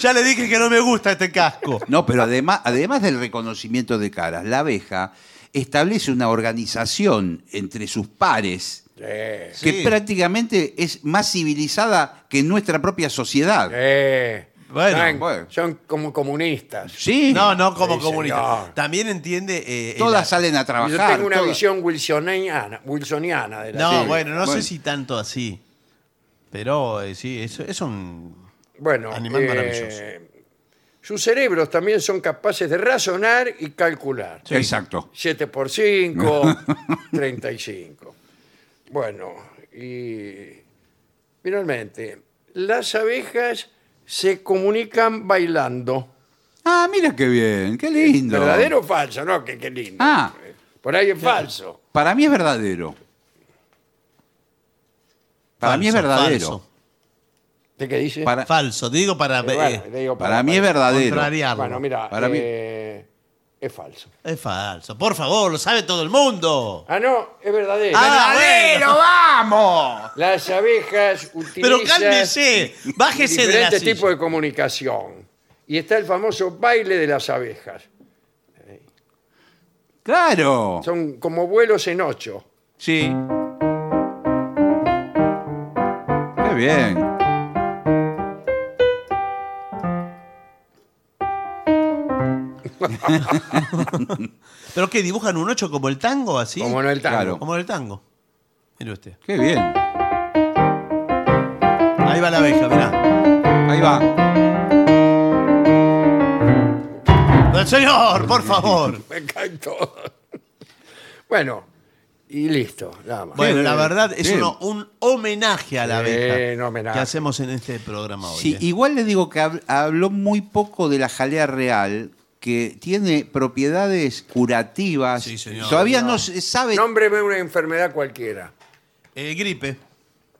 [SPEAKER 2] Ya le dije que no me gusta este casco.
[SPEAKER 3] No, pero además, además del reconocimiento de caras, la abeja establece una organización entre sus pares
[SPEAKER 1] Sí, sí.
[SPEAKER 3] que
[SPEAKER 2] Sí.
[SPEAKER 3] prácticamente es más civilizada que nuestra propia
[SPEAKER 1] Eh,
[SPEAKER 3] sociedad.
[SPEAKER 2] Bueno,
[SPEAKER 1] Saben,
[SPEAKER 3] bueno.
[SPEAKER 1] Son como comunistas.
[SPEAKER 3] Sí,
[SPEAKER 2] No, no como
[SPEAKER 1] Sí,
[SPEAKER 2] comunista.
[SPEAKER 1] señor.
[SPEAKER 2] También entiende. eh, el-
[SPEAKER 3] todas salen a
[SPEAKER 1] Y Yo
[SPEAKER 3] trabajar.
[SPEAKER 1] tengo una
[SPEAKER 3] todas.
[SPEAKER 1] visión wilsoniana, wilsoniana de la
[SPEAKER 2] No,
[SPEAKER 1] abeja.
[SPEAKER 2] bueno, no sé
[SPEAKER 3] Bueno.
[SPEAKER 2] si tanto así. Pero eh, sí, es, es un.
[SPEAKER 1] Bueno, eh,
[SPEAKER 2] Animal maravilloso.
[SPEAKER 1] sus cerebros también son capaces de razonar y calcular.
[SPEAKER 3] Exacto.
[SPEAKER 1] 7 por 5, 35. Bueno, y finalmente, las abejas se comunican bailando.
[SPEAKER 3] Ah, mira qué bien, qué lindo.
[SPEAKER 1] ¿Verdadero o falso? No, que qué lindo.
[SPEAKER 3] Ah.
[SPEAKER 1] Por ahí es falso.
[SPEAKER 3] Para mí es verdadero. Para mí es
[SPEAKER 2] Falso,
[SPEAKER 3] verdadero.
[SPEAKER 2] falso.
[SPEAKER 1] ¿De qué dice?
[SPEAKER 3] Para-
[SPEAKER 2] Falso, te digo para.
[SPEAKER 1] Eh, bueno,
[SPEAKER 2] eh,
[SPEAKER 1] le digo
[SPEAKER 3] Para mí es verdadero.
[SPEAKER 2] contrariarlo.
[SPEAKER 1] Bueno, mira,
[SPEAKER 3] Para mí-
[SPEAKER 1] eh, es falso.
[SPEAKER 2] eh, Es falso. Por favor, lo sabe todo el mundo.
[SPEAKER 1] Ah, no, es verdadero.
[SPEAKER 2] Ah,
[SPEAKER 3] ¡Verdadero,
[SPEAKER 2] bueno.
[SPEAKER 3] vamos!
[SPEAKER 1] Las abejas
[SPEAKER 2] Pero
[SPEAKER 1] utilizan
[SPEAKER 2] cálmese, bájese de la
[SPEAKER 1] diferentes
[SPEAKER 2] silla.
[SPEAKER 1] tipos de comunicación. Y está el famoso baile de las abejas.
[SPEAKER 3] Claro.
[SPEAKER 1] Son como vuelos en ocho.
[SPEAKER 3] Sí. Qué bien.
[SPEAKER 2] ¿Pero qué? ¿Dibujan un 8 como el tango así?
[SPEAKER 1] Como en el tango.
[SPEAKER 3] Claro.
[SPEAKER 2] Como en el tango. Mire usted.
[SPEAKER 3] Qué bien.
[SPEAKER 2] Ahí va la abeja, mirá.
[SPEAKER 3] Ahí va.
[SPEAKER 2] Pero, Señor, por favor.
[SPEAKER 1] Me encantó. Bueno, y listo, nada más.
[SPEAKER 2] Bueno,
[SPEAKER 3] Bien,
[SPEAKER 2] la verdad es
[SPEAKER 3] bien.
[SPEAKER 2] uno- un homenaje a la
[SPEAKER 1] Bien,
[SPEAKER 2] abeja
[SPEAKER 1] homenaje.
[SPEAKER 2] que hacemos en este programa hoy.
[SPEAKER 3] Sí,
[SPEAKER 2] ¿eh?
[SPEAKER 3] igual le digo que hab- habló muy poco de la jalea real, que tiene propiedades curativas.
[SPEAKER 2] Sí, señor.
[SPEAKER 3] Todavía no,
[SPEAKER 2] No.
[SPEAKER 3] se sabe.
[SPEAKER 1] Nómbreme una enfermedad cualquiera.
[SPEAKER 2] Eh, gripe.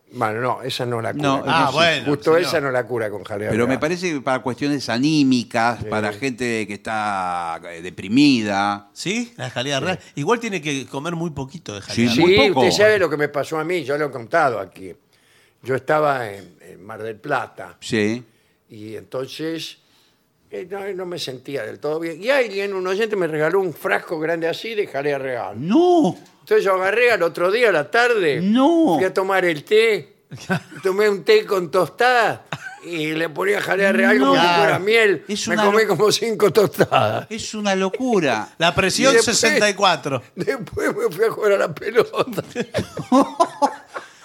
[SPEAKER 1] Bueno, no, esa no la cura.
[SPEAKER 3] No,
[SPEAKER 1] con-
[SPEAKER 2] ah,
[SPEAKER 1] sí,
[SPEAKER 2] bueno,
[SPEAKER 1] Justo
[SPEAKER 2] señor.
[SPEAKER 1] esa no la cura con jalea.
[SPEAKER 3] Pero me
[SPEAKER 1] real.
[SPEAKER 3] parece que para cuestiones anímicas, para gente que está eh, deprimida.
[SPEAKER 2] ¿Sí? La jalea real. Igual tiene que comer muy poquito de jalea
[SPEAKER 3] Sí,
[SPEAKER 2] real.
[SPEAKER 3] muy
[SPEAKER 1] Sí,
[SPEAKER 3] poco.
[SPEAKER 1] usted sabe lo que me pasó a mí, yo lo he contado aquí. Yo estaba en, en Mar del Plata
[SPEAKER 3] Sí.
[SPEAKER 1] y entonces eh, no, no me sentía del todo bien. Y alguien, un oyente, me regaló un frasco grande así de jalea real.
[SPEAKER 3] No.
[SPEAKER 1] Entonces yo agarré al otro día, a la tarde,
[SPEAKER 3] No.
[SPEAKER 1] fui a tomar el té, tomé un té con tostada y le ponía jalea real como si
[SPEAKER 2] No.
[SPEAKER 1] fuera miel.
[SPEAKER 3] Es
[SPEAKER 1] me
[SPEAKER 3] una
[SPEAKER 1] comí
[SPEAKER 3] lo-
[SPEAKER 1] como cinco tostadas.
[SPEAKER 3] Es una locura.
[SPEAKER 2] La presión
[SPEAKER 1] Y después-
[SPEAKER 2] 64.
[SPEAKER 1] Después me fui a jugar a la pelota.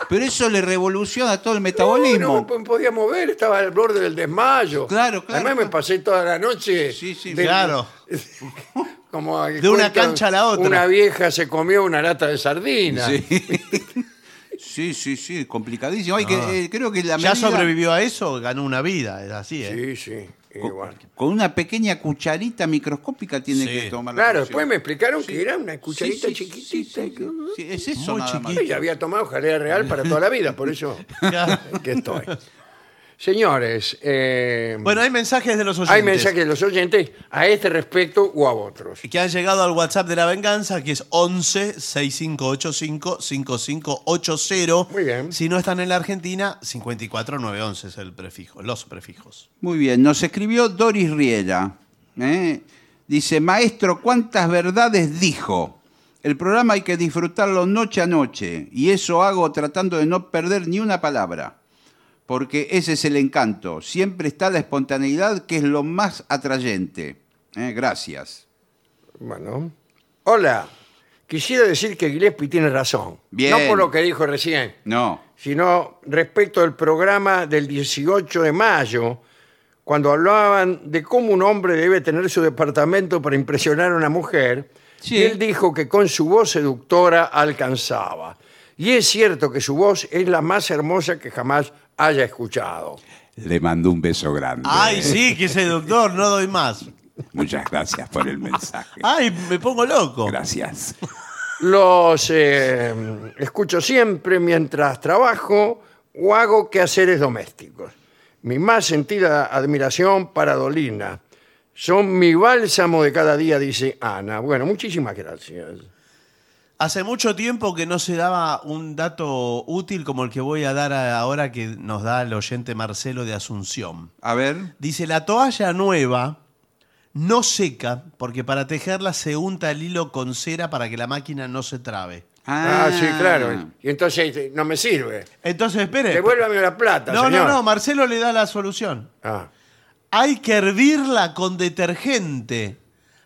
[SPEAKER 3] Pero eso le revoluciona todo el
[SPEAKER 1] No,
[SPEAKER 3] metabolismo.
[SPEAKER 1] no me podía mover, estaba al borde del desmayo.
[SPEAKER 3] Claro, claro.
[SPEAKER 1] Además me pasé toda la noche.
[SPEAKER 3] Sí, sí,
[SPEAKER 1] del-
[SPEAKER 2] Claro.
[SPEAKER 1] Como el
[SPEAKER 2] De una
[SPEAKER 1] cuento,
[SPEAKER 2] cancha a la otra.
[SPEAKER 1] Una vieja se comió una lata de sardina.
[SPEAKER 3] sí, sí, sí, complicadísimo. Hay que, eh, creo que la
[SPEAKER 2] Ah. Ya
[SPEAKER 3] medida-
[SPEAKER 2] sobrevivió a eso, ganó una vida. Es así,
[SPEAKER 1] sí.
[SPEAKER 2] ¿eh?
[SPEAKER 1] sí,
[SPEAKER 3] Oh,
[SPEAKER 1] igual.
[SPEAKER 3] Con una pequeña cucharita microscópica tiene
[SPEAKER 2] Sí.
[SPEAKER 3] que tomar la
[SPEAKER 1] Claro, después
[SPEAKER 3] porción.
[SPEAKER 1] me explicaron que era una
[SPEAKER 3] Sí,
[SPEAKER 1] cucharita
[SPEAKER 3] sí, sí,
[SPEAKER 1] chiquitita.
[SPEAKER 3] sí, sí. Sí, es eso
[SPEAKER 2] Muy
[SPEAKER 3] nada más.
[SPEAKER 2] chiquito.
[SPEAKER 1] Ella había tomado jalea real para toda la vida, por eso
[SPEAKER 2] Claro.
[SPEAKER 1] que estoy. Señores, eh,
[SPEAKER 2] Bueno, hay mensajes de los oyentes.
[SPEAKER 1] hay mensajes de los oyentes a este respecto o a otros.
[SPEAKER 2] que han llegado al WhatsApp de la venganza, que es 11 6585 5580.
[SPEAKER 1] Muy bien.
[SPEAKER 2] Si no están en la Argentina, 54911 es el prefijo, los prefijos.
[SPEAKER 3] Muy bien, nos escribió Doris Riela. ¿eh? Dice, maestro, ¿cuántas verdades dijo? El programa hay que disfrutarlo noche a noche y eso hago tratando de no perder ni una palabra, porque ese es el encanto. Siempre está la espontaneidad que es lo más atrayente. ¿eh? Gracias.
[SPEAKER 1] Bueno. Hola. Quisiera decir que Gillespie tiene razón.
[SPEAKER 3] Bien.
[SPEAKER 1] No por lo que dijo recién,
[SPEAKER 3] No,
[SPEAKER 1] sino respecto al programa del 18 de mayo, cuando hablaban de cómo un hombre debe tener su departamento para impresionar a una mujer.
[SPEAKER 3] Sí.
[SPEAKER 1] Y él dijo que con su voz seductora alcanzaba. Y es cierto que su voz es la más hermosa que jamás haya escuchado.
[SPEAKER 4] Le mando un beso grande.
[SPEAKER 2] Ay, sí, que seductor, no doy más.
[SPEAKER 4] Muchas gracias por el mensaje.
[SPEAKER 2] Ay, me pongo loco.
[SPEAKER 4] Gracias.
[SPEAKER 1] Los eh, escucho siempre mientras trabajo o hago quehaceres domésticos. Mi más sentida admiración para Dolina. Son mi bálsamo de cada día, dice Ana. Bueno, muchísimas gracias.
[SPEAKER 2] Hace mucho tiempo que no se daba un dato útil como el que voy a dar a- ahora que nos da el oyente Marcelo de Asunción.
[SPEAKER 3] a ver.
[SPEAKER 2] Dice, la toalla nueva no seca porque para tejerla se unta el hilo con cera para que la máquina no se trabe.
[SPEAKER 1] Ah, sí, claro. Y entonces eh, no me sirve.
[SPEAKER 2] Entonces, espere.
[SPEAKER 1] Devuélvame la plata.
[SPEAKER 2] No, no,
[SPEAKER 1] señor.
[SPEAKER 2] no, Marcelo le da la solución.
[SPEAKER 1] Ah,
[SPEAKER 2] Hay que hervirla con detergente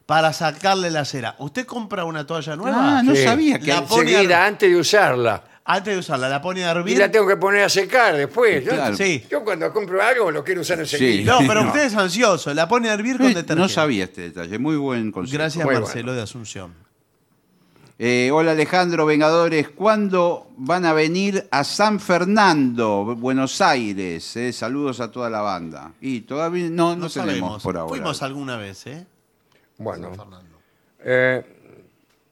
[SPEAKER 2] para sacarle la cera. Usted compra una toalla nueva,
[SPEAKER 3] Ah, no
[SPEAKER 1] Sí.
[SPEAKER 3] sabía que...
[SPEAKER 2] La pone
[SPEAKER 1] enseguida,
[SPEAKER 2] ar-
[SPEAKER 1] antes de usarla.
[SPEAKER 2] Antes de usarla, la pone a
[SPEAKER 1] Y
[SPEAKER 2] hervir.
[SPEAKER 1] la tengo que poner a secar después. Yo,
[SPEAKER 3] Claro.
[SPEAKER 2] Sí.
[SPEAKER 1] yo cuando compro algo lo quiero usar enseguida.
[SPEAKER 2] No, pero
[SPEAKER 3] No.
[SPEAKER 2] usted es ansioso. La pone a hervir con
[SPEAKER 3] Eh,
[SPEAKER 2] detergente.
[SPEAKER 3] No sabía este detalle. Muy buen consejo.
[SPEAKER 2] Gracias,
[SPEAKER 1] Muy
[SPEAKER 2] Marcelo de Asunción.
[SPEAKER 3] Eh, hola Alejandro Vengadores, ¿cuándo van a venir a San Fernando, Buenos Aires? Eh, saludos a toda la banda. Y todavía no, no,
[SPEAKER 2] No
[SPEAKER 3] tenemos
[SPEAKER 2] sabemos.
[SPEAKER 3] por ahora.
[SPEAKER 2] Fuimos alguna vez, ¿eh?
[SPEAKER 1] Bueno. eh,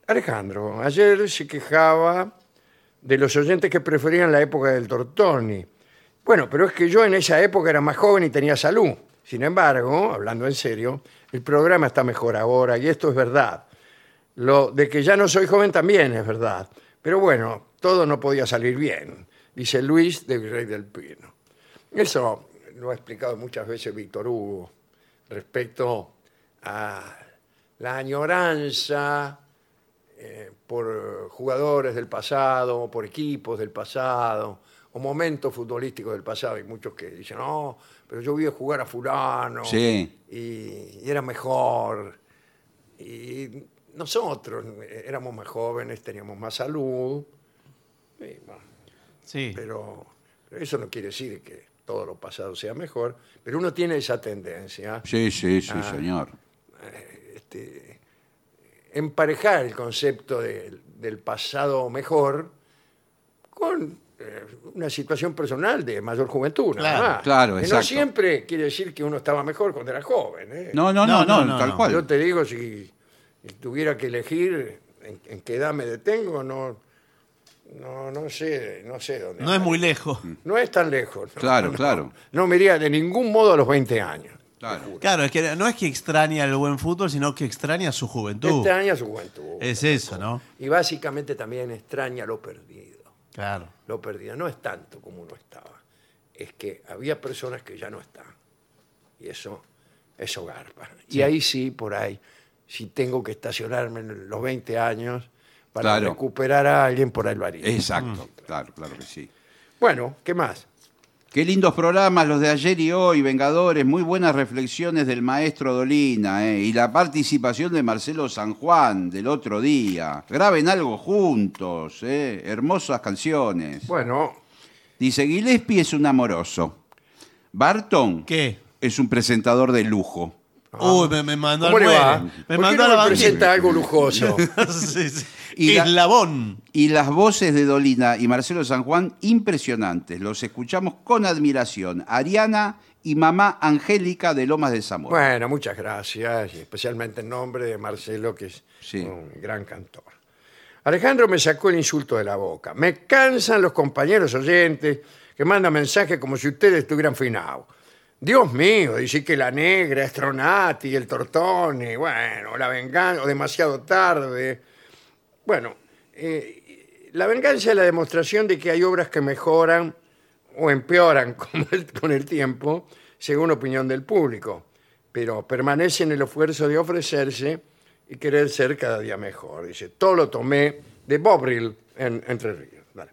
[SPEAKER 1] Alejandro, ayer se quejaba de los oyentes que preferían la época del Tortoni. Bueno, pero es que yo en esa época era más joven y tenía salud. Sin embargo, hablando en serio, el programa está mejor ahora y esto es verdad. Lo de que ya no soy joven también es verdad. Pero bueno, todo no podía salir bien, dice Luis de Virrey del Pino. Eso lo ha explicado muchas veces Víctor Hugo respecto a la añoranza eh, por jugadores del pasado, por equipos del pasado, o momentos futbolísticos del pasado. Hay muchos que dicen, no, pero yo vi jugar a fulano
[SPEAKER 3] Sí.
[SPEAKER 1] y, y era mejor. Y nosotros eh, éramos más jóvenes, teníamos más salud, y, bueno,
[SPEAKER 2] Sí.
[SPEAKER 1] pero eso no quiere decir que todo lo pasado sea mejor, pero uno tiene esa tendencia
[SPEAKER 3] Sí, sí, sí, señor.
[SPEAKER 1] este, emparejar el concepto de- del pasado mejor con eh, una situación personal de mayor juventud. nada
[SPEAKER 2] Claro,
[SPEAKER 1] más.
[SPEAKER 3] claro,
[SPEAKER 1] Que No
[SPEAKER 3] exacto.
[SPEAKER 1] siempre quiere decir que uno estaba mejor cuando era joven. ¿eh?
[SPEAKER 3] No, no,
[SPEAKER 2] No,
[SPEAKER 3] no, no,
[SPEAKER 2] no, no,
[SPEAKER 3] tal
[SPEAKER 2] no.
[SPEAKER 3] cual.
[SPEAKER 1] Yo te digo, si tuviera que elegir en, en qué edad me detengo, no, no, no sé, no sé dónde.
[SPEAKER 2] No es muy lejos.
[SPEAKER 3] Mm.
[SPEAKER 1] No es tan lejos. ¿no?
[SPEAKER 3] Claro,
[SPEAKER 1] No,
[SPEAKER 3] claro.
[SPEAKER 1] No me iría de ningún modo a los 20 años.
[SPEAKER 3] Claro.
[SPEAKER 2] Claro, es que no es que extraña el buen fútbol, sino que extraña su juventud.
[SPEAKER 1] 20 años su Este juventud.
[SPEAKER 2] Es eso, ¿no?
[SPEAKER 1] Y básicamente también extraña lo perdido.
[SPEAKER 2] Claro.
[SPEAKER 1] Lo perdido no es tanto como uno estaba. Es que había personas que ya no están. Y eso, eso garpa. Y ahí sí, por ahí, si tengo que estacionarme en los 20 años para
[SPEAKER 3] Claro.
[SPEAKER 1] recuperar a alguien, por ahí lo haría.
[SPEAKER 3] Exacto, claro, claro que sí.
[SPEAKER 1] Bueno, ¿qué más?
[SPEAKER 3] Qué lindos programas los de ayer y hoy, Vengadores, muy buenas reflexiones del maestro Dolina ¿eh? y la participación de Marcelo San Juan del otro día. Graben algo juntos, ¿eh? hermosas canciones.
[SPEAKER 1] Bueno,
[SPEAKER 3] Dice, Gillespie es un amoroso. Barton
[SPEAKER 2] ¿Qué?
[SPEAKER 3] es un presentador de lujo.
[SPEAKER 2] Uy, me, me mandó
[SPEAKER 1] ¿cómo
[SPEAKER 2] al
[SPEAKER 1] le va?
[SPEAKER 2] muere.
[SPEAKER 1] ¿Por
[SPEAKER 2] Me
[SPEAKER 1] qué
[SPEAKER 2] mandó
[SPEAKER 1] no
[SPEAKER 2] a la
[SPEAKER 1] me presenta
[SPEAKER 2] banqueta.
[SPEAKER 1] algo lujoso?
[SPEAKER 2] Sí, sí.
[SPEAKER 3] Y la-
[SPEAKER 2] Eslabón.
[SPEAKER 3] Y las voces de Dolina y Marcelo San Juan, impresionantes. Los escuchamos con admiración. Ariana y mamá Angélica de Lomas de Zamora.
[SPEAKER 1] Bueno, muchas gracias, y especialmente en nombre de Marcelo, que es
[SPEAKER 3] Sí.
[SPEAKER 1] un gran cantor. Alejandro me sacó el insulto de la boca. Me cansan los compañeros oyentes que mandan mensajes como si ustedes estuvieran finados. Dios mío, dice que la negra, Stronati, el Tortone, bueno, la venganza, o demasiado tarde. Bueno, eh, la venganza es la demostración de que hay obras que mejoran o empeoran con el, con el tiempo, según opinión del público, pero permanece en el esfuerzo de ofrecerse y querer ser cada día mejor. Dice, todo lo tomé de Bobril en Entre Ríos. Vale.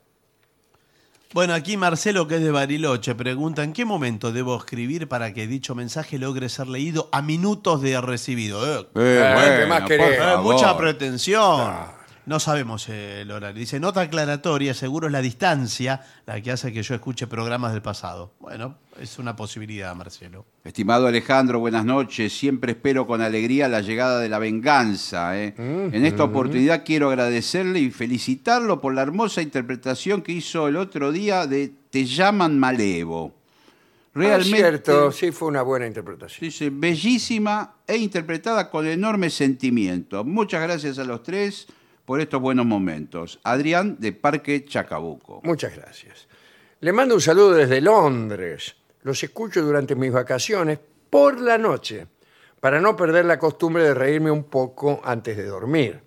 [SPEAKER 2] Bueno, aquí Marcelo, que es de Bariloche, pregunta: ¿en qué momento debo escribir para que dicho mensaje logre ser leído a minutos de recibido? Eh,
[SPEAKER 1] Eh, ¿qué más querés?
[SPEAKER 3] por
[SPEAKER 2] eh,
[SPEAKER 3] favor.
[SPEAKER 2] mucha pretensión. No sabemos eh, el horario. Dice: nota aclaratoria, seguro es la distancia la que hace que yo escuche programas del pasado. Bueno, es una posibilidad, Marcelo.
[SPEAKER 3] Estimado Alejandro, buenas noches. Siempre espero con alegría la llegada de la venganza. ¿eh? En esta oportunidad quiero agradecerle y felicitarlo por la hermosa interpretación que hizo el otro día de Te llaman Malevo.
[SPEAKER 1] Realmente. Ah, cierto,
[SPEAKER 3] Realmente
[SPEAKER 1] sí fue una buena interpretación.
[SPEAKER 3] dice, bellísima e interpretada con enorme sentimiento. Muchas gracias a los tres por estos buenos momentos. Adrián de Parque Chacabuco.
[SPEAKER 1] Muchas gracias. Le mando un saludo desde Londres. Los escucho durante mis vacaciones por la noche para no perder la costumbre de reírme un poco antes de dormir.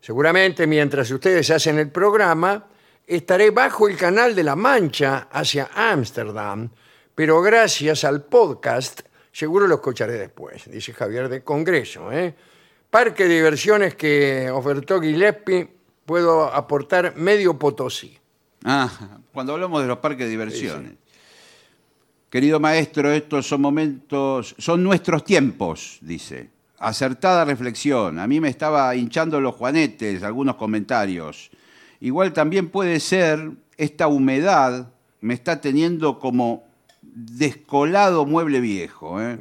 [SPEAKER 1] Seguramente mientras ustedes hacen el programa, estaré bajo el canal de la Mancha hacia Ámsterdam, pero gracias al podcast seguro lo escucharé después, dice Javier de Congreso. ¿eh? Parque de diversiones que ofertó Gillespie, puedo aportar medio Potosí.
[SPEAKER 3] Ah, cuando hablamos de los parques de diversiones. Querido maestro, estos son momentos, son nuestros tiempos, dice. Acertada reflexión. A mí me estaba hinchando los juanetes algunos comentarios. Igual también puede ser esta humedad me está teniendo como descolado mueble viejo. ¿eh?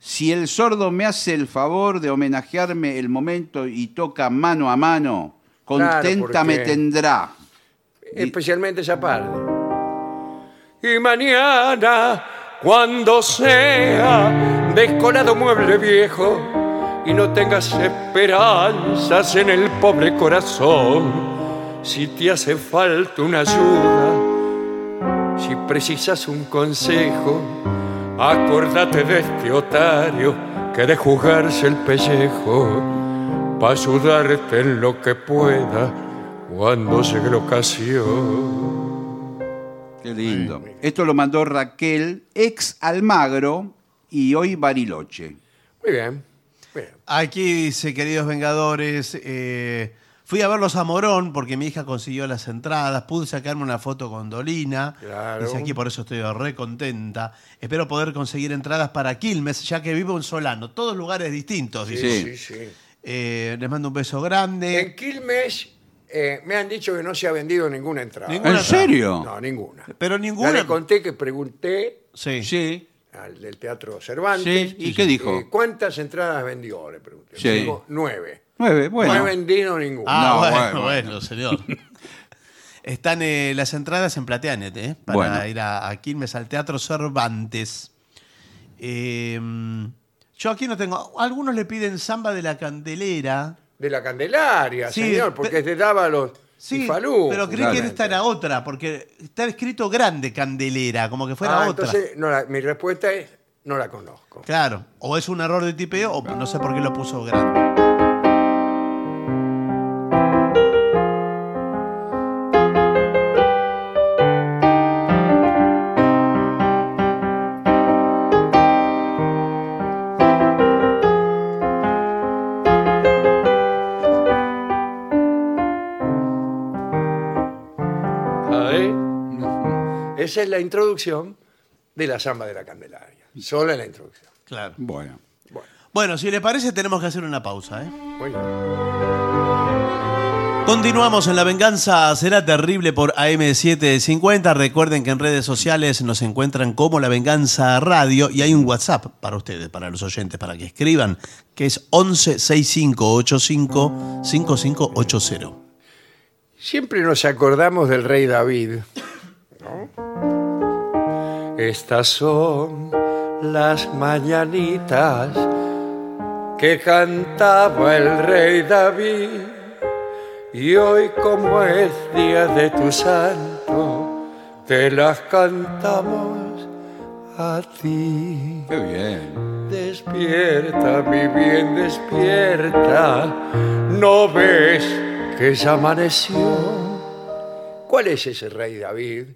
[SPEAKER 3] Si el sordo me hace el favor de homenajearme el momento y toca mano a mano,
[SPEAKER 1] Claro,
[SPEAKER 3] contenta me
[SPEAKER 1] porque-
[SPEAKER 3] tendrá.
[SPEAKER 1] especialmente esa parte. Y mañana, cuando sea descolado mueble viejo y no tengas esperanzas en el pobre corazón, si te hace falta una ayuda, si precisas un consejo, acordate de este otario que de jugarse el pellejo para ayudarte en lo que pueda cuando llegue la ocasión.
[SPEAKER 3] Qué lindo. Esto lo mandó Raquel, ex Almagro y hoy Bariloche.
[SPEAKER 1] Muy bien. muy bien.
[SPEAKER 2] Aquí dice, queridos vengadores, eh, fui a verlos a Morón porque mi hija consiguió las entradas, pude sacarme una foto con Dolina,
[SPEAKER 1] Claro.
[SPEAKER 2] dice aquí por eso estoy re contenta, espero poder conseguir entradas para Quilmes, ya que vivo en Solano, todos lugares distintos, dice.
[SPEAKER 3] Sí.
[SPEAKER 1] Sí, sí.
[SPEAKER 2] Eh, les mando un beso grande.
[SPEAKER 1] En Quilmes eh, me han dicho que no se ha vendido ninguna entrada.
[SPEAKER 2] Ninguna.
[SPEAKER 3] ¿En
[SPEAKER 2] Una-
[SPEAKER 3] serio?
[SPEAKER 1] No, ninguna.
[SPEAKER 2] Pero
[SPEAKER 1] Ya
[SPEAKER 2] ninguna...
[SPEAKER 1] le conté que pregunté
[SPEAKER 2] Sí.
[SPEAKER 3] Sí.
[SPEAKER 1] al del Teatro Cervantes.
[SPEAKER 3] Sí, ¿y qué dijo?
[SPEAKER 1] eh, ¿Cuántas entradas vendió? Le pregunté.
[SPEAKER 3] Sí.
[SPEAKER 1] Dijo, nueve.
[SPEAKER 3] Nueve,
[SPEAKER 1] No
[SPEAKER 3] bueno.
[SPEAKER 1] he vendido ninguna.
[SPEAKER 2] Ah,
[SPEAKER 3] No,
[SPEAKER 2] bueno,
[SPEAKER 3] bueno,
[SPEAKER 2] bueno, señor. Están eh, las entradas en Plateanet, ¿eh? Para
[SPEAKER 3] Bueno.
[SPEAKER 2] ir a, a Quilmes al Teatro Cervantes. Eh, yo aquí no tengo. Algunos le piden samba de la candelera.
[SPEAKER 1] De la Candelaria,
[SPEAKER 2] Sí,
[SPEAKER 1] señor,
[SPEAKER 2] pe-
[SPEAKER 1] porque es de Dávalos
[SPEAKER 2] Sí,
[SPEAKER 1] y Falú.
[SPEAKER 2] pero creí que
[SPEAKER 1] justamente.
[SPEAKER 2] esta era otra, porque está escrito grande candelera, como que fuera
[SPEAKER 1] Ah,
[SPEAKER 2] otra.
[SPEAKER 1] entonces no la- mi respuesta es, no la conozco.
[SPEAKER 2] Claro, o es un error de tipeo, o no sé por qué lo puso grande.
[SPEAKER 1] Esa es la introducción de la samba de la Candelaria. Sola la introducción.
[SPEAKER 2] Claro.
[SPEAKER 4] Bueno.
[SPEAKER 1] Bueno,
[SPEAKER 2] Bueno, si le parece, tenemos que hacer una pausa, ¿eh?
[SPEAKER 1] muy bien.
[SPEAKER 2] Continuamos en La Venganza Será Terrible por AM750. Recuerden que en redes sociales nos encuentran como La Venganza Radio y hay un WhatsApp para ustedes, para los oyentes, para que escriban, que es 11 6585 5580.
[SPEAKER 1] Siempre nos acordamos del rey David. ¿no? Estas son las mañanitas que cantaba el rey David. Y hoy como es día de tu santo, te las cantamos a ti.
[SPEAKER 4] Qué bien.
[SPEAKER 1] Despierta, mi bien, despierta. ¿No ves que ya amaneció? ¿Cuál es ese rey David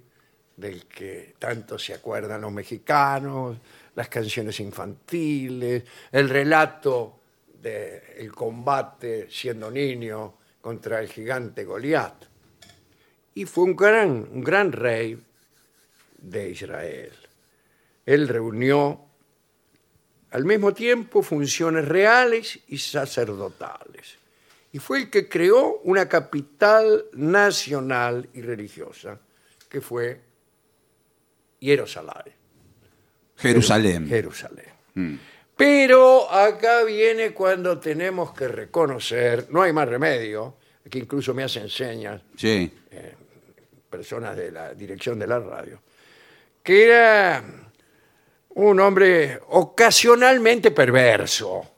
[SPEAKER 1] del que tanto se acuerdan los mexicanos? Las canciones infantiles, el relato del combate siendo niño contra el gigante Goliat. Y fue un gran, un gran rey de Israel. Él reunió al mismo tiempo funciones reales y sacerdotales. Y fue el que creó una capital nacional y religiosa, que fue Jerusalén.
[SPEAKER 4] Jerusalén.
[SPEAKER 1] Jerusalén. Pero acá viene cuando tenemos que reconocer, no hay más remedio, aquí incluso me hacen señas
[SPEAKER 3] Sí.
[SPEAKER 1] personas de la dirección de la radio, que era un hombre ocasionalmente perverso.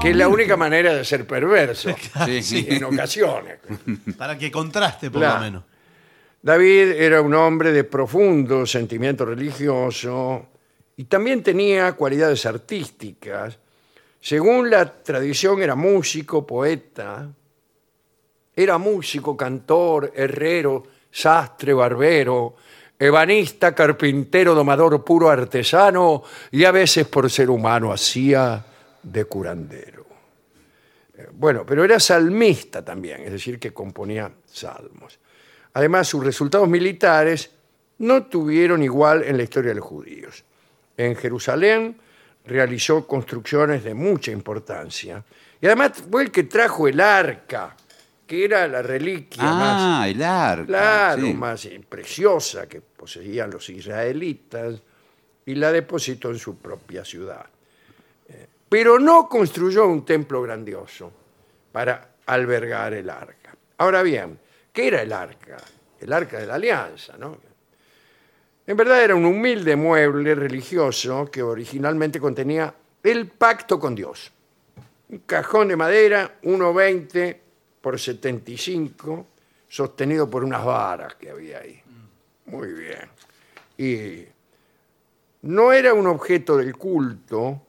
[SPEAKER 1] Que es la única manera de ser perverso.
[SPEAKER 3] Sí.
[SPEAKER 1] En ocasiones.
[SPEAKER 2] Para que contraste, por
[SPEAKER 1] Mm. Claro.
[SPEAKER 2] lo menos.
[SPEAKER 1] David era un hombre de profundo sentimiento religioso y también tenía cualidades artísticas. Según la tradición era músico, poeta, era músico, cantor, herrero, sastre, barbero, ebanista, carpintero, domador puro artesano y a veces por ser humano hacía de curandero. Eh, Bueno, pero era salmista también, es decir, que componía salmos. Además, sus resultados militares no tuvieron igual en la historia de los judíos. En Jerusalén realizó construcciones de mucha importancia y además fue el que trajo el arca que era la reliquia más,
[SPEAKER 3] Ah, el arca.
[SPEAKER 1] claro,
[SPEAKER 3] sí.
[SPEAKER 1] más eh, preciosa que poseían los israelitas y la depositó en su propia ciudad. Eh, Pero no construyó un templo grandioso para albergar el arca. Ahora bien, ¿qué era el arca? El arca de la alianza, ¿no? En verdad era un humilde mueble religioso que originalmente contenía el pacto con Dios. Un cajón de madera 1,20 por 75, sostenido por unas varas que había ahí. Muy bien. Y no era un objeto del culto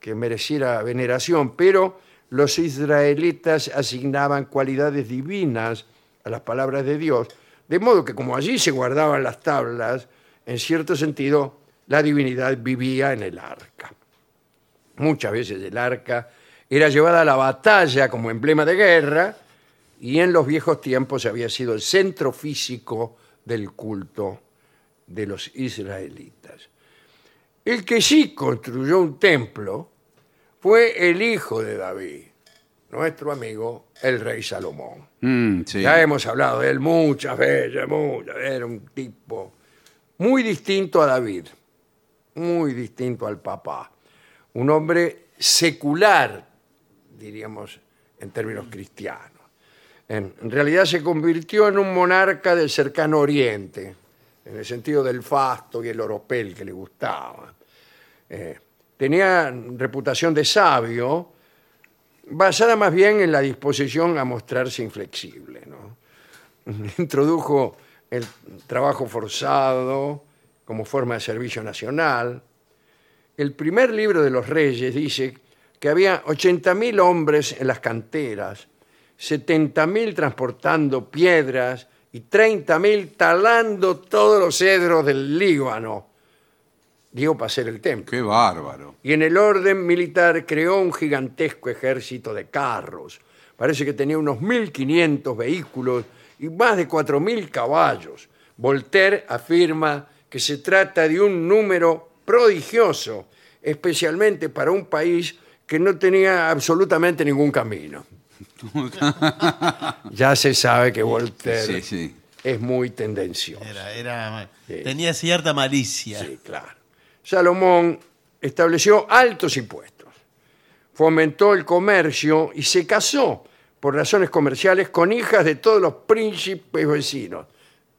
[SPEAKER 1] que mereciera veneración, pero los israelitas asignaban cualidades divinas a las palabras de Dios, de modo que como allí se guardaban las tablas, en cierto sentido, la divinidad vivía en el arca. Muchas veces el arca era llevada a la batalla como emblema de guerra y en los viejos tiempos había sido el centro físico del culto de los israelitas. El que sí construyó un templo fue el hijo de David, nuestro amigo el rey Salomón.
[SPEAKER 3] Mm, sí.
[SPEAKER 1] Ya hemos hablado de él muchas veces, muchas. Era un tipo muy distinto a David, muy distinto al papá. Un hombre secular, diríamos en términos cristianos. En, en realidad se convirtió en un monarca del cercano oriente, en el sentido del fasto y el oropel que le gustaba. Eh, tenía reputación de sabio, basada más bien en la disposición a mostrarse inflexible. ¿no? Introdujo el trabajo forzado como forma de servicio nacional. El primer libro de los reyes dice que había 80.000 hombres en las canteras, 70.000 transportando piedras y 30.000 talando todos los cedros del Líbano. Digo, para hacer el templo
[SPEAKER 4] Qué bárbaro.
[SPEAKER 1] y en el orden militar creó un gigantesco ejército de carros. Parece que tenía unos 1.500 vehículos y más de 4.000 caballos. Voltaire afirma que se trata de un número prodigioso, especialmente para un país que no tenía absolutamente ningún camino. ya se sabe que Voltaire
[SPEAKER 4] Sí, sí.
[SPEAKER 1] es muy tendencioso.
[SPEAKER 2] Era, era-
[SPEAKER 1] Sí.
[SPEAKER 2] Tenía cierta malicia.
[SPEAKER 1] Sí, claro. Salomón estableció altos impuestos, fomentó el comercio y se casó por razones comerciales con hijas de todos los príncipes vecinos.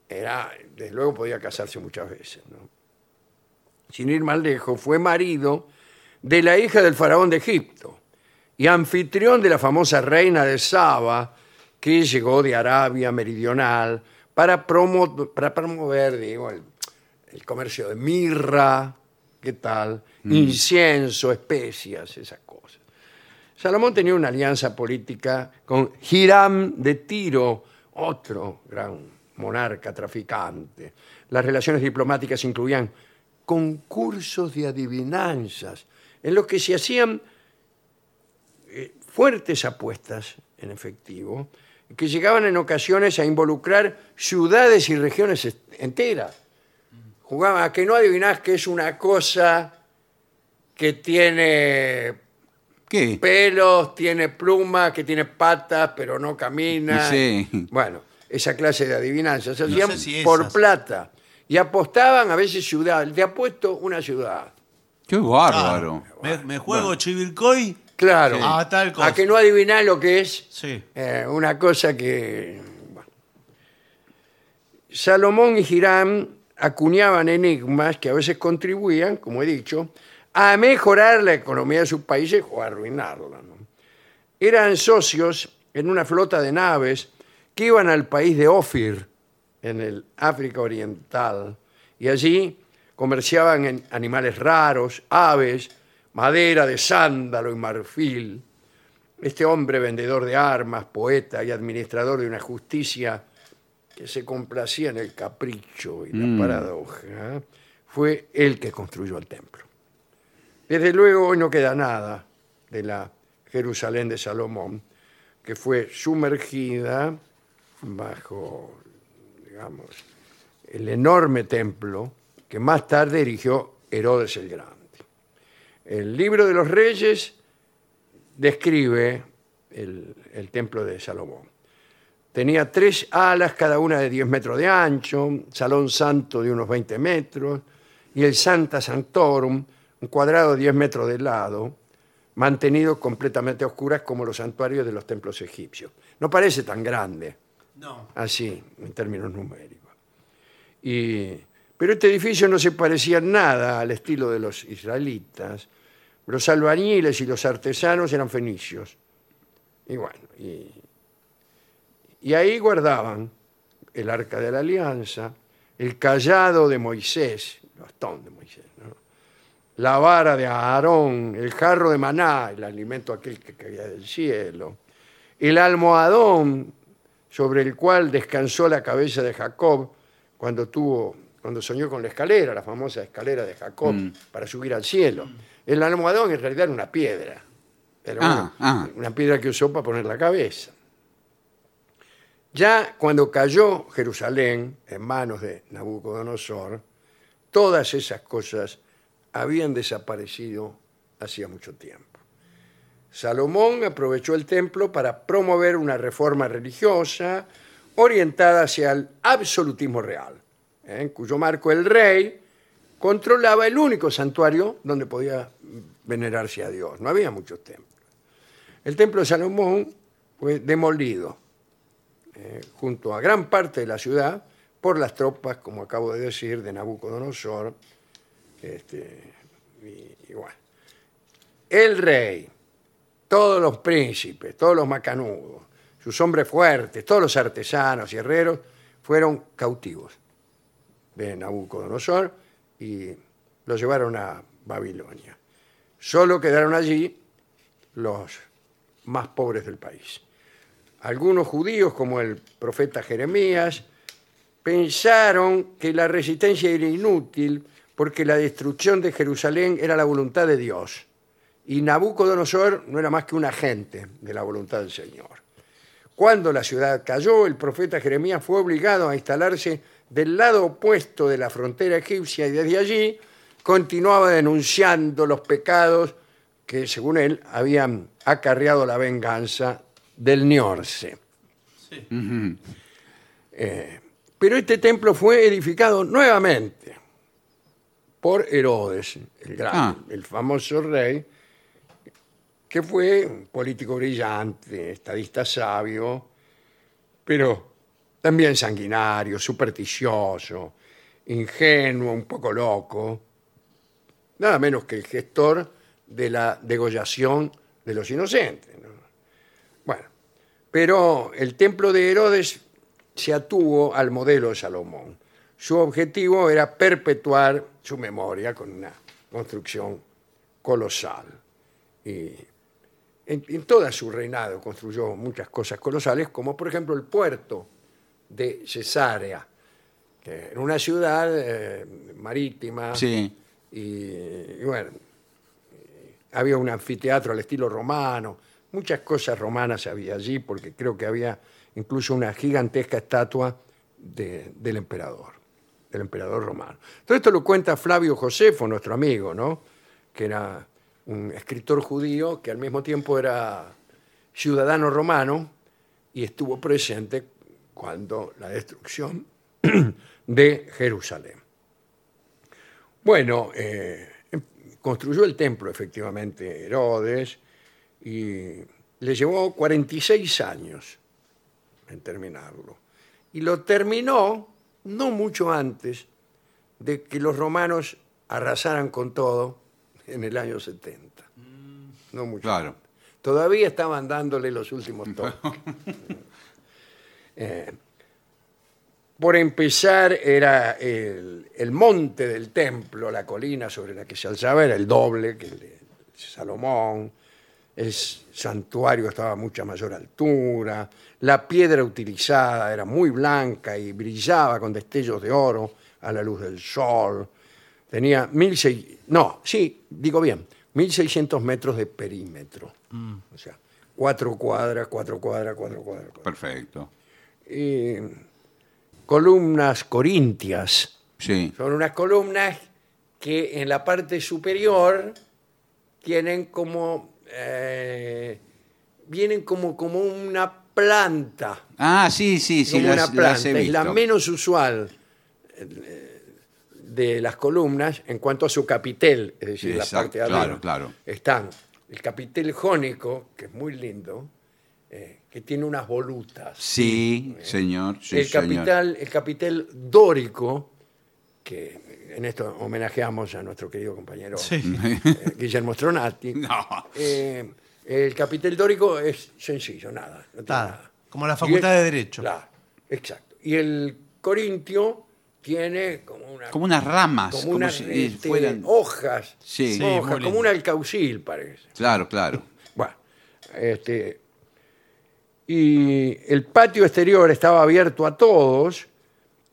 [SPEAKER 1] Era, desde luego podía casarse muchas veces. ¿no? Sin ir más lejos, fue marido de la hija del faraón de Egipto y anfitrión de la famosa reina de Saba, que llegó de Arabia Meridional para, promo- para promover digo, el, el comercio de mirra, ¿qué tal? Incienso, especias, esas cosas. Salomón tenía una alianza política con Hiram de Tiro, otro gran monarca traficante. Las relaciones diplomáticas incluían concursos de adivinanzas, en los que se hacían eh, fuertes apuestas en efectivo, que llegaban en ocasiones a involucrar ciudades y regiones est- enteras. Jugaban a que no adivinás que es una cosa que tiene
[SPEAKER 3] ¿Qué?
[SPEAKER 1] pelos, tiene plumas, que tiene patas, pero no camina.
[SPEAKER 4] Sí.
[SPEAKER 1] Bueno, esa clase de adivinanzas. Se
[SPEAKER 2] No
[SPEAKER 1] hacían
[SPEAKER 2] sé si
[SPEAKER 1] por
[SPEAKER 2] esas.
[SPEAKER 1] plata. Y apostaban a veces ciudad. Te apuesto una ciudad.
[SPEAKER 4] Qué bárbaro.
[SPEAKER 2] Ah, Me, me juego Chivilcoy.
[SPEAKER 1] Claro.
[SPEAKER 2] Sí. Ah, tal cosa.
[SPEAKER 1] A que no adivinás lo que es
[SPEAKER 2] Sí.
[SPEAKER 1] eh, una cosa que... bueno. Salomón y Hiram acuñaban enigmas que a veces contribuían, como he dicho, a mejorar la economía de sus países o a arruinarla. ¿no? Eran socios en una flota de naves que iban al país de Ofir, en el África Oriental, y allí comerciaban en animales raros, aves, madera de sándalo y marfil este hombre vendedor de armas, poeta y administrador de una justicia que se complacía en el capricho y la paradoja, fue el que construyó el templo. Desde luego hoy no queda nada de la Jerusalén de Salomón, que fue sumergida bajo, digamos, el enorme templo que más tarde erigió Herodes el Grande. El libro de los reyes describe el, el templo de Salomón. Tenía tres alas, cada una de 10 metros de ancho, salón santo de unos 20 metros, y el Santa Santorum, un cuadrado de 10 metros de lado, mantenido completamente a oscuras como los santuarios de los templos egipcios. No parece tan grande
[SPEAKER 2] No.
[SPEAKER 1] así, Ah, en términos numéricos. Y, pero este edificio no se parecía en nada al estilo de los israelitas. Los albañiles y los artesanos eran fenicios. Y bueno, y, y ahí guardaban el arca de la alianza, el callado de Moisés, el bastón de Moisés, ¿no? la vara de Aarón, el jarro de maná, el alimento aquel que caía del cielo, el almohadón sobre el cual descansó la cabeza de Jacob cuando tuvo cuando soñó con la escalera, la famosa escalera de Jacob
[SPEAKER 4] Mm.
[SPEAKER 1] para subir al cielo. El almohadón en realidad era una piedra. Era
[SPEAKER 4] Ah,
[SPEAKER 1] una,
[SPEAKER 4] ah.
[SPEAKER 1] una piedra que usó para poner la cabeza. Ya cuando cayó Jerusalén en manos de Nabucodonosor, todas esas cosas habían desaparecido hacía mucho tiempo. Salomón aprovechó el templo para promover una reforma religiosa orientada hacia el absolutismo real, ¿eh? en cuyo marco el rey controlaba el único santuario donde podía venerarse a Dios. No había muchos templos. El templo de Salomón fue demolido eh, junto a gran parte de la ciudad por las tropas, como acabo de decir, de Nabucodonosor. Este, y- y bueno. El rey, todos los príncipes, todos los macanudos, sus hombres fuertes, todos los artesanos y herreros fueron cautivos de Nabucodonosor y los llevaron a Babilonia. Solo quedaron allí los más pobres del país. Algunos judíos, como el profeta Jeremías, pensaron que la resistencia era inútil porque la destrucción de Jerusalén era la voluntad de Dios y Nabucodonosor no era más que un agente de la voluntad del Señor. Cuando la ciudad cayó, el profeta Jeremías fue obligado a instalarse del lado opuesto de la frontera egipcia y desde allí continuaba denunciando los pecados que, según él, habían acarreado la venganza del Niorce. Eh, pero este templo fue edificado nuevamente por Herodes, el, gran,
[SPEAKER 4] Ah.
[SPEAKER 1] el famoso rey, que fue un político brillante, estadista sabio, pero también sanguinario, supersticioso, ingenuo, un poco loco, nada menos que el gestor de la degollación de los inocentes. ¿no? Bueno, pero el templo de Herodes se atuvo al modelo de Salomón. Su objetivo era perpetuar su memoria con una construcción colosal. Y en, en todo su reinado construyó muchas cosas colosales, como por ejemplo el puerto de Cesarea, que era una ciudad eh, marítima.
[SPEAKER 4] Sí.
[SPEAKER 1] Y, y bueno, eh, había un anfiteatro al estilo romano, muchas cosas romanas había allí, porque creo que había incluso una gigantesca estatua de- del emperador, del emperador romano. Todo esto lo cuenta Flavio Josefo, nuestro amigo, ¿no? Que era un escritor judío que al mismo tiempo era ciudadano romano y estuvo presente cuando la destrucción de Jerusalén. Bueno, eh, construyó el templo efectivamente Herodes y le llevó 46 años en terminarlo. Y lo terminó no mucho antes de que los romanos arrasaran con todo en el año 70. No mucho.
[SPEAKER 4] Claro.
[SPEAKER 1] Todavía estaban dándole los últimos toques. Eh, por empezar, era el, el monte del templo, la colina sobre la que se alzaba, era el doble que el de Salomón. El santuario estaba a mucha mayor altura. La piedra utilizada era muy blanca y brillaba con destellos de oro a la luz del sol. Tenía 1600, no, sí, digo bien, 1600 metros de perímetro. O sea, cuatro cuadras, cuatro cuadras, cuatro cuadras. cuatro
[SPEAKER 4] Perfecto.
[SPEAKER 1] y eh, columnas corintias.
[SPEAKER 4] Sí.
[SPEAKER 1] Son unas columnas que en la parte superior tienen como eh, vienen como, como una planta.
[SPEAKER 3] Ah, sí, sí, sí,
[SPEAKER 1] como
[SPEAKER 3] las,
[SPEAKER 1] una
[SPEAKER 3] las
[SPEAKER 1] planta.
[SPEAKER 3] he
[SPEAKER 1] Es la
[SPEAKER 3] visto.
[SPEAKER 1] menos usual eh, de las columnas en cuanto a su capitel, es decir, la
[SPEAKER 3] Exacto,
[SPEAKER 1] parte de arriba.
[SPEAKER 3] claro, claro.
[SPEAKER 1] Están el capitel jónico, que es muy lindo, eh, que tiene unas volutas.
[SPEAKER 3] Sí, señor, sí,
[SPEAKER 1] el,
[SPEAKER 3] señor.
[SPEAKER 1] capital, el capitel dórico, que en esto homenajeamos a nuestro querido compañero eh, Guillermo Stronati.
[SPEAKER 3] No.
[SPEAKER 1] Eh, el capitel dórico es sencillo, nada. no tiene
[SPEAKER 2] Claro,
[SPEAKER 1] nada.
[SPEAKER 2] como la
[SPEAKER 1] Y
[SPEAKER 2] Facultad
[SPEAKER 1] el-
[SPEAKER 2] de Derecho.
[SPEAKER 1] Claro, exacto. Y el corintio tiene como una...
[SPEAKER 3] Como unas ramas,
[SPEAKER 1] como
[SPEAKER 3] como,
[SPEAKER 1] unas,
[SPEAKER 3] si eh,
[SPEAKER 1] este,
[SPEAKER 3] fueran...
[SPEAKER 1] hojas,
[SPEAKER 3] Sí. Sí,
[SPEAKER 2] muy
[SPEAKER 1] hojas, como
[SPEAKER 2] lindo.
[SPEAKER 1] un alcaucil parece.
[SPEAKER 3] Claro, claro.
[SPEAKER 1] Bueno, este, y el patio exterior estaba abierto a todos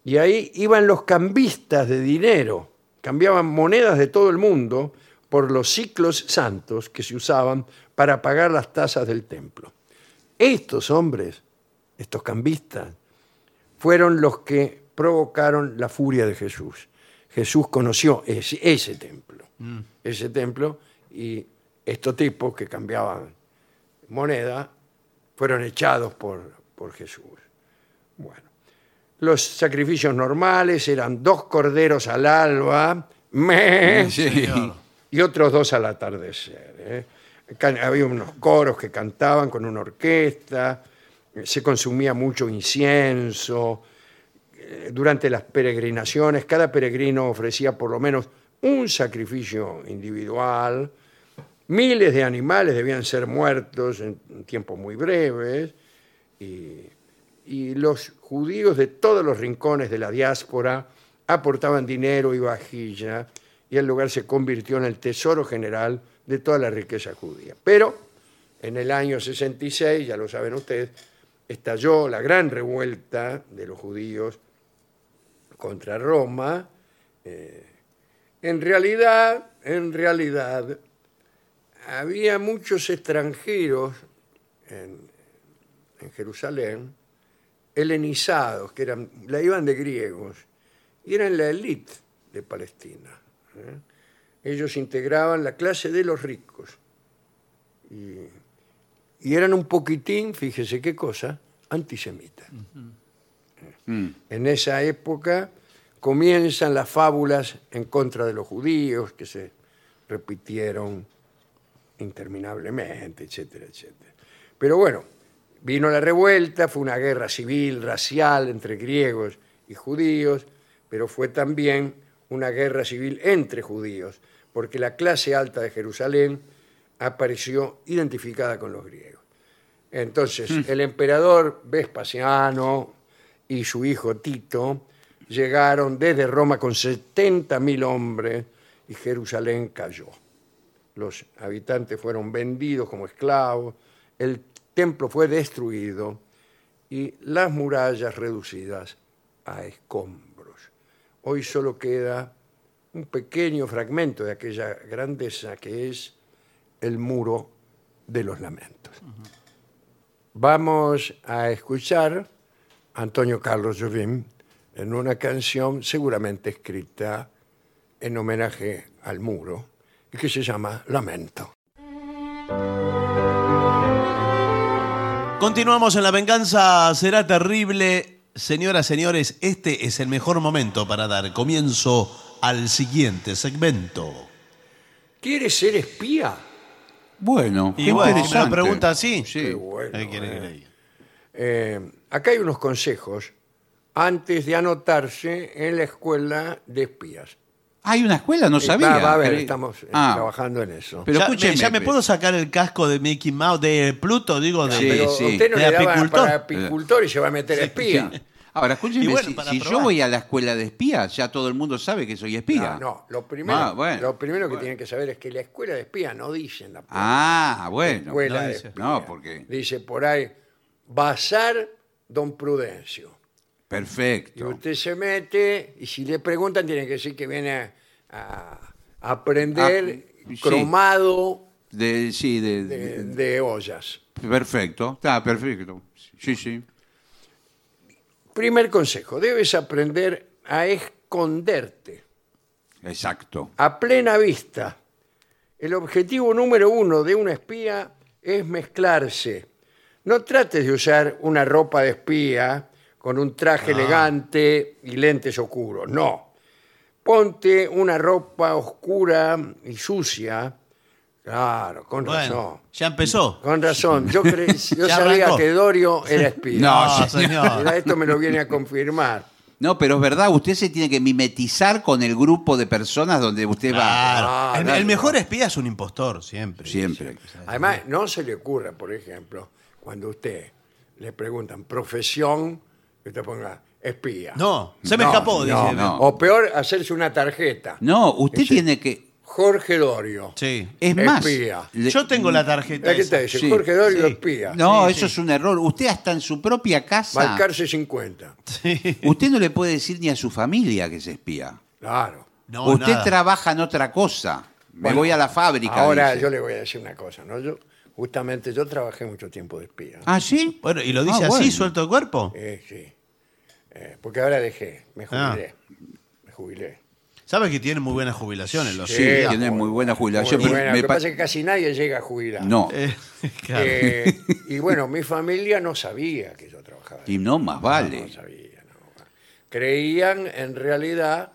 [SPEAKER 1] y ahí iban los cambistas de dinero, cambiaban monedas de todo el mundo por los ciclos santos que se usaban para pagar las tasas del templo. Estos hombres, estos cambistas, fueron los que provocaron la furia de Jesús. Jesús conoció ese, ese templo, ese templo, y estos tipos que cambiaban moneda fueron echados por, por Jesús. Bueno, los sacrificios normales eran dos corderos al alba, ¡meh!
[SPEAKER 3] Mm, Sí.
[SPEAKER 1] y otros dos al atardecer. ¿eh? Can- Había unos coros que cantaban con una orquesta, eh, se consumía mucho incienso. Eh, Durante las peregrinaciones, cada peregrino ofrecía por lo menos un sacrificio individual. Miles de animales debían ser muertos en en tiempos muy breves y, y los judíos de todos los rincones de la diáspora aportaban dinero y vajilla y el lugar se convirtió en el tesoro general de toda la riqueza judía. Pero en el año 66, ya lo saben ustedes, estalló la gran revuelta de los judíos contra Roma. Eh, en realidad, en realidad, había muchos extranjeros en, en Jerusalén, helenizados, que eran, la iban de griegos, y eran la élite de Palestina. ¿eh? Ellos integraban la clase de los ricos. Y, y eran un poquitín, fíjese qué cosa, antisemitas.
[SPEAKER 3] Mm.
[SPEAKER 1] En esa época comienzan las fábulas en contra de los judíos que se repitieron interminablemente, etcétera, etcétera. Pero bueno, vino la revuelta, fue una guerra civil, racial entre griegos y judíos, pero fue también una guerra civil entre judíos, porque la clase alta de Jerusalén apareció identificada con los griegos. Entonces, el emperador Vespasiano y su hijo Tito llegaron desde Roma con 70.000 hombres y Jerusalén cayó. Los habitantes fueron vendidos como esclavos, el templo fue destruido y las murallas reducidas a escombros. Hoy solo queda un pequeño fragmento de aquella grandeza que es el muro de los lamentos. Vamos a escuchar a Antonio Carlos Jobim en una canción seguramente escrita en homenaje al muro y que se llama Lamento.
[SPEAKER 2] Continuamos en La Venganza Será Terrible. Señoras, señores, este es el mejor momento para dar comienzo al siguiente segmento.
[SPEAKER 1] ¿Quieres ser espía?
[SPEAKER 3] Bueno,
[SPEAKER 2] Y
[SPEAKER 3] qué
[SPEAKER 2] bueno,
[SPEAKER 3] interesante.
[SPEAKER 2] una pregunta así.
[SPEAKER 3] Sí.
[SPEAKER 1] Qué bueno,
[SPEAKER 2] ¿Qué quiere
[SPEAKER 1] eh.
[SPEAKER 2] que le diga?
[SPEAKER 1] Eh, acá hay unos consejos antes de anotarse en la escuela de espías.
[SPEAKER 3] Hay una escuela, no sabía.
[SPEAKER 1] Eh, Va, va a ver,
[SPEAKER 3] Creí-
[SPEAKER 1] estamos eh,
[SPEAKER 3] Ah,
[SPEAKER 1] trabajando en eso.
[SPEAKER 3] Pero
[SPEAKER 2] ya,
[SPEAKER 3] escúcheme,
[SPEAKER 2] me, ya me
[SPEAKER 3] pe-
[SPEAKER 2] puedo sacar el casco de Mickey Mouse, de Pluto, digo, de...
[SPEAKER 3] Sí,
[SPEAKER 1] Pero
[SPEAKER 3] sí.
[SPEAKER 1] usted no
[SPEAKER 2] ¿De
[SPEAKER 1] le daba
[SPEAKER 2] apicultor?
[SPEAKER 1] para apicultor y se va a meter espía.
[SPEAKER 3] sí. Ahora, escúcheme,
[SPEAKER 2] Y bueno,
[SPEAKER 3] si,
[SPEAKER 2] para
[SPEAKER 3] si yo
[SPEAKER 2] probar.
[SPEAKER 3] voy a la escuela de espías, ya todo el mundo sabe que soy espía.
[SPEAKER 1] No, no, lo primero,
[SPEAKER 3] Ah, bueno.
[SPEAKER 1] lo primero que tienen que saber es que la escuela de espía no dice en la
[SPEAKER 3] Ah, bueno.
[SPEAKER 1] escuela
[SPEAKER 2] no
[SPEAKER 1] de
[SPEAKER 2] dice.
[SPEAKER 1] espía.
[SPEAKER 3] No, porque-
[SPEAKER 1] Dice por ahí, Bazar Don Prudencio. Y
[SPEAKER 3] Perfecto.
[SPEAKER 1] usted se mete y si le preguntan tiene que decir que viene a, a aprender
[SPEAKER 3] Ah, sí.
[SPEAKER 1] cromado
[SPEAKER 3] De- sí, de-
[SPEAKER 1] de,
[SPEAKER 3] de-
[SPEAKER 1] de ollas.
[SPEAKER 3] perfecto. Está perfecto. Sí, sí.
[SPEAKER 1] Primer consejo, debes aprender a esconderte.
[SPEAKER 3] Exacto.
[SPEAKER 1] a plena vista. El objetivo número uno de un espía es mezclarse, No trates de usar una ropa de espía con un traje
[SPEAKER 2] Ah.
[SPEAKER 1] elegante y lentes oscuros. No. Ponte una ropa oscura y sucia. Claro, con razón.
[SPEAKER 2] Bueno, ya empezó.
[SPEAKER 1] Con razón. Yo, cre- yo
[SPEAKER 2] Ya
[SPEAKER 1] sabía
[SPEAKER 2] arrancó.
[SPEAKER 1] que Dorio era espía.
[SPEAKER 3] No,
[SPEAKER 2] No, señor.
[SPEAKER 1] Mira, esto me lo viene a confirmar.
[SPEAKER 3] No, pero es verdad, usted se tiene que mimetizar con el grupo de personas donde usted
[SPEAKER 2] Claro.
[SPEAKER 1] Ah,
[SPEAKER 2] el,
[SPEAKER 1] claro.
[SPEAKER 2] el mejor espía es un impostor, siempre.
[SPEAKER 3] Siempre.
[SPEAKER 1] Además, no se le ocurra, por ejemplo, cuando a usted le preguntan profesión, que te ponga espía.
[SPEAKER 2] No, se me
[SPEAKER 1] No,
[SPEAKER 2] escapó,
[SPEAKER 1] no,
[SPEAKER 2] dice.
[SPEAKER 3] no.
[SPEAKER 1] O peor, hacerse una tarjeta.
[SPEAKER 3] va. No, usted tiene que.
[SPEAKER 1] Jorge Dorio.
[SPEAKER 2] Sí.
[SPEAKER 3] Es más.
[SPEAKER 1] Espía.
[SPEAKER 3] le-
[SPEAKER 2] Yo tengo la tarjeta.
[SPEAKER 1] ¿Qué
[SPEAKER 2] esa.
[SPEAKER 1] te dice?
[SPEAKER 3] sí,
[SPEAKER 1] Jorge Dorio
[SPEAKER 2] sí.
[SPEAKER 1] espía.
[SPEAKER 3] No,
[SPEAKER 2] Sí,
[SPEAKER 3] eso
[SPEAKER 2] sí.
[SPEAKER 3] es un error. Usted hasta en su propia casa.
[SPEAKER 1] Marcarse 50.
[SPEAKER 3] Usted no le puede decir ni a su familia que es espía.
[SPEAKER 1] Claro.
[SPEAKER 2] No,
[SPEAKER 3] usted
[SPEAKER 2] nada.
[SPEAKER 3] trabaja en otra cosa. Me voy a la fábrica.
[SPEAKER 1] Ahora
[SPEAKER 3] dice.
[SPEAKER 1] yo le voy a decir una cosa, ¿no? Yo, justamente yo trabajé mucho tiempo de espía.
[SPEAKER 3] ¿Ah, sí?
[SPEAKER 2] Bueno, y lo dice
[SPEAKER 3] Ah,
[SPEAKER 2] así,
[SPEAKER 3] bueno.
[SPEAKER 2] suelto de cuerpo.
[SPEAKER 1] Eh, sí. Eh, porque ahora dejé, me
[SPEAKER 2] Ah.
[SPEAKER 1] jubilé. Me jubilé.
[SPEAKER 2] Sabe que tiene muy buenas jubilaciones los
[SPEAKER 3] Sí,
[SPEAKER 2] espías.
[SPEAKER 3] tiene muy buena jubilación.
[SPEAKER 1] Muy
[SPEAKER 3] pero
[SPEAKER 1] buena,
[SPEAKER 3] me
[SPEAKER 1] Lo que
[SPEAKER 3] pa-
[SPEAKER 1] pasa es que casi nadie llega a jubilar.
[SPEAKER 3] No,
[SPEAKER 2] Eh, claro.
[SPEAKER 1] Eh, y bueno, mi familia no sabía que yo trabajaba.
[SPEAKER 3] y no más
[SPEAKER 1] No
[SPEAKER 3] vale.
[SPEAKER 1] sabía, no. Creían en realidad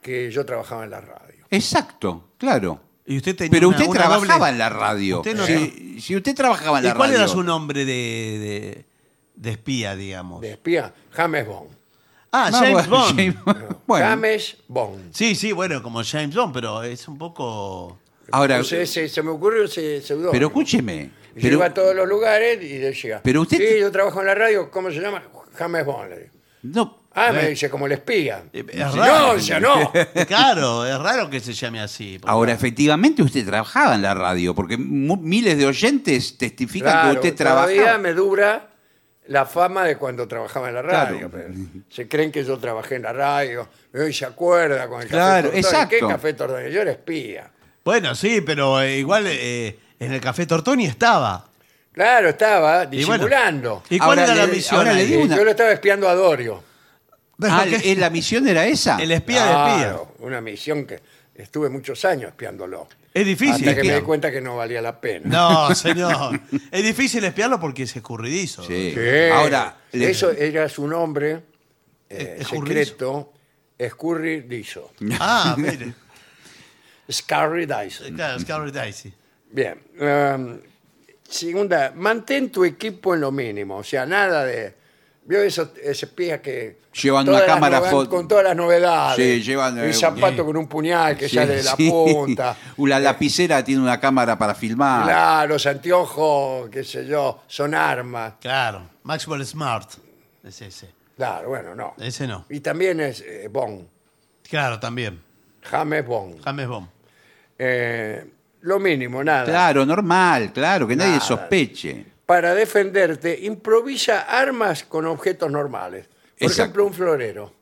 [SPEAKER 1] que yo trabajaba en la radio.
[SPEAKER 3] Exacto, claro.
[SPEAKER 2] Y usted tenía
[SPEAKER 3] Pero
[SPEAKER 2] una-
[SPEAKER 3] usted
[SPEAKER 2] una
[SPEAKER 3] trabajaba
[SPEAKER 2] doble-
[SPEAKER 3] en la radio.
[SPEAKER 2] Usted no-
[SPEAKER 3] si, si usted trabajaba en la
[SPEAKER 2] ¿Y cuál
[SPEAKER 3] radio.
[SPEAKER 2] era su nombre de, de, de espía, digamos?
[SPEAKER 1] De espía, James Bond.
[SPEAKER 2] Ah,
[SPEAKER 3] No,
[SPEAKER 2] James
[SPEAKER 3] bueno,
[SPEAKER 2] Bond.
[SPEAKER 3] James Bond. Bueno,
[SPEAKER 1] James Bond.
[SPEAKER 2] Sí, sí, bueno, como James Bond, pero es un poco...
[SPEAKER 3] ahora,
[SPEAKER 1] Entonces se, se me ocurrió ese pseudónimo.
[SPEAKER 3] pero escúcheme.
[SPEAKER 1] Yo
[SPEAKER 3] Pero,
[SPEAKER 1] iba a todos los lugares y decía,
[SPEAKER 3] Pero usted
[SPEAKER 1] sí,
[SPEAKER 3] te-
[SPEAKER 1] yo trabajo en la radio, ¿cómo se llama? James Bond. le digo.
[SPEAKER 3] no,
[SPEAKER 1] Ah, me
[SPEAKER 2] Eh.
[SPEAKER 1] dice, como el espía.
[SPEAKER 2] Eh, es
[SPEAKER 1] no,
[SPEAKER 2] raro.
[SPEAKER 1] o sea, no.
[SPEAKER 2] Claro, es raro que se llame así. porque-
[SPEAKER 3] ahora efectivamente usted trabajaba en la radio, porque mu- miles de oyentes testifican
[SPEAKER 1] Claro,
[SPEAKER 3] que usted
[SPEAKER 1] Todavía
[SPEAKER 3] trabajaba.
[SPEAKER 1] me dura la fama de cuando trabajaba en la radio.
[SPEAKER 3] Claro.
[SPEAKER 1] pero se creen que yo trabajé en la radio, y hoy se acuerda con el
[SPEAKER 3] Claro,
[SPEAKER 1] café Tordoni. ¿Qué
[SPEAKER 3] exacto.
[SPEAKER 1] café Tordoni? Yo era espía.
[SPEAKER 2] Bueno, sí, pero eh, igual eh, en el Café Tortoni estaba.
[SPEAKER 1] Claro, estaba
[SPEAKER 2] Y bueno,
[SPEAKER 1] disimulando. Eh,
[SPEAKER 2] ¿Y cuál
[SPEAKER 3] Ahora
[SPEAKER 2] era
[SPEAKER 3] le-
[SPEAKER 2] la misión?
[SPEAKER 3] ahora le
[SPEAKER 2] ahí?
[SPEAKER 3] digo una-
[SPEAKER 1] Yo lo estaba espiando a Dorio.
[SPEAKER 2] Pero
[SPEAKER 3] Ah,
[SPEAKER 2] que-
[SPEAKER 3] eh, la misión era esa.
[SPEAKER 2] El espía de espía.
[SPEAKER 1] Claro, Una misión que estuve muchos años espiándolo.
[SPEAKER 2] Es difícil.
[SPEAKER 1] Hasta que me
[SPEAKER 2] espiar.
[SPEAKER 1] di cuenta que no valía la pena.
[SPEAKER 2] No, señor. es difícil espiarlo porque es escurridizo.
[SPEAKER 3] Sí.
[SPEAKER 1] Sí.
[SPEAKER 3] Ahora, le-
[SPEAKER 1] eso era su nombre eh,
[SPEAKER 2] Eh,
[SPEAKER 1] secreto, escurridizo,
[SPEAKER 2] Ah, mire.
[SPEAKER 1] Scurry Dyson.
[SPEAKER 2] Eh, Claro, Scarlet Dicey.
[SPEAKER 1] Bien, em, segunda, mantén tu equipo en lo mínimo, o sea, nada de vio esos ese espías que
[SPEAKER 3] Llevan
[SPEAKER 1] todas
[SPEAKER 3] una
[SPEAKER 1] las
[SPEAKER 3] cámara
[SPEAKER 1] novedades-
[SPEAKER 3] foto.
[SPEAKER 1] con todas las novedades,
[SPEAKER 3] Sí, llevan,
[SPEAKER 1] el
[SPEAKER 3] eh,
[SPEAKER 1] zapato
[SPEAKER 2] sí.
[SPEAKER 1] con un puñal que
[SPEAKER 3] Sí,
[SPEAKER 1] sale de la
[SPEAKER 3] sí.
[SPEAKER 1] punta, Eh,
[SPEAKER 3] La lapicera tiene una cámara para filmar.
[SPEAKER 1] la- los anteojos, qué sé yo, son armas,
[SPEAKER 2] Claro. Maxwell Smart. Es ese.
[SPEAKER 1] claro, bueno, no,
[SPEAKER 2] Ese no.
[SPEAKER 1] y también es eh, Bond,
[SPEAKER 2] Claro, también.
[SPEAKER 1] James Bond.
[SPEAKER 2] James Bond.
[SPEAKER 1] Eh, lo mínimo, nada.
[SPEAKER 3] Claro, normal, claro, que nadie
[SPEAKER 1] Nada.
[SPEAKER 3] sospeche.
[SPEAKER 1] Para defenderte, improvisa armas con objetos normales. Por
[SPEAKER 3] Exacto.
[SPEAKER 1] ejemplo, un florero.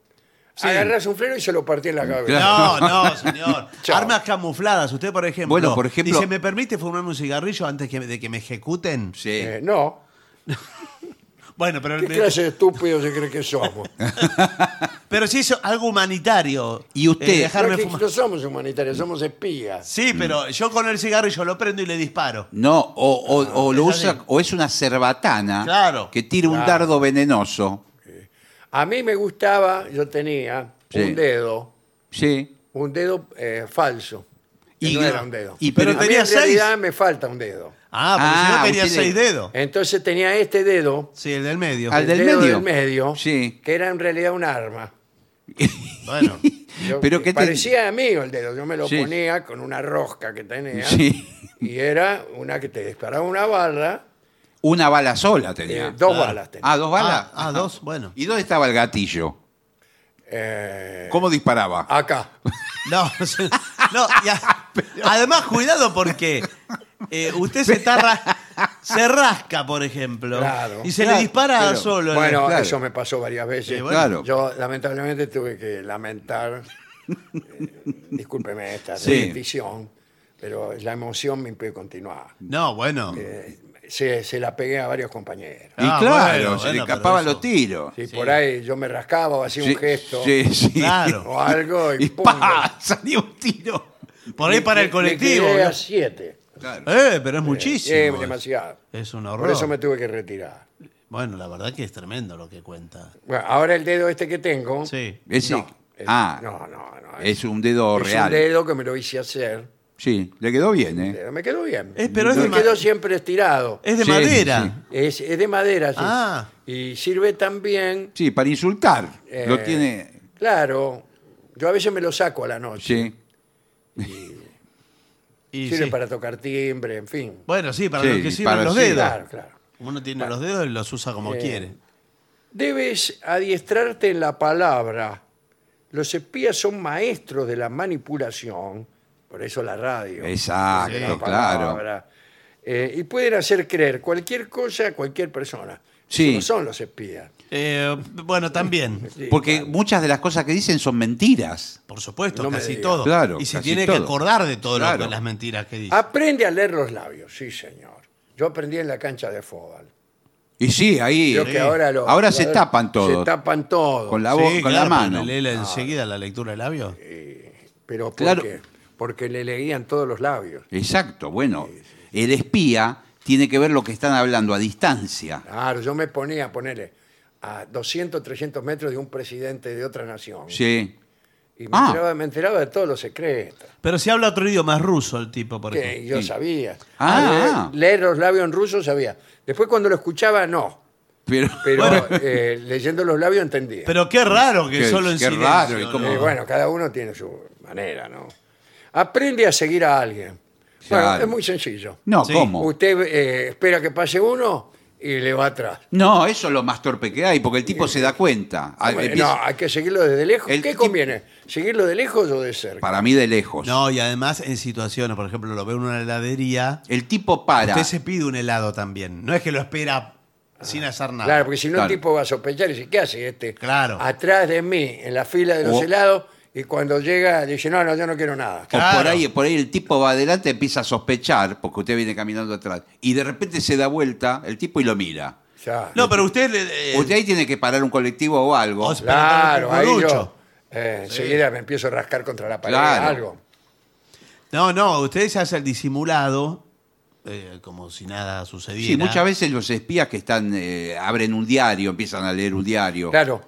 [SPEAKER 1] Agarras un florero y se lo partí en la cabeza.
[SPEAKER 3] Claro.
[SPEAKER 2] No, no, señor.
[SPEAKER 1] Chao.
[SPEAKER 2] Armas camufladas. Usted, por ejemplo.
[SPEAKER 3] Bueno, por ejemplo-
[SPEAKER 2] Dice, ¿me permite fumarme un cigarrillo antes que- de que me ejecuten?
[SPEAKER 3] Sí.
[SPEAKER 1] Eh, no.
[SPEAKER 2] Bueno, pero,
[SPEAKER 1] ¿Qué clase de estúpido se cree que somos?
[SPEAKER 2] pero si es algo humanitario.
[SPEAKER 3] Y usted-
[SPEAKER 2] eh,
[SPEAKER 1] No,
[SPEAKER 2] dejarme
[SPEAKER 1] es que
[SPEAKER 2] fumar.
[SPEAKER 1] no somos humanitarios, somos espías.
[SPEAKER 2] Sí,
[SPEAKER 3] Mm.
[SPEAKER 2] pero yo con el cigarrillo lo prendo y le disparo.
[SPEAKER 3] No, o,
[SPEAKER 1] Ah,
[SPEAKER 3] o- o lo
[SPEAKER 2] es así.
[SPEAKER 3] usa, o es una cerbatana
[SPEAKER 2] Claro.
[SPEAKER 3] que tira un dardo venenoso.
[SPEAKER 1] A mí me gustaba, yo tenía
[SPEAKER 3] Sí.
[SPEAKER 1] un dedo,
[SPEAKER 3] Sí.
[SPEAKER 1] un dedo eh, falso. Y
[SPEAKER 3] Y-
[SPEAKER 1] no era un dedo.
[SPEAKER 3] y-
[SPEAKER 1] A
[SPEAKER 2] pero
[SPEAKER 1] mí
[SPEAKER 2] tenía
[SPEAKER 1] en realidad
[SPEAKER 2] seis.
[SPEAKER 1] me falta un dedo.
[SPEAKER 2] Ah, porque si
[SPEAKER 3] Ah,
[SPEAKER 2] no tenía
[SPEAKER 3] usted le-
[SPEAKER 2] seis dedos.
[SPEAKER 1] Entonces tenía este dedo,
[SPEAKER 2] Sí, el del medio.
[SPEAKER 3] Al
[SPEAKER 1] el
[SPEAKER 3] del
[SPEAKER 1] dedo
[SPEAKER 3] medio.
[SPEAKER 1] del medio,
[SPEAKER 3] Sí.
[SPEAKER 1] que era en realidad un arma.
[SPEAKER 2] Bueno.
[SPEAKER 1] Yo-
[SPEAKER 3] Pero que te-
[SPEAKER 1] parecía a mí el dedo, yo me lo
[SPEAKER 3] Sí.
[SPEAKER 1] ponía con una rosca que tenía
[SPEAKER 3] Sí.
[SPEAKER 1] y era una que te disparaba una bala,
[SPEAKER 3] Una bala sola
[SPEAKER 1] eh,
[SPEAKER 3] tenía.
[SPEAKER 1] dos balas tenía.
[SPEAKER 3] Ah, dos balas.
[SPEAKER 2] Ah, ah, dos, bueno.
[SPEAKER 3] ¿Y dónde estaba el gatillo?
[SPEAKER 1] Eh,
[SPEAKER 3] ¿Cómo disparaba?
[SPEAKER 1] acá.
[SPEAKER 2] No, se- no, y a- además, cuidado porque eh, usted se, está ra- se rasca, por ejemplo,
[SPEAKER 1] Claro.
[SPEAKER 2] y se
[SPEAKER 3] Claro,
[SPEAKER 2] le dispara
[SPEAKER 3] pero-
[SPEAKER 2] solo. en
[SPEAKER 1] Bueno,
[SPEAKER 3] claro. Eh,
[SPEAKER 1] eso me pasó varias veces.
[SPEAKER 2] Sí,
[SPEAKER 3] bueno. Claro.
[SPEAKER 1] Yo lamentablemente tuve que lamentar, eh, discúlpeme esta
[SPEAKER 3] Sí.
[SPEAKER 1] repetición, pero la emoción me impide continuar.
[SPEAKER 2] el- No, bueno.
[SPEAKER 1] Eh, se, se la pegué a varios compañeros.
[SPEAKER 3] y
[SPEAKER 2] Ah,
[SPEAKER 3] claro,
[SPEAKER 2] bueno,
[SPEAKER 3] se le
[SPEAKER 2] bueno, pero
[SPEAKER 3] escapaban
[SPEAKER 2] eso-
[SPEAKER 3] los tiros.
[SPEAKER 1] Si por ahí yo me rascaba o hacía
[SPEAKER 3] Sí,
[SPEAKER 1] un gesto
[SPEAKER 3] sí, sí.
[SPEAKER 2] Claro.
[SPEAKER 1] o algo y,
[SPEAKER 3] Y
[SPEAKER 1] ¡pum!
[SPEAKER 3] ¡pa! Salía un tiro.
[SPEAKER 2] Por ahí para
[SPEAKER 1] Le-
[SPEAKER 2] el
[SPEAKER 1] le
[SPEAKER 2] colectivo.
[SPEAKER 1] quedé
[SPEAKER 2] ¿no?
[SPEAKER 1] a siete.
[SPEAKER 3] Claro.
[SPEAKER 2] Eh, pero es muchísimo.
[SPEAKER 1] Eh, demasiado.
[SPEAKER 2] Es un horror.
[SPEAKER 1] Por eso me tuve que retirar.
[SPEAKER 2] Bueno, la verdad que es tremendo lo que cuenta.
[SPEAKER 1] Bueno, ahora el dedo este que tengo.
[SPEAKER 2] Sí.
[SPEAKER 3] Ese-
[SPEAKER 1] No, es-
[SPEAKER 3] ah,
[SPEAKER 1] no, no, no,
[SPEAKER 3] es un dedo
[SPEAKER 1] es
[SPEAKER 3] real.
[SPEAKER 1] un dedo que me lo hice hacer.
[SPEAKER 3] Sí, le quedó bien, ¿eh?
[SPEAKER 1] Pero me quedó bien.
[SPEAKER 2] Eh, pero es
[SPEAKER 1] me
[SPEAKER 2] de ma-
[SPEAKER 1] quedó siempre estirado.
[SPEAKER 2] Es de
[SPEAKER 3] Sí,
[SPEAKER 2] madera.
[SPEAKER 1] Es, es de madera, sí.
[SPEAKER 2] Ah.
[SPEAKER 1] Y sirve también.
[SPEAKER 3] Sí, para insultar.
[SPEAKER 1] eh,
[SPEAKER 3] Lo tiene.
[SPEAKER 1] Claro. Yo a veces me lo saco a la noche.
[SPEAKER 3] Sí.
[SPEAKER 2] Y
[SPEAKER 1] sirve
[SPEAKER 2] sí.
[SPEAKER 1] para tocar timbre, en fin.
[SPEAKER 2] Bueno, sí, para
[SPEAKER 3] Sí,
[SPEAKER 2] los que sirven
[SPEAKER 3] para-
[SPEAKER 2] los
[SPEAKER 3] sí.
[SPEAKER 2] dedos.
[SPEAKER 1] Claro, claro.
[SPEAKER 2] Uno tiene los dedos y los usa como
[SPEAKER 1] Eh,
[SPEAKER 2] quiere.
[SPEAKER 1] Debes adiestrarte en la palabra. Los espías son maestros de la manipulación, por eso la radio.
[SPEAKER 3] Exacto,
[SPEAKER 1] de la
[SPEAKER 3] claro.
[SPEAKER 1] palabra. Eh, y pueden hacer creer cualquier cosa a cualquier persona. Eso
[SPEAKER 3] Sí.
[SPEAKER 1] No son los espías.
[SPEAKER 2] Eh, bueno, también.
[SPEAKER 1] Sí,
[SPEAKER 3] Porque
[SPEAKER 1] claro.
[SPEAKER 3] muchas de las cosas que dicen son mentiras.
[SPEAKER 2] Por supuesto,
[SPEAKER 1] No me
[SPEAKER 2] casi
[SPEAKER 1] diga.
[SPEAKER 2] todo.
[SPEAKER 3] Claro,
[SPEAKER 2] y se
[SPEAKER 3] casi
[SPEAKER 2] tiene que
[SPEAKER 3] todo.
[SPEAKER 2] acordar de todo lo
[SPEAKER 3] Claro.
[SPEAKER 2] que las mentiras que dice.
[SPEAKER 1] aprende a leer los labios, sí, señor. Yo aprendí en la cancha de fútbol.
[SPEAKER 3] Y sí, ahí.
[SPEAKER 1] Creo que ahora los
[SPEAKER 3] Ahora se
[SPEAKER 1] jugadores
[SPEAKER 3] tapan todos.
[SPEAKER 1] Se tapan todos.
[SPEAKER 3] Con la
[SPEAKER 2] Sí,
[SPEAKER 3] voz, con
[SPEAKER 2] claro,
[SPEAKER 3] la mano.
[SPEAKER 2] le
[SPEAKER 1] Ah.
[SPEAKER 2] lee enseguida la lectura de labios.
[SPEAKER 1] Pero ¿por
[SPEAKER 3] Claro.
[SPEAKER 1] qué? Porque le leían todos los labios.
[SPEAKER 3] Exacto, bueno. El espía tiene que ver lo que están hablando a distancia.
[SPEAKER 1] Claro, yo me ponía a ponerle a 200, 300 metros de un presidente de otra nación.
[SPEAKER 3] Sí.
[SPEAKER 1] Y me,
[SPEAKER 3] Ah.
[SPEAKER 1] enteraba, me enteraba de todos los secretos.
[SPEAKER 2] Pero si habla otro idioma, es ruso el tipo, por
[SPEAKER 1] Que
[SPEAKER 2] ejemplo.
[SPEAKER 1] yo
[SPEAKER 3] sí.
[SPEAKER 1] sabía.
[SPEAKER 3] Ah.
[SPEAKER 1] Al leer, leer los labios en ruso sabía. Después cuando lo escuchaba, no.
[SPEAKER 3] Pero,
[SPEAKER 1] Pero
[SPEAKER 2] Bueno.
[SPEAKER 1] eh, leyendo los labios entendía.
[SPEAKER 2] Pero qué raro que
[SPEAKER 3] Qué-
[SPEAKER 2] solo en
[SPEAKER 3] qué
[SPEAKER 2] silencio.
[SPEAKER 3] raro, y
[SPEAKER 2] ¿no?
[SPEAKER 3] cómo-
[SPEAKER 1] Eh, bueno, cada uno tiene su manera, ¿no? Aprende a seguir a alguien. Bueno,
[SPEAKER 3] Claro.
[SPEAKER 1] es muy sencillo.
[SPEAKER 3] no,
[SPEAKER 2] Sí.
[SPEAKER 3] ¿cómo?
[SPEAKER 1] Usted eh, espera que pase uno y le va atrás.
[SPEAKER 3] No, eso es lo más torpe que hay, porque el tipo se da cuenta. Ah,
[SPEAKER 1] Hombre,
[SPEAKER 3] empieza-
[SPEAKER 1] No, hay que seguirlo desde lejos.
[SPEAKER 3] El
[SPEAKER 1] ¿Qué
[SPEAKER 3] tipo-
[SPEAKER 1] conviene? ¿Seguirlo de lejos o de cerca?
[SPEAKER 3] Para mí de lejos.
[SPEAKER 2] No, y además en situaciones, por ejemplo, lo ve en una heladería,
[SPEAKER 3] El tipo para.
[SPEAKER 2] usted se pide un helado también. No es que lo espera sin hacer nada.
[SPEAKER 1] Ah, Claro, porque si no
[SPEAKER 3] Claro.
[SPEAKER 1] el tipo va a sospechar y dice, ¿qué hace este?
[SPEAKER 2] Claro.
[SPEAKER 1] Atrás de mí, en la fila de los
[SPEAKER 3] O-
[SPEAKER 1] helados, y cuando llega dice, no, no, yo no quiero nada.
[SPEAKER 3] O por
[SPEAKER 2] Claro.
[SPEAKER 3] ahí, por ahí el tipo va adelante, empieza a sospechar, porque usted viene caminando atrás. Y de repente se da vuelta el tipo y lo mira.
[SPEAKER 1] Ya.
[SPEAKER 2] No, pero usted... le- eh,
[SPEAKER 3] Usted ahí tiene que parar un colectivo o algo.
[SPEAKER 2] O sea,
[SPEAKER 1] claro,
[SPEAKER 2] para
[SPEAKER 1] ahí
[SPEAKER 2] el
[SPEAKER 1] yo
[SPEAKER 2] cucurucho.
[SPEAKER 1] eh, enseguida me empiezo a rascar contra la pared,
[SPEAKER 3] Claro.
[SPEAKER 1] algo.
[SPEAKER 2] No, no, usted se hace el disimulado, eh, como si nada sucediera.
[SPEAKER 3] Sí, muchas veces los espías que están eh, abren un diario, empiezan a leer un diario.
[SPEAKER 1] Claro,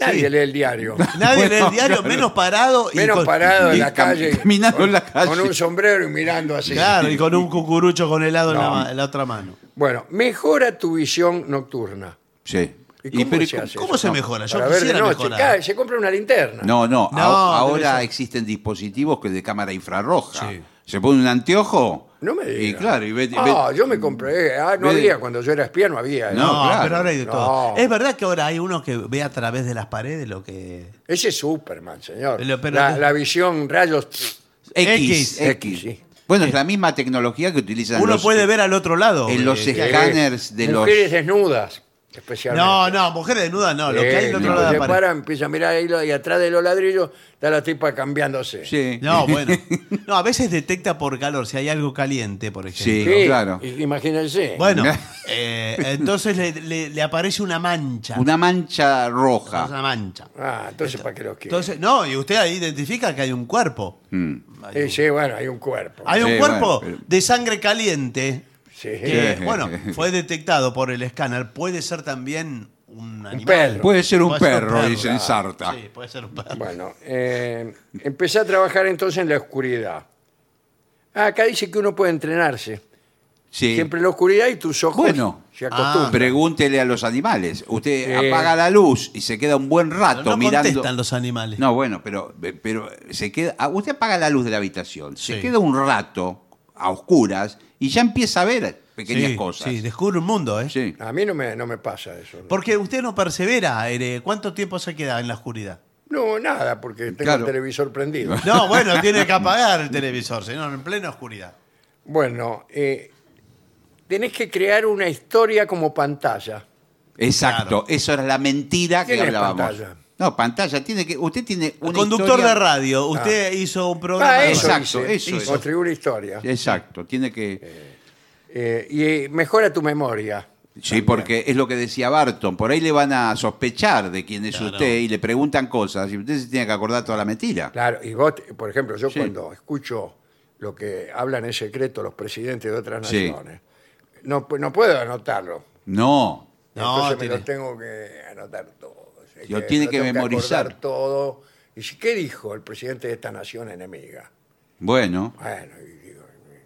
[SPEAKER 1] nadie
[SPEAKER 2] Sí.
[SPEAKER 1] lee el diario.
[SPEAKER 2] Nadie
[SPEAKER 3] Bueno,
[SPEAKER 2] lee el diario,
[SPEAKER 3] claro.
[SPEAKER 2] menos parado. y
[SPEAKER 1] Menos
[SPEAKER 2] con-
[SPEAKER 1] parado en
[SPEAKER 3] y
[SPEAKER 1] la
[SPEAKER 3] cam-
[SPEAKER 1] calle.
[SPEAKER 3] caminando
[SPEAKER 1] con,
[SPEAKER 3] en la calle.
[SPEAKER 1] Con un sombrero y mirando así.
[SPEAKER 2] Claro, y con un cucurucho con helado en, la,
[SPEAKER 1] No.
[SPEAKER 2] ma- en la otra mano.
[SPEAKER 1] Bueno, mejora tu visión nocturna.
[SPEAKER 3] Sí.
[SPEAKER 1] ¿Y cómo
[SPEAKER 3] pero-
[SPEAKER 1] se hace?
[SPEAKER 2] ¿Cómo se mejora? Yo
[SPEAKER 1] Para ver de
[SPEAKER 2] quisiera
[SPEAKER 1] noche.
[SPEAKER 2] mejorar.
[SPEAKER 1] Cada- se compra una linterna.
[SPEAKER 3] No, no,
[SPEAKER 2] No,
[SPEAKER 3] ah- ahora
[SPEAKER 2] debe ser.
[SPEAKER 3] existen dispositivos que de cámara infrarroja.
[SPEAKER 2] Sí.
[SPEAKER 3] Se pone un anteojo.
[SPEAKER 1] No me digas.
[SPEAKER 3] Y claro, y ve- ve-
[SPEAKER 1] Ah, yo me compré. Ah, no
[SPEAKER 3] ve-
[SPEAKER 1] había. Cuando yo era espía no había. ¿eh?
[SPEAKER 2] No,
[SPEAKER 3] No, claro.
[SPEAKER 2] pero ahora hay de
[SPEAKER 1] No.
[SPEAKER 2] todo. Es verdad que ahora hay uno que ve a través de las paredes lo que.
[SPEAKER 1] Ese es Superman, señor.
[SPEAKER 2] Pero- pero-
[SPEAKER 1] la, la visión rayos.
[SPEAKER 3] X,
[SPEAKER 2] X,
[SPEAKER 3] X.
[SPEAKER 1] sí.
[SPEAKER 3] Bueno, es la misma tecnología que utilizan
[SPEAKER 2] Uno
[SPEAKER 3] los-
[SPEAKER 2] puede ver al otro lado.
[SPEAKER 3] en los
[SPEAKER 2] Eh,
[SPEAKER 3] escáneres de los...
[SPEAKER 1] Mujeres desnudas, especialmente.
[SPEAKER 2] No, no, mujeres desnudas no. Lo que hay
[SPEAKER 1] Eh,
[SPEAKER 2] del otro
[SPEAKER 1] tipo,
[SPEAKER 2] lado de
[SPEAKER 1] se
[SPEAKER 2] la pared.
[SPEAKER 1] para, empieza a mirar ahí lo- y atrás de los ladrillos está la tipa cambiándose.
[SPEAKER 3] Sí.
[SPEAKER 2] No, bueno. No, a veces detecta por calor si hay algo caliente, por ejemplo.
[SPEAKER 3] Sí. claro.
[SPEAKER 1] i- Imagínense.
[SPEAKER 2] Bueno, eh, entonces le, le- le aparece una mancha.
[SPEAKER 3] Una mancha roja.
[SPEAKER 2] Una mancha.
[SPEAKER 1] Ah, entonces, ¿para qué los quiere?
[SPEAKER 2] Entonces, no, y usted ahí identifica que hay un cuerpo.
[SPEAKER 1] Eh, sí, bueno, hay un cuerpo.
[SPEAKER 2] Hay un
[SPEAKER 3] Mm. Sí,
[SPEAKER 2] cuerpo
[SPEAKER 3] bueno, pero-
[SPEAKER 2] de sangre caliente
[SPEAKER 1] Sí.
[SPEAKER 2] que,
[SPEAKER 3] Sí.
[SPEAKER 2] bueno, fue detectado por el escáner. Puede ser también un animal.
[SPEAKER 1] perro.
[SPEAKER 3] Puede ser un
[SPEAKER 2] Puede
[SPEAKER 3] perro, dicen
[SPEAKER 2] claro.
[SPEAKER 3] Sarta.
[SPEAKER 2] Sí, puede ser un perro.
[SPEAKER 1] Bueno, eh, empecé a trabajar entonces en la oscuridad. Ah, acá dice que uno puede entrenarse.
[SPEAKER 3] Sí.
[SPEAKER 1] Siempre en la oscuridad y tus ojos
[SPEAKER 3] Bueno. Ah,
[SPEAKER 1] se acostumbran.
[SPEAKER 3] Pregúntele a los animales. Usted
[SPEAKER 1] Sí.
[SPEAKER 3] apaga la luz y se queda un buen
[SPEAKER 2] no
[SPEAKER 3] rato mirando.
[SPEAKER 2] contestan los animales.
[SPEAKER 3] No, bueno, pero, pero se queda. ah, Usted apaga la luz de la habitación, se
[SPEAKER 2] Sí.
[SPEAKER 3] queda un rato a oscuras y ya empieza a ver pequeñas
[SPEAKER 2] sí,
[SPEAKER 3] cosas.
[SPEAKER 2] Sí, descubre un mundo, ¿eh?
[SPEAKER 3] Sí.
[SPEAKER 1] A mí no me, no me pasa eso. ¿no?
[SPEAKER 2] Porque usted no persevera. Ere. ¿Cuánto tiempo se queda en la oscuridad?
[SPEAKER 1] No, nada, porque tengo
[SPEAKER 3] Claro.
[SPEAKER 1] el televisor prendido.
[SPEAKER 2] No, bueno, tiene que apagar el televisor, señor, en plena oscuridad.
[SPEAKER 1] Bueno, eh, tenés que crear una historia como pantalla.
[SPEAKER 2] Claro.
[SPEAKER 3] Exacto, eso era la mentira que
[SPEAKER 1] ¿Quién es
[SPEAKER 3] hablábamos.
[SPEAKER 1] pantalla?
[SPEAKER 3] No, pantalla, tiene que. Usted tiene un.
[SPEAKER 2] Conductor de radio, usted hizo un programa.
[SPEAKER 1] Ah,
[SPEAKER 2] de
[SPEAKER 1] eso
[SPEAKER 2] radio.
[SPEAKER 3] Exacto,
[SPEAKER 1] hice.
[SPEAKER 3] eso, eso.
[SPEAKER 1] Construir una historia.
[SPEAKER 3] Exacto, tiene que.
[SPEAKER 1] Eh, y eh, mejora tu memoria.
[SPEAKER 3] Sí, porque es lo que decía Barton. Por ahí le van a sospechar de quién es
[SPEAKER 2] Claro.
[SPEAKER 3] usted y le preguntan cosas y usted se tiene que acordar toda la mentira.
[SPEAKER 1] Claro, y vos, te- por ejemplo, yo
[SPEAKER 3] Sí.
[SPEAKER 1] cuando escucho lo que hablan en secreto los presidentes de otras
[SPEAKER 3] Sí.
[SPEAKER 1] naciones. No, pu- no puedo anotarlo.
[SPEAKER 3] No.
[SPEAKER 2] No,
[SPEAKER 1] Entonces me
[SPEAKER 2] tiene-
[SPEAKER 1] lo tengo que anotar todo. O sea,
[SPEAKER 3] Lo tiene
[SPEAKER 1] lo
[SPEAKER 3] que
[SPEAKER 1] tengo
[SPEAKER 3] memorizar.
[SPEAKER 1] acordar todo. Y si, ¿qué dijo el presidente de esta nación enemiga?
[SPEAKER 3] Bueno.
[SPEAKER 1] Bueno, y digo,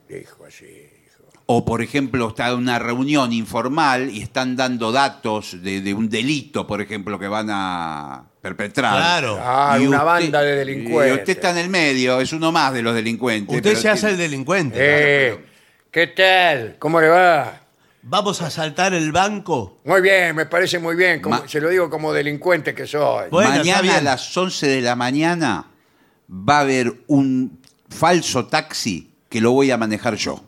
[SPEAKER 1] dijo así.
[SPEAKER 2] Eh,
[SPEAKER 1] dijo.
[SPEAKER 3] O, por ejemplo, está en una reunión informal y están dando datos de, de un delito, por ejemplo, que van a perpetrar.
[SPEAKER 2] Claro.
[SPEAKER 1] Ah,
[SPEAKER 3] Y
[SPEAKER 1] una
[SPEAKER 3] usted-
[SPEAKER 1] banda de delincuentes.
[SPEAKER 3] Y usted está en el medio, es uno más de los delincuentes.
[SPEAKER 2] Usted
[SPEAKER 3] pero
[SPEAKER 2] se hace el
[SPEAKER 3] tiene-
[SPEAKER 2] delincuente.
[SPEAKER 1] Eh, ¿Qué tal? ¿Cómo le va?
[SPEAKER 2] Vamos a asaltar el banco.
[SPEAKER 1] Muy bien, me parece muy bien. como-
[SPEAKER 3] Ma-
[SPEAKER 1] se lo digo como delincuente que soy.
[SPEAKER 2] Bueno, está
[SPEAKER 3] Mañana a
[SPEAKER 2] bien.
[SPEAKER 3] las 11 de la mañana va a haber un falso taxi que lo voy a manejar yo.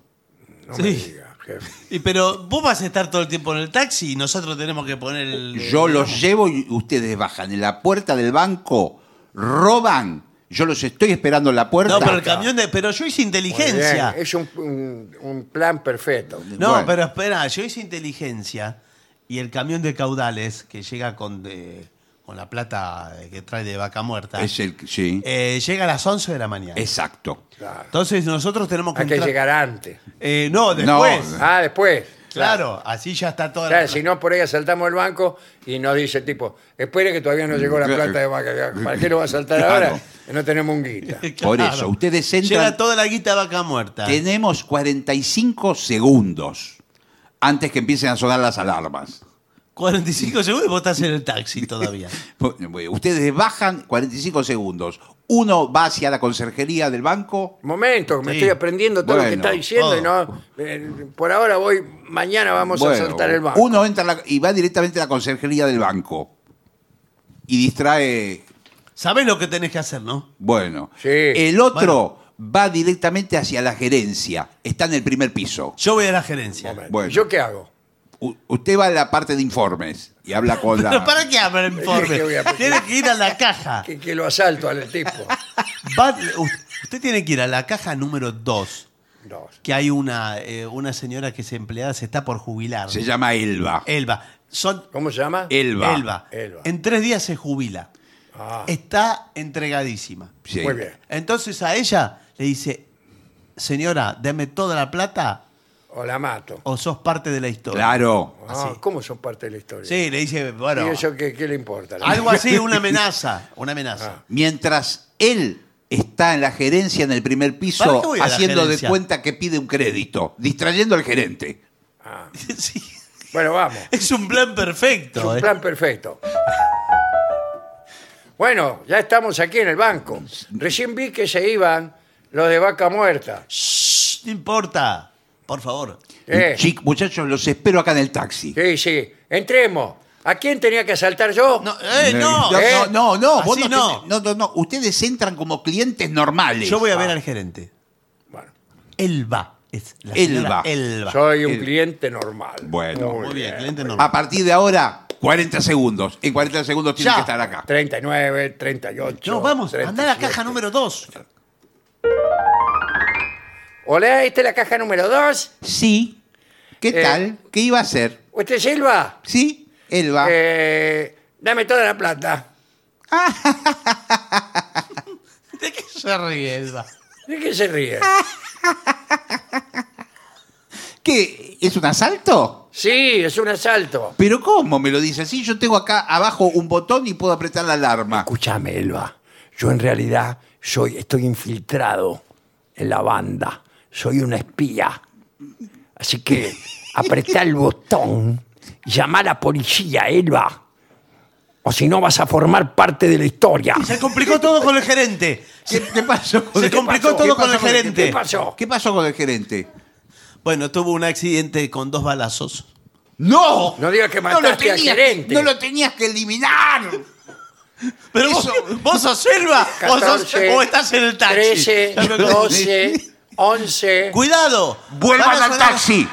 [SPEAKER 1] No me
[SPEAKER 2] sí.
[SPEAKER 1] diga, jefe.
[SPEAKER 2] Y pero vos vas a estar todo el tiempo en el taxi y nosotros tenemos que poner el.
[SPEAKER 3] Yo los llevo y ustedes bajan en la puerta del banco, roban. Yo los estoy esperando en la puerta.
[SPEAKER 2] No, pero el camión de. Pero yo hice
[SPEAKER 1] Muy bien,
[SPEAKER 2] inteligencia.
[SPEAKER 1] Es un, un- un plan perfecto.
[SPEAKER 2] No,
[SPEAKER 3] Bueno.
[SPEAKER 2] pero espera, yo hice inteligencia y el camión de caudales que llega con, de- con la plata eh, que trae de vaca muerta
[SPEAKER 3] Es el, sí,
[SPEAKER 2] eh, llega a las 11 de la mañana.
[SPEAKER 3] exacto.
[SPEAKER 1] Claro.
[SPEAKER 2] Entonces nosotros tenemos que.
[SPEAKER 1] Hay que
[SPEAKER 2] entrar-
[SPEAKER 1] llegar antes.
[SPEAKER 2] Eh, no, después.
[SPEAKER 3] No.
[SPEAKER 1] Ah, después.
[SPEAKER 2] Claro, así ya está toda
[SPEAKER 1] Claro,
[SPEAKER 2] la.
[SPEAKER 1] si no, por ahí asaltamos el banco y nos dice, tipo, espere que todavía no llegó la plata de vaca. ¿Para qué lo va a asaltar
[SPEAKER 3] Claro.
[SPEAKER 1] ahora? No tenemos un guita.
[SPEAKER 3] Por eso, ustedes entran-
[SPEAKER 2] Llega toda la guita de vaca muerta.
[SPEAKER 3] Tenemos 45 segundos antes que empiecen a sonar las alarmas.
[SPEAKER 2] 45 segundos y vos estás en el taxi todavía.
[SPEAKER 3] Ustedes bajan 45 segundos. Uno va hacia la conserjería del banco.
[SPEAKER 1] Momento, me
[SPEAKER 2] Sí.
[SPEAKER 1] estoy aprendiendo todo lo que
[SPEAKER 3] Bueno,
[SPEAKER 1] está diciendo y no. eh, por ahora voy, mañana vamos a
[SPEAKER 3] Bueno,
[SPEAKER 1] asaltar el banco.
[SPEAKER 3] Uno entra a la- y va directamente a la conserjería del banco. Y distrae.
[SPEAKER 2] Sabés lo que tenés que hacer, ¿no?
[SPEAKER 3] Bueno.
[SPEAKER 1] Sí.
[SPEAKER 3] El otro va directamente hacia la gerencia. Está en el primer piso.
[SPEAKER 2] Yo voy a la gerencia.
[SPEAKER 1] Momento.
[SPEAKER 3] Bueno.
[SPEAKER 1] ¿Yo qué hago?
[SPEAKER 3] U- usted va a la parte de informes y habla con la.
[SPEAKER 2] ¿Pero para qué habla el
[SPEAKER 1] ¿Qué voy
[SPEAKER 2] informe?
[SPEAKER 1] a pedir?
[SPEAKER 2] Tiene que ir a la caja.
[SPEAKER 1] Que, que lo asalto al tipo.
[SPEAKER 2] Va- u- usted tiene que ir a la caja número 2,
[SPEAKER 1] Dos.
[SPEAKER 2] que hay una, eh, una señora que es empleada, se está por jubilar.
[SPEAKER 3] Se llama Elba.
[SPEAKER 2] Elba. Son
[SPEAKER 1] ¿Cómo se llama?
[SPEAKER 3] Elba.
[SPEAKER 2] Elba.
[SPEAKER 1] Elba.
[SPEAKER 2] En tres días se jubila.
[SPEAKER 1] Ah,
[SPEAKER 2] Está entregadísima.
[SPEAKER 3] Sí.
[SPEAKER 1] Muy bien.
[SPEAKER 2] Entonces a ella le dice, señora, deme toda la plata
[SPEAKER 1] O la mato.
[SPEAKER 2] o sos parte de la historia.
[SPEAKER 3] Claro.
[SPEAKER 1] Ah,
[SPEAKER 2] así.
[SPEAKER 1] ¿Cómo son parte de la historia?
[SPEAKER 2] Sí, le
[SPEAKER 1] ¿Y
[SPEAKER 2] dice, bueno,
[SPEAKER 1] eso qué, qué le importa?
[SPEAKER 2] algo así, una amenaza, una
[SPEAKER 1] Ah.
[SPEAKER 2] amenaza.
[SPEAKER 3] Mientras él está en la gerencia en el primer
[SPEAKER 2] ¿Para qué
[SPEAKER 3] piso
[SPEAKER 2] voy a la
[SPEAKER 3] haciendo de
[SPEAKER 2] gerencia?
[SPEAKER 3] cuenta que pide un crédito, distrayendo al gerente.
[SPEAKER 1] Ah,
[SPEAKER 2] Sí,
[SPEAKER 1] Bueno, vamos.
[SPEAKER 2] es un plan perfecto.
[SPEAKER 1] Es un
[SPEAKER 2] eh.
[SPEAKER 1] plan perfecto. Bueno, ya estamos aquí en el banco. Recién vi que se iban los de vaca muerta.
[SPEAKER 2] Shh, no importa, por favor.
[SPEAKER 1] Eh,
[SPEAKER 3] Chic- muchachos, los espero acá en el taxi.
[SPEAKER 1] sí, sí. Entremos. ¿A quién tenía que asaltar yo?
[SPEAKER 2] No, eh, no.
[SPEAKER 3] no,
[SPEAKER 1] ¿Eh?
[SPEAKER 3] no, no, no, vos
[SPEAKER 2] Así no.
[SPEAKER 3] no, tenés- no, no, no, ustedes entran como clientes normales.
[SPEAKER 2] Yo voy a ver al gerente.
[SPEAKER 1] Bueno,
[SPEAKER 2] Elba. Es la señora
[SPEAKER 3] Elba.
[SPEAKER 2] Elba.
[SPEAKER 1] soy un
[SPEAKER 3] El-
[SPEAKER 1] cliente normal.
[SPEAKER 3] Bueno.
[SPEAKER 2] Eh, Muy bien, Ah, cliente normal.
[SPEAKER 3] A partir de ahora, 40 segundos. En 40 segundos tienen
[SPEAKER 2] Ya.
[SPEAKER 3] que estar acá.
[SPEAKER 1] 39, 38.
[SPEAKER 2] No, vamos, anda a la
[SPEAKER 1] 37.
[SPEAKER 2] caja número 2.
[SPEAKER 1] Hola, ¿esta es la caja número 2?
[SPEAKER 3] Sí. ¿Qué
[SPEAKER 1] Eh.
[SPEAKER 3] tal? ¿Qué iba a hacer?
[SPEAKER 1] ¿Usted es Silva?
[SPEAKER 3] Sí, Elba.
[SPEAKER 1] Eh, dame toda la plata.
[SPEAKER 2] ¿De qué se ríe Elba?
[SPEAKER 1] ¿De qué se ríe?
[SPEAKER 3] ¿Qué? ¿Es un asalto?
[SPEAKER 1] Sí, es un asalto.
[SPEAKER 3] ¿Pero cómo me lo dice así? Yo tengo acá abajo un botón y puedo apretar la alarma.
[SPEAKER 1] Escúchame, Elba. Yo en realidad soy, estoy infiltrado en la banda. Soy una espía. Así que apretá el botón, llama a la policía, Elba. O si no, vas a formar parte de la historia.
[SPEAKER 2] Se complicó todo con el gerente.
[SPEAKER 3] ¿Qué, qué pasó? con
[SPEAKER 2] Se
[SPEAKER 3] el-
[SPEAKER 2] complicó
[SPEAKER 3] ¿Qué
[SPEAKER 2] todo
[SPEAKER 3] pasó
[SPEAKER 2] con el gerente.
[SPEAKER 1] ¿Qué pasó?
[SPEAKER 3] ¿Qué pasó con el gerente?
[SPEAKER 2] Bueno, tuvo un accidente con dos balazos.
[SPEAKER 3] ¡No!
[SPEAKER 1] No digas que
[SPEAKER 3] lo
[SPEAKER 1] mataste al
[SPEAKER 3] tenías-
[SPEAKER 1] gerente.
[SPEAKER 3] No lo tenías que eliminar.
[SPEAKER 2] Pero vos,
[SPEAKER 3] Eso-
[SPEAKER 2] vos sos Elba o, sos-
[SPEAKER 1] 14,
[SPEAKER 2] o estás en el taxi.
[SPEAKER 1] 13, 12, 11.
[SPEAKER 2] Cuidado.
[SPEAKER 3] Vuelvan
[SPEAKER 2] Vamos
[SPEAKER 3] al
[SPEAKER 2] a la-
[SPEAKER 3] taxi.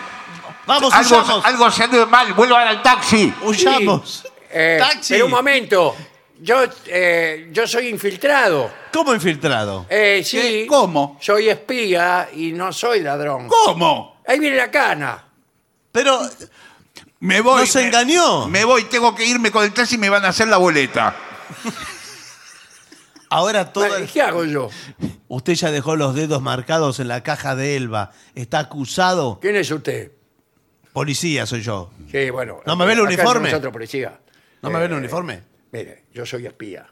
[SPEAKER 2] Vamos,
[SPEAKER 3] Algo,
[SPEAKER 2] huyamos.
[SPEAKER 3] algo se anda mal. Vuelvan al taxi.
[SPEAKER 2] Huyamos.
[SPEAKER 1] Eh,
[SPEAKER 2] taxi.
[SPEAKER 1] Pero un momento. Yo, eh, yo soy infiltrado.
[SPEAKER 2] ¿Cómo infiltrado?
[SPEAKER 1] Eh, sí.
[SPEAKER 3] ¿Qué? ¿Cómo?
[SPEAKER 1] Soy espía y no soy ladrón.
[SPEAKER 3] ¿Cómo?
[SPEAKER 1] Ahí viene la cana.
[SPEAKER 2] Pero
[SPEAKER 3] Me voy.
[SPEAKER 2] Nos
[SPEAKER 3] me-
[SPEAKER 2] engañó.
[SPEAKER 3] Me voy. Tengo que irme con el taxi y me van a hacer la boleta.
[SPEAKER 2] ahora todo...
[SPEAKER 1] ¿Qué hago yo?
[SPEAKER 2] Usted ya dejó los dedos marcados en la caja de Elba. Está acusado.
[SPEAKER 1] ¿Quién es usted?
[SPEAKER 2] Policía soy yo.
[SPEAKER 1] Sí, bueno.
[SPEAKER 2] ¿No me ve el
[SPEAKER 1] acá
[SPEAKER 2] uniforme?
[SPEAKER 1] somos otro policía. Eh,
[SPEAKER 2] ¿No me ve el uniforme?
[SPEAKER 1] Mire, yo soy espía.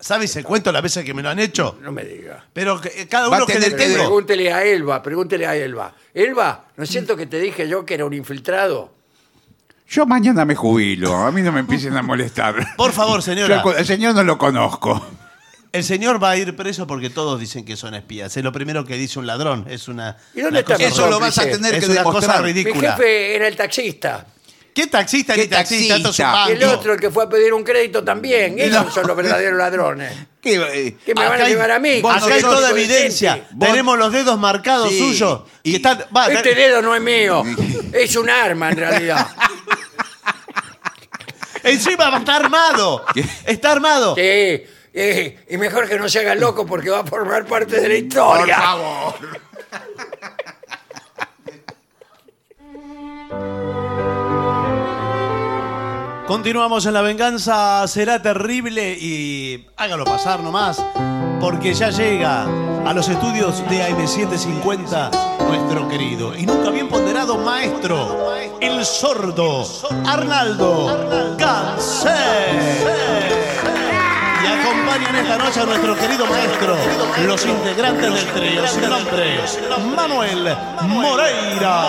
[SPEAKER 2] ¿Sabe ese cuento las veces que me lo han hecho?
[SPEAKER 1] No me diga.
[SPEAKER 2] Pero que- eh, cada
[SPEAKER 3] Va a
[SPEAKER 2] uno que le
[SPEAKER 3] tener que
[SPEAKER 2] tengo.
[SPEAKER 1] Pregúntele a Elba, pregúntele a Elba. Elba, ¿no es cierto que te dije yo que era un infiltrado?
[SPEAKER 4] Yo mañana me jubilo, a mí no me empiecen a molestar.
[SPEAKER 2] Por favor, señora.
[SPEAKER 4] Yo al señor no lo conozco.
[SPEAKER 2] El señor va a ir preso porque todos dicen que son espías. Es lo primero que dice un ladrón. Es una.
[SPEAKER 1] ¿Y dónde
[SPEAKER 2] una
[SPEAKER 1] está
[SPEAKER 2] cosa
[SPEAKER 1] mi
[SPEAKER 3] Eso lo vas a
[SPEAKER 1] cómplice?
[SPEAKER 3] tener
[SPEAKER 2] Es
[SPEAKER 3] que
[SPEAKER 2] una cosa
[SPEAKER 3] demostrar.
[SPEAKER 1] Mi
[SPEAKER 2] ridícula.
[SPEAKER 1] jefe era el taxista.
[SPEAKER 2] ¿Qué taxista
[SPEAKER 3] ¿Qué
[SPEAKER 2] ni taxista? Esto es un
[SPEAKER 3] taxista?
[SPEAKER 1] Y el
[SPEAKER 2] banco.
[SPEAKER 1] otro, el que fue a pedir un crédito también. Ellos son los verdaderos ladrones.
[SPEAKER 3] ¿Qué, eh,
[SPEAKER 1] ¿Qué me
[SPEAKER 2] Acá
[SPEAKER 1] van a
[SPEAKER 2] hay-
[SPEAKER 1] llevar a mí?
[SPEAKER 3] vos
[SPEAKER 2] Acá hay
[SPEAKER 3] sos
[SPEAKER 2] toda
[SPEAKER 1] Soy
[SPEAKER 2] evidencia.
[SPEAKER 1] inocente.
[SPEAKER 3] Vos-
[SPEAKER 2] Tenemos los dedos marcados
[SPEAKER 3] Sí.
[SPEAKER 2] suyos.
[SPEAKER 3] Y-
[SPEAKER 2] que están- va,
[SPEAKER 1] Este
[SPEAKER 2] te-
[SPEAKER 1] dedo no es mío. Es un arma, en realidad.
[SPEAKER 2] Encima va- está armado. Está armado.
[SPEAKER 1] Sí. eh, y mejor que no se haga loco porque va a formar parte de la historia.
[SPEAKER 2] Continuamos en la venganza. Será terrible y hágalo pasar nomás. Porque ya llega a los estudios de AM750 nuestro querido y nunca bien ponderado maestro, el sordo Arnaldo Cancel. Y acompañan esta noche a nuestro querido maestro, los integrantes del trío sin nombre, Manuel Moreira.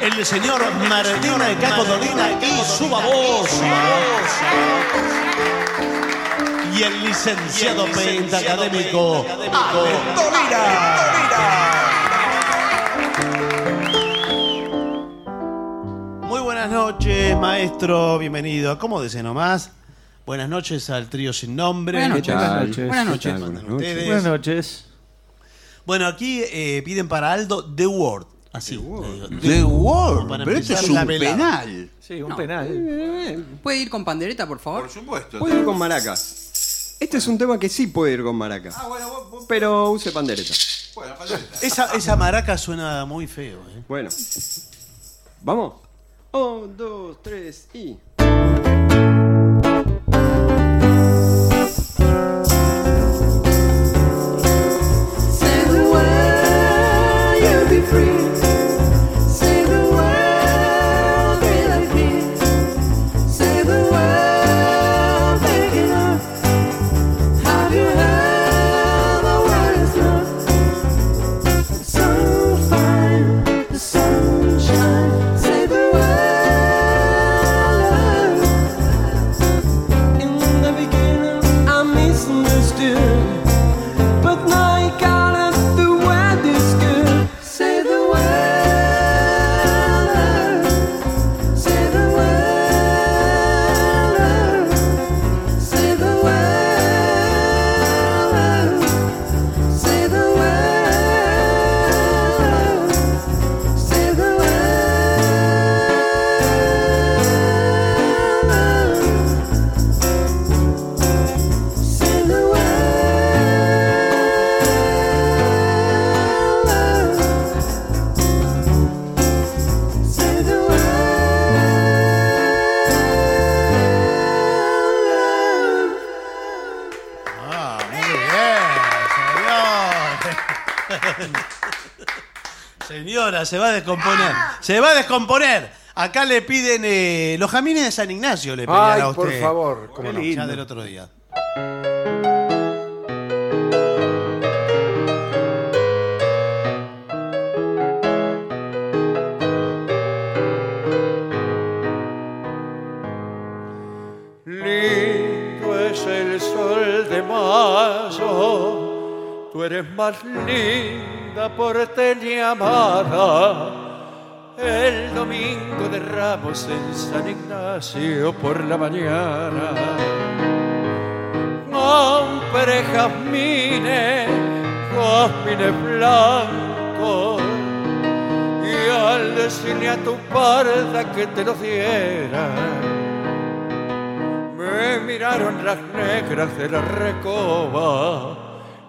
[SPEAKER 2] El señor Martina de Caco Dolina y su baboso. Y el licenciado pentacadémico Ale Muy buenas noches, maestro. Bienvenido. ¿Cómo dice nomás? Buenas noches al trío sin nombre.
[SPEAKER 4] Buenas noches.
[SPEAKER 5] Buenas noches.
[SPEAKER 4] Buenas
[SPEAKER 5] ¿Qué tal?
[SPEAKER 4] noches.
[SPEAKER 5] Buenas
[SPEAKER 2] Ustedes.
[SPEAKER 5] noches. Buenas noches.
[SPEAKER 2] Bueno, aquí eh, piden para Aldo The Word. Así. le digo,
[SPEAKER 3] The Word,
[SPEAKER 2] para
[SPEAKER 3] pero esto
[SPEAKER 2] empezar
[SPEAKER 3] es un
[SPEAKER 2] la velada.
[SPEAKER 3] penal.
[SPEAKER 5] Sí, un penal.
[SPEAKER 6] ¿Puede ir con pandereta, por favor?
[SPEAKER 3] supuesto.
[SPEAKER 5] Puede ir con maraca. Este es un tema que sí puede ir con maraca. Pero use pandereta.
[SPEAKER 2] Esa, esa maraca suena muy feo, ¿eh?
[SPEAKER 5] Bueno. Vamos. Un, dos, tres y.
[SPEAKER 7] Say the word, you'll be free. Say the word, be like me. Say the word, make it up. Have you heard the word is love? So fine, the sunshine. Say the word, love.
[SPEAKER 5] In the beginning I misunderstood. But now I got it the way this good.
[SPEAKER 7] Say the word. Say the word. Say the word. Say the word. Say the word. Say the word. Say the word.
[SPEAKER 2] Ah, muy bien, señor. Señora, se va a descomponer. Se va a descomponer. Acá le piden eh, los jamines de San Ignacio, le pedían
[SPEAKER 1] Ay,
[SPEAKER 2] a usted.
[SPEAKER 1] por favor, cómo no.
[SPEAKER 2] Ya del otro día.
[SPEAKER 1] Lindo es el sol de mayo, tú eres más linda porteña amada. El domingo de Ramos en San Ignacio por la mañana. Compré jazmines, jazmines blancos y al decirle a tu parda que te los diera, me miraron las negras de la recoba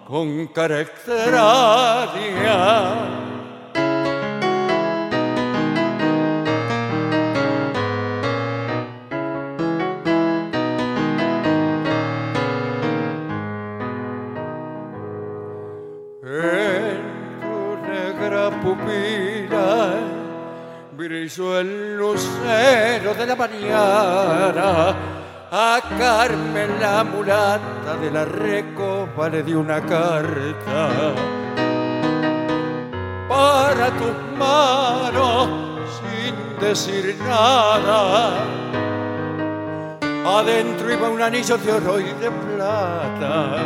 [SPEAKER 1] con cara extraña.
[SPEAKER 8] Brilló el lucero de la mañana, a Carmen la mulata de la recopa le di una carta. Para tus manos, sin decir nada, adentro iba un anillo de oro y de plata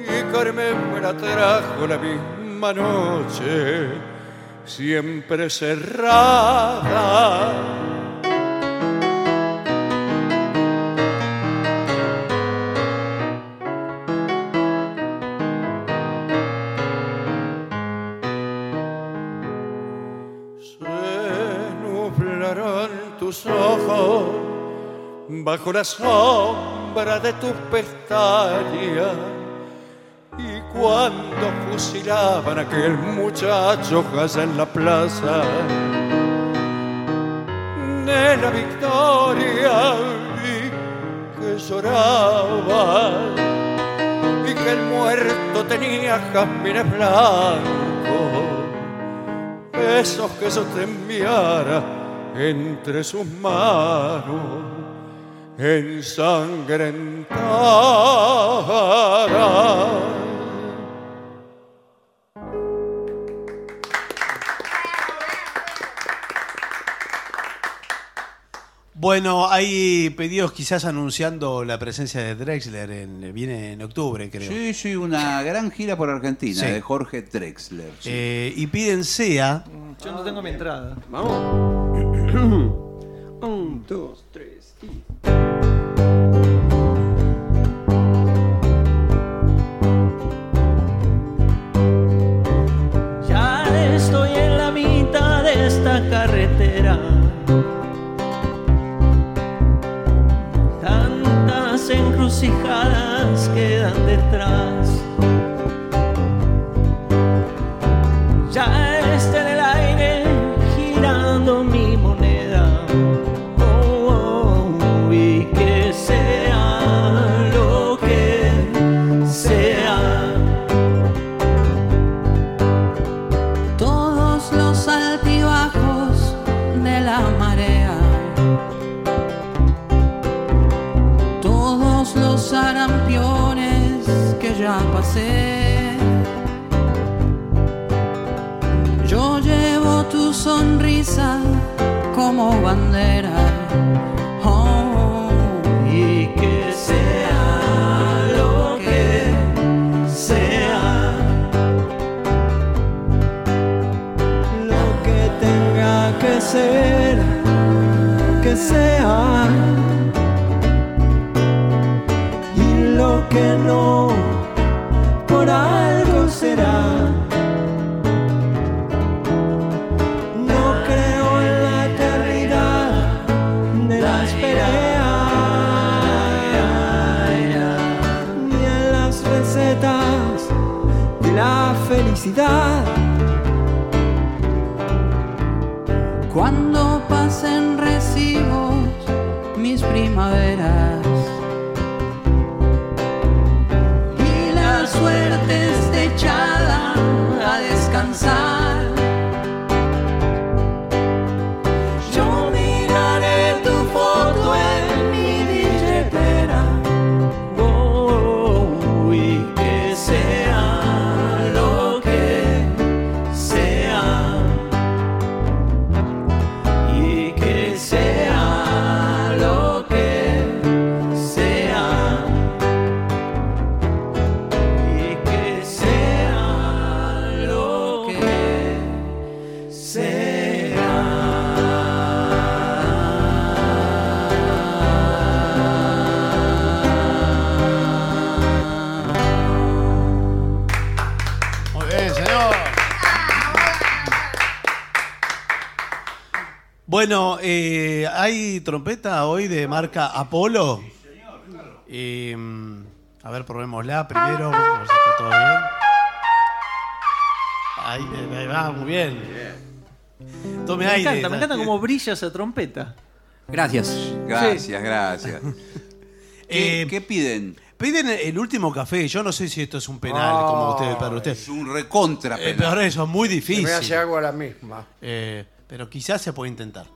[SPEAKER 8] y Carmen me la trajo la misma noche, siempre cerrada. Se nublarán tus ojos bajo la sombra de tus pestañas. Y cuando fusilaban a aquel muchacho casa en la plaza de la victoria, vi que lloraba y que el muerto tenía jazmines blancos, esos que yo te enviara entre sus manos ensangrentada.
[SPEAKER 2] Bueno, hay pedidos quizás anunciando la presencia de Drexler. En, viene en octubre, creo.
[SPEAKER 3] Sí, sí, una gran gira por Argentina
[SPEAKER 2] Sí.
[SPEAKER 3] de Jorge Trexler.
[SPEAKER 2] Eh, y piden SEA.
[SPEAKER 7] Yo no tengo mi entrada.
[SPEAKER 8] Vamos.
[SPEAKER 7] Un, dos, tres y. Ya estoy en la mitad de esta carretera. Tantas encrucijadas quedan detrás. Ya está en el aire girando mi moneda. Oh, oh, y que sea lo que sea.
[SPEAKER 5] todos los altibajos de la marea, todos los arampiones que ya pasé. Yo llevo tu sonrisa como bandera. Oh, y que sea lo que sea.
[SPEAKER 7] Lo que tenga que ser, que sea. Y lo que no, por algo será. No creo en la eternidad de las peleas, ni en las recetas de la felicidad.
[SPEAKER 5] Cuando pasen recibos mis primaveras y la suerte esté echada a descansar, yo miraré tu foto en mi billetera. Oh, y que sea lo que sea y que sea lo que sea y que sea lo que sea
[SPEAKER 2] Muy bien, señor. Bueno, eh, hay trompeta hoy de marca Apolo. Y, mm, a ver, probémosla primero. A ver si está todo bien. Ahí, ahí va, muy bien. Tome
[SPEAKER 7] Me
[SPEAKER 2] aire.
[SPEAKER 7] encanta, me encanta cómo brilla esa trompeta.
[SPEAKER 9] Gracias.
[SPEAKER 3] Gracias, gracias. ¿Qué,
[SPEAKER 2] Eh,
[SPEAKER 3] qué piden?
[SPEAKER 2] Piden el último café. Yo no sé si esto es un penal,
[SPEAKER 7] Ah,
[SPEAKER 2] como ustedes, para ustedes.
[SPEAKER 3] Es un recontra
[SPEAKER 2] Eh,
[SPEAKER 3] penal.
[SPEAKER 2] pero eso es muy difícil.
[SPEAKER 8] Me hace agua la misma.
[SPEAKER 2] Eh, Pero quizás se puede intentar.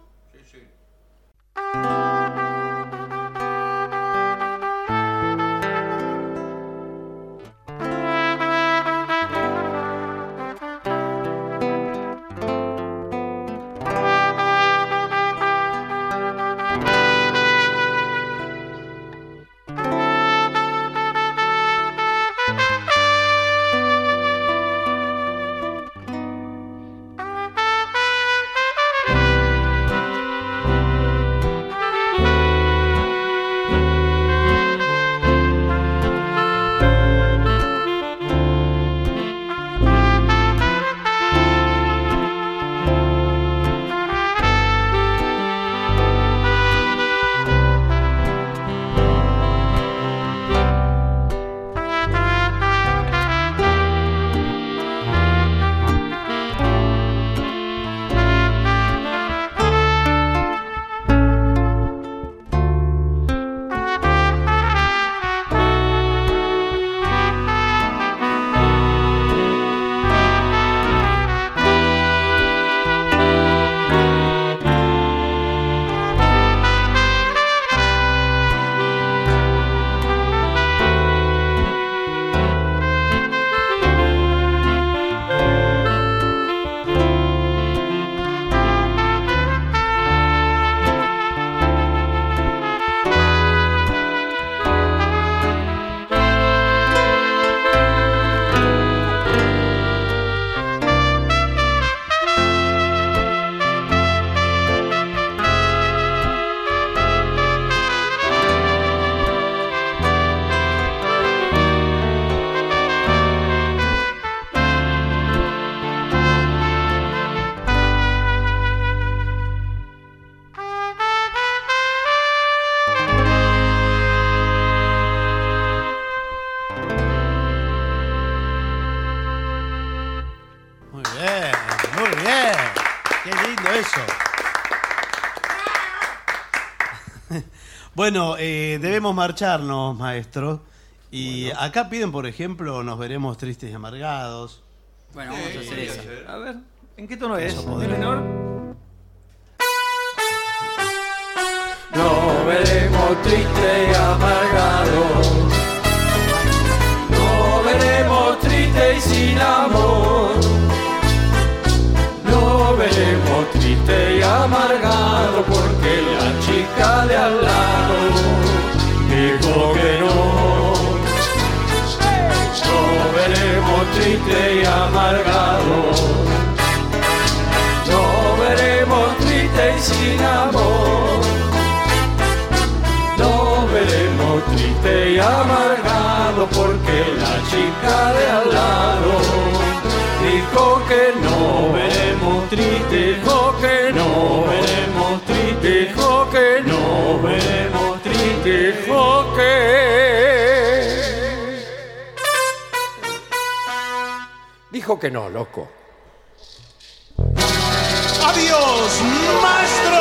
[SPEAKER 2] Muy bien, muy bien. Qué lindo eso. Bueno, eh, debemos marcharnos, maestro. Y acá piden, por ejemplo, nos veremos tristes y amargados.
[SPEAKER 6] Bueno, vamos a hacer eso.
[SPEAKER 10] A ver, ¿en qué tono es? ¿En
[SPEAKER 2] podría.
[SPEAKER 10] menor?
[SPEAKER 5] Nos veremos triste y amargado. Nos veremos triste y sin amor. Nos veremos triste y amargado porque la chica de al lado dijo que no. Nos veremos triste y amargado. Nos veremos triste y sin amor. Nos veremos triste y amargado porque la chica de al lado dijo que no Nos veremos triste, dijo que no Nos veremos triste, dijo que no Nos veremos triste, dijo que
[SPEAKER 1] Dijo que no, loco.
[SPEAKER 2] ¡Adiós, maestro!